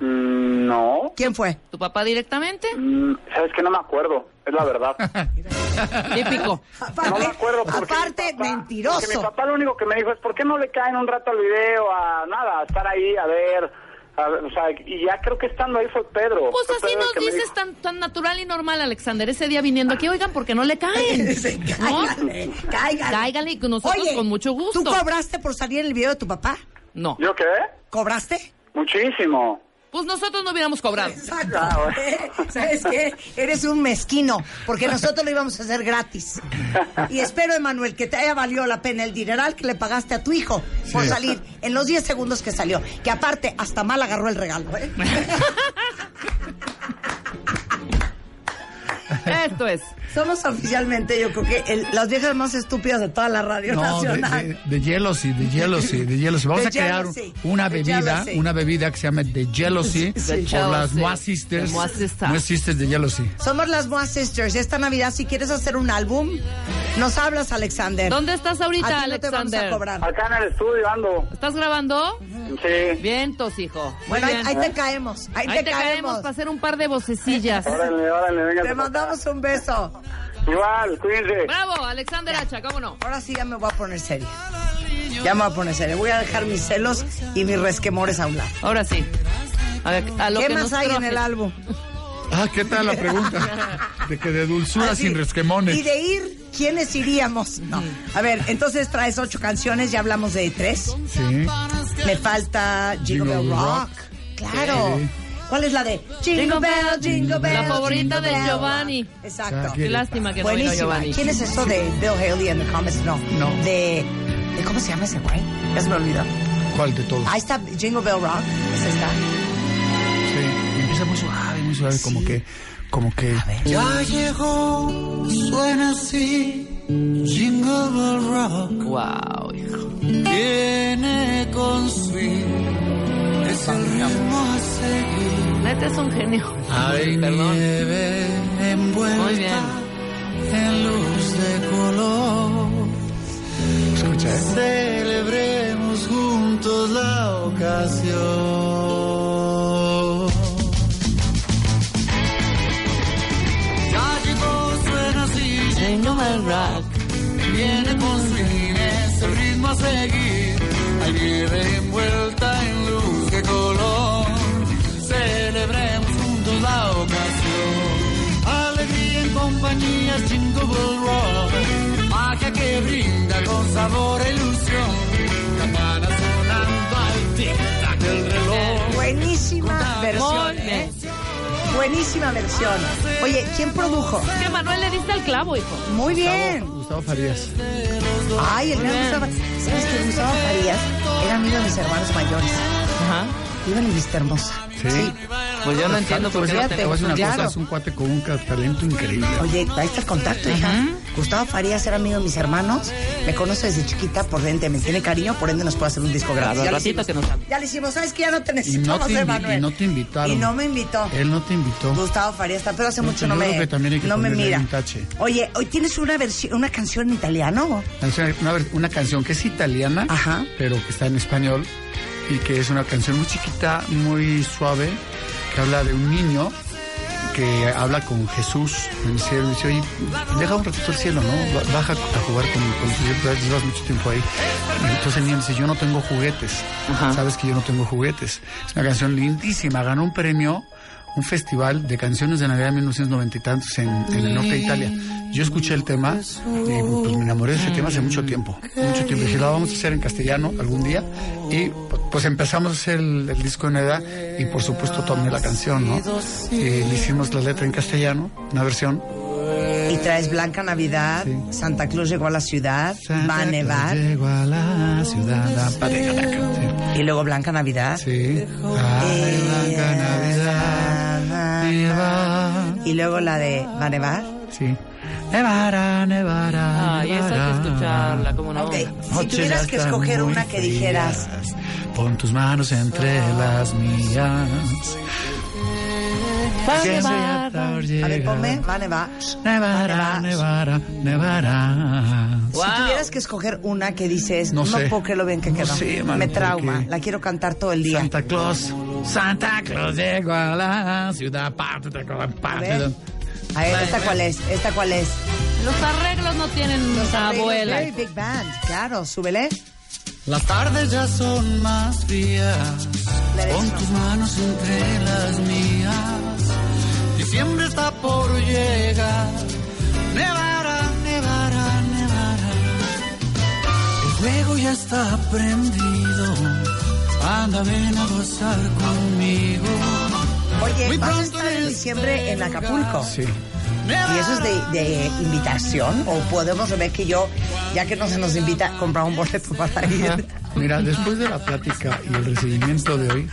E: Mm, No,
A: ¿Quién fue?
D: ¿Tu papá directamente?
E: mm, sabes que no me acuerdo, es la verdad.
A: *laughs*
D: Típico.
E: No me acuerdo porque porque
A: Aparte,
E: mi
A: mentiroso.
E: papá lo único que me dijo es, ¿por qué no le caen un rato al video a nada, a estar ahí, a ver? a- o sea, y ya creo que estando ahí fue Pedro.
D: Pues
E: Fue
D: así
E: Pedro el
D: nos
E: que me dijo.
D: dices tan, tan natural y normal, Alexander. Ese día viniendo aquí, oigan, porque no le caen.
A: *laughs*
D: ¿No?
A: *laughs* Cáigale, cáigale.
D: Cáiganle y con nosotros
A: Oye,
D: con mucho gusto.
A: ¿Tú cobraste por salir en el video de tu papá?
D: No.
E: ¿Yo qué?
A: ¿Cobraste?
E: Muchísimo.
D: Pues nosotros no hubiéramos cobrado.
A: Exacto. *laughs* ¿Sabes qué? Eres un mezquino, porque nosotros lo íbamos a hacer gratis. Y espero, Emanuel, que te haya valido la pena el dineral que le pagaste a tu hijo por
P: Sí.
A: salir en los 10 segundos que salió. Que aparte, hasta mal agarró el regalo,
P: *laughs*
A: ¿eh?
D: Esto es.
A: Somos oficialmente, yo creo que el- las viejas más estúpidas de toda la radio
P: No, de,
A: nacional.
P: de, de jealousy, de jealousy, de jealousy. Vamos
A: De
P: a crear
A: jealousy,
P: una
A: de
P: bebida,
A: jealousy.
P: una bebida que se llama The
O: pues,
D: Sí,
P: Jealousy
D: sí. The
P: por las
D: Jealousy.
P: Moa Sisters.
D: The Moa Sisters.
P: Moa Sisters de Jealousy.
A: Somos las Moa Sisters. Esta Navidad, si quieres hacer un álbum, nos hablas, Alexander.
D: ¿Dónde estás ahorita,
A: A ti no te vamos
D: Alexander?
A: a cobrar.
E: Acá en el estudio ando.
D: ¿Estás grabando?
E: Sí.
D: Vientos, hijo. Muy
A: Bueno, ahí,
D: bien.
A: ahí te caemos. Ahí,
D: Ahí te caemos para hacer un par de vocecillas.
E: Órale, órale, venga.
A: Te mandamos un beso.
E: Igual, cuídense.
D: Bravo, Alexander Hacha, cómo no.
A: Ahora sí ya me voy a poner seria. Ya me voy a poner seria. Voy a dejar mis celos y mis resquemores a un lado.
D: Ahora sí. A ver, a lo
A: ¿Qué
D: que
A: más
D: nos
A: hay en
D: trojes.
A: el álbum?
P: Ah, ¿qué tal
A: *laughs*
P: la pregunta? De que de dulzura
A: Así,
P: sin resquemones.
A: Y de ir, ¿quiénes iríamos? No. A ver, entonces traes ocho canciones, ya hablamos de tres.
P: Sí.
A: Me falta Jingle Bell
P: Jingle Rock.
A: Rock. Claro.
P: Sí.
A: ¿Cuál es la de Jingle Bell, Jingle Bell?
D: La favorita
A: Jingle
D: de
A: Bell?
D: Giovanni.
P: Ah,
A: Exacto.
D: Qué lástima que no vino
A: Buenísima.
D: Giovanni.
A: ¿Quién es eso de Bill Haley and the Comets? No.
P: No. Pues-
A: De, de- ¿Cómo se llama ese güey? Ya se me olvidó.
P: ¿Cuál de todos?
A: Ahí está Jingle Bell Rock. Es esta.
P: Sí. Y empieza muy suave, muy suave, como que, como que.
O: Ya llegó, suena así, Jingle Bell Rock.
D: Wow, hijo.
O: Viene con swing, es el ritmo a seguir.
K: Este
D: Neta es un genio.
O: Hay nieve
D: Muy bien.
O: envuelta en luz de color.
P: Escucha, ¿eh?
O: Celebremos juntos la ocasión. Ya llegó, suena así,
D: Jingle Bell Rock.
O: viene con swing, es el ritmo a seguir. Hay nieve envuelta en luz de color. Celebremos juntos la ocasión. Alegría en compañía, es Jingle Bell Rock. Magia que brinda con sabor e ilusión. Campana sonando al tic-tac del reloj.
A: Buenísima versión.
D: Muy
A: ¿eh?
D: bien.
A: Buenísima versión. Oye, ¿quién produjo?
D: Es que Manuel le diste al clavo, hijo.
A: Muy bien.
P: Gustavo Farías.
A: Ay, el gran Gustavo. ¿Sabes que Gustavo Farías era amigo de mis hermanos mayores?
D: Ajá.
A: Iba en Vista Hermosa.
P: Sí.
D: Pues yo no entiendo por qué
P: Te voy
D: no
P: a decir
D: tenemos
P: una
D: un
A: claro.
P: cosa, es un cuate con un talento increíble.
A: Oye, ahí está el contacto, hija. Gustavo Farías era amigo de mis hermanos, me conoce desde chiquita, por ende me tiene cariño, por ende nos puede hacer un disco gratis.
K: Claro,
A: Ya le
K: ratito
A: hicimos-
K: que nos hable.
A: Ya le hicimos, ¿sabes que Ya no te
P: Y no,
A: necesitamos,
P: te invi-
A: Emanuel.
P: y no te invitaron.
A: Y no me invitó.
P: Él no te invitó.
A: Gustavo Farías, está- pero hace
P: Yo
A: mucho no
P: creo
A: me,
P: que también hay que
A: no me
P: ponerle
A: mira.
P: un tache.
A: Oye, hoy tienes una versión, una canción en italiano.
P: Canción- Una, ver- una canción que es italiana, pero que está en español y que es una canción muy chiquita, muy suave, que habla de un niño que habla con Jesús en el cielo y dice, oye, deja un ratito el cielo, ¿no? Ba- Baja a jugar con, con tus hijos, llevas mucho tiempo ahí. Y entonces el niño dice, yo no tengo juguetes, sabes que yo no tengo juguetes. Es una canción lindísima, ganó un premio, un festival de canciones de Navidad de 1990 y tantos en, en el norte de Italia. Yo escuché el tema y pues, me enamoré de ese tema hace mucho tiempo, mucho tiempo. Dije, lo vamos a hacer en castellano algún día y pues empezamos a hacer el, el disco en edad y por supuesto tomé la canción, ¿no? Y le hicimos la letra en castellano, una versión.
A: Y traes Blanca Navidad, Santa Claus llegó a la ciudad, va a nevar.
P: Llego a la ciudad. a Pateca, Pateca, sí.
A: Y luego Blanca Navidad.
P: Sí. Blanca
A: Navidad. eh, Y luego la de ¿Va a nevar?
P: Sí. Nevara, nevara.
K: Ay, esa hay que escucharla, como no.
A: Si tuvieras que escoger una que dijeras,
P: Pon tus manos entre las mías.
A: va a
P: Sí, eso ya
A: nevar.
P: está
A: A
P: por
A: ver,
P: llegar.
A: ponme, va a nevar.
P: Nevara, nevara, nevara.
A: Si tuvieras que escoger una que dices, no,
P: No sé.
A: puedo creer lo bien que
P: No
A: quedó.
P: sé, mano,
A: Me trauma,
P: porque-
A: la quiero cantar todo el día.
P: Santa Claus, Santa Claus llegó a la ciudad. pa, tu, ta, co, pa,
A: A ver.
P: tu,
A: A ver, ¿esta cuál es? ¿Esta cuál es?
K: Los arreglos no tienen
A: Los arreglos
K: abuela.
A: del Big Band, claro, súbele.
O: Las tardes ya son más frías. Pon tus manos entre las mías. Diciembre está por llegar. Nevará, nevará, nevará. El fuego ya está prendido. Anda, ven a gozar conmigo.
A: Oye, ¿vas a estar en diciembre en Acapulco?
P: Sí.
A: ¿Y eso es de, de invitación? ¿O podemos ver que yo, ya que no se nos invita, comprar un boleto para ir?
P: Mira, después de la plática y el recibimiento de hoy,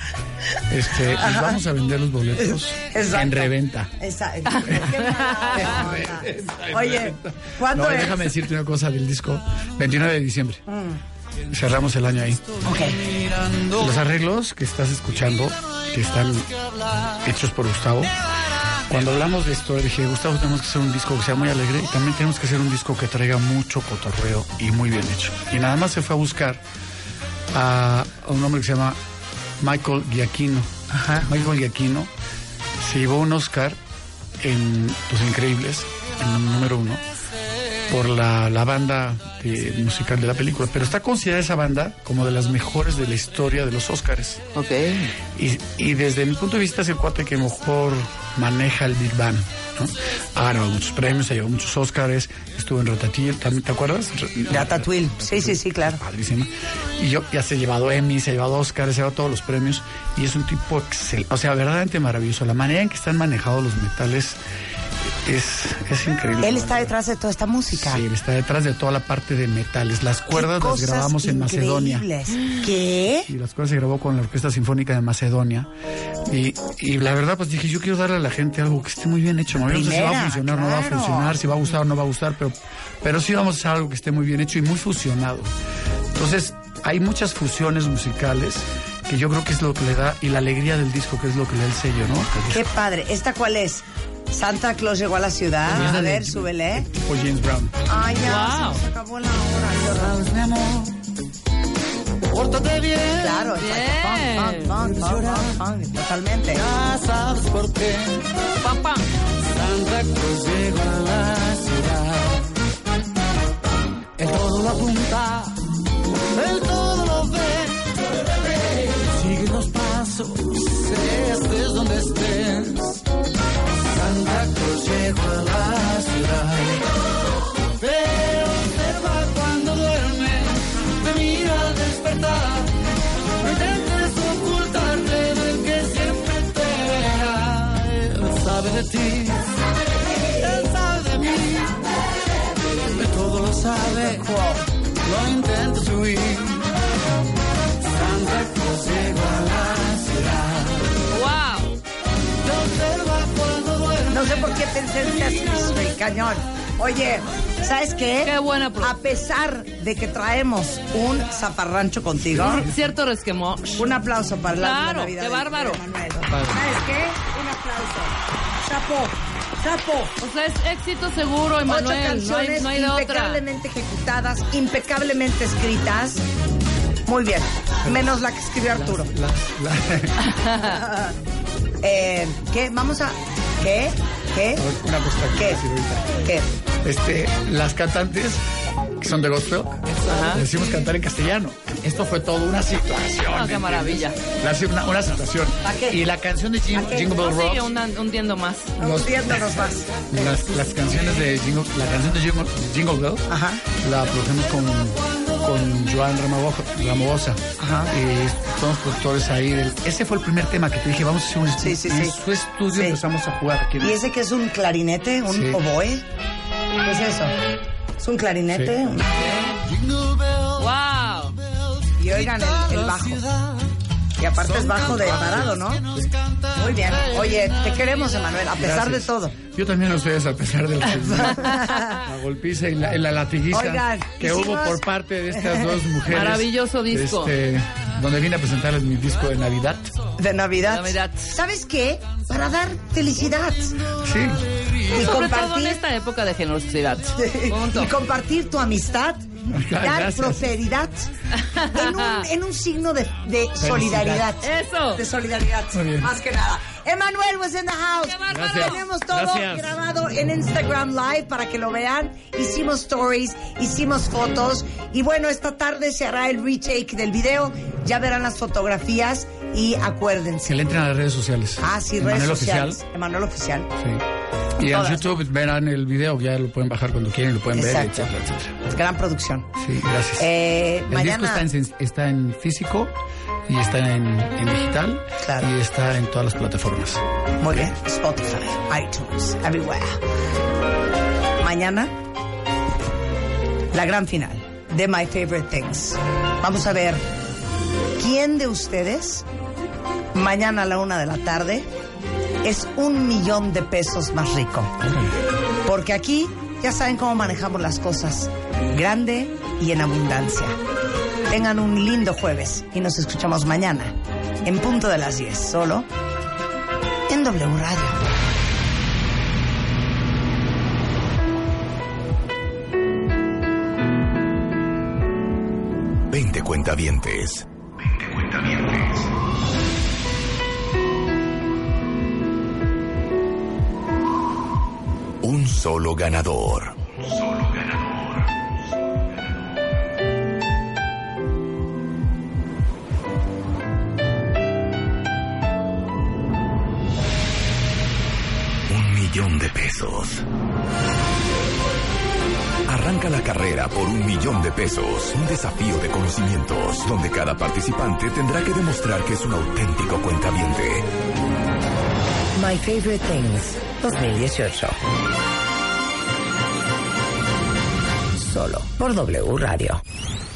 P: este, les vamos a vender los boletos en reventa.
A: Exacto. Qué mala onda. *laughs* Oye, ¿cuándo
P: No,
A: es?
P: déjame decirte una cosa del disco. 29 de diciembre.
A: Mm.
P: Cerramos el año ahí.
A: Ok.
P: Los arreglos que estás escuchando, que están hechos por Gustavo. Cuando hablamos de esto, dije, Gustavo, tenemos que hacer un disco que sea muy alegre y también tenemos que hacer un disco que traiga mucho cotorreo y muy bien hecho. Y nada más se fue a buscar a, a un hombre que se llama Michael Giacchino. Michael Giacchino se llevó un Oscar en Los Increíbles, en el número uno, por la, la banda eh, musical de la película. Pero está considerada esa banda como de las mejores de la historia de los Oscars.
K: Ok.
P: Y, y desde mi punto de vista es el cuate que mejor maneja el Big Bang. ¿no? Ha ganado muchos premios, se llevó muchos Oscars, estuvo en Ratatouille, ¿también te acuerdas?
A: Ratatouille, sí, sí, sí, claro.
P: Padrísima. Y yo ya se ha llevado Emmy, se ha llevado Oscars, se ha llevado todos los premios y es un tipo excelente, o sea, verdaderamente maravilloso. La manera en que están manejados los metales es, es increíble.
A: Él está detrás de toda esta música.
P: Sí, está detrás de toda la parte de metales. Las cuerdas las
A: cosas
P: grabamos en Macedonia.
A: increíbles. ¿Qué?
P: Y las cuerdas se grabó con la Orquesta Sinfónica de Macedonia. Y, y la verdad, pues dije, yo quiero darle a la gente algo que esté muy bien hecho. No, Yo no sé si va a
A: Primera,
P: funcionar, no va a
A: claro.
P: funcionar, si va a gustar o no va a gustar, pero, pero sí vamos a hacer algo que esté muy bien hecho y muy fusionado. Entonces, hay muchas fusiones musicales que yo creo que es lo que le da, y la alegría del disco, que es lo que le da el sello, ¿no?
A: Qué padre. ¿Esta cuál es? Santa Claus llegó a la
P: Oye,
A: ciudad.
P: esa
A: A
P: de-
A: ver, súbele.
P: Tipo James Brown.
A: Ay, ya, se nos acabó la hora. Dios.
O: Mi amor. Pórtate bien.
A: Claro, exacto. Pam, pam, pam, pam, pam, pam, Totalmente.
O: Ya sabes por qué.
A: pues,
O: Santa Cruz llegó a la ciudad. El todo lo apunta, el todo lo ve. Sigue los pasos, estés donde estés. Santa Cruz llegó a la ciudad. Pero observa cuando duerme, te mira al despertar. No intentes ocultarte del que siempre te verá. Él sabe de ti, él sabe de mí, de todo lo sabe, lo intentes huir. Santa Cruz llegó a la ciudad.
K: ¡Wow!
A: No sé por qué pensé en Sesame Street, cañón. Oye, ¿Sabes qué? Qué buena A pesar de que traemos un zaparrancho contigo.
K: Cierto resquemó.
A: Un aplauso para la
K: Claro,
A: Navidad
K: qué
A: de
K: bárbaro.
A: Manuel. ¿Sabes qué? Un aplauso. Chapo, chapo.
K: O sea, es éxito seguro, Emanuel. No
A: Ocho
K: hay,
A: canciones
K: no hay de otra.
A: impecablemente ejecutadas, impecablemente escritas. Muy bien. Menos la que escribió Arturo. *laughs* Eh, ¿Qué? Vamos a. ¿Qué? ¿Qué?
P: Una cosa que quiero decir ahorita.
A: ¿Qué?
P: Este, las cantantes que son de gospel, decimos cantar en castellano. Esto fue todo una situación.
K: Ah, qué
P: ¿entiendes?
K: maravilla.
P: La- una, una situación.
K: ¿Para qué?
P: Y la canción de Jing-
K: ¿A qué?
P: Jingle Bell
K: No,
P: Rock,
K: sigue una- hundiendo más.
P: Los- Hundiéndonos
A: más.
P: las, las canciones de Jingle, la canción de Jingle, Jingle Bell, la producimos con, con Joan Ramaboja- Ramabosa. Eh, somos productores ahí. del- ese fue el primer tema que te dije, vamos a hacer un estudio.
A: sí,
P: en
A: sí.
P: su estudio empezamos a jugar. aquí.
A: ¿Y ese que es un clarinete? ¿Un
P: Sí.
A: oboe? ¿Qué es eso? ¿Es un clarinete?
P: Sí.
A: Un- Oh.
K: ¡Wow!
A: Y oigan el, el bajo. Y aparte es bajo de parado, ¿no? Muy bien. Oye, te queremos, Emanuel, a pesar de
P: Gracias.
A: todo.
P: Yo también a ustedes, a pesar de la,
A: *laughs*
P: la golpiza y la, la latiguiza
A: Oigan,
P: que
A: hicimos-
P: hubo por parte de estas dos mujeres.
K: Maravilloso disco.
P: Este, donde vine a presentarles mi disco de Navidad.
A: De Navidad. ¿Sabes qué? Para dar felicidad.
P: Sí.
A: Y
K: Sobre todo en
A: compartir.
K: esta época de generosidad. Punto.
A: y compartir tu amistad, dar
K: Gracias.
A: prosperidad en un, en un signo de, de solidaridad.
K: Eso.
A: De solidaridad,
K: Muy bien.
A: más que nada. Emanuel was in the house.
K: bárbaro!
A: Tenemos todo
K: Gracias.
A: grabado en Instagram Live para que lo vean. Hicimos stories, hicimos fotos. Y bueno, esta tarde se hará el retake del video. Ya verán las fotografías y acuérdense.
P: Que le entren a las redes sociales.
A: Ah, sí,
P: Emanuel
A: redes
P: Oficial.
A: sociales. Emanuel Oficial.
P: Sí. Y en
A: Todas.
P: YouTube verán el video, ya lo pueden bajar cuando quieran, lo pueden
A: Exacto.
P: ver, etcétera, etcétera.
A: Gran producción.
P: Sí, gracias.
A: Eh,
P: el
A: mañana-
P: disco está en, está en físico y está en, en digital y está en todas las plataformas.
A: Muy bien. Spotify, iTunes, everywhere. Mañana, la gran final de My Favorite Things. Vamos a ver quién de ustedes, mañana a la una de la tarde, es un millón de pesos más rico. Porque aquí ya saben cómo manejamos las cosas, grande y en abundancia. Tengan un lindo jueves y nos escuchamos mañana en punto de las 10, solo en W Radio.
B: Veinte cuentavientes. Un solo ganador. Un millón de pesos. Arranca la carrera por un millón de pesos, un desafío de conocimientos, donde cada participante tendrá que demostrar que es un auténtico cuentaviente.
T: My Favorite Things 2018. Solo por W Radio.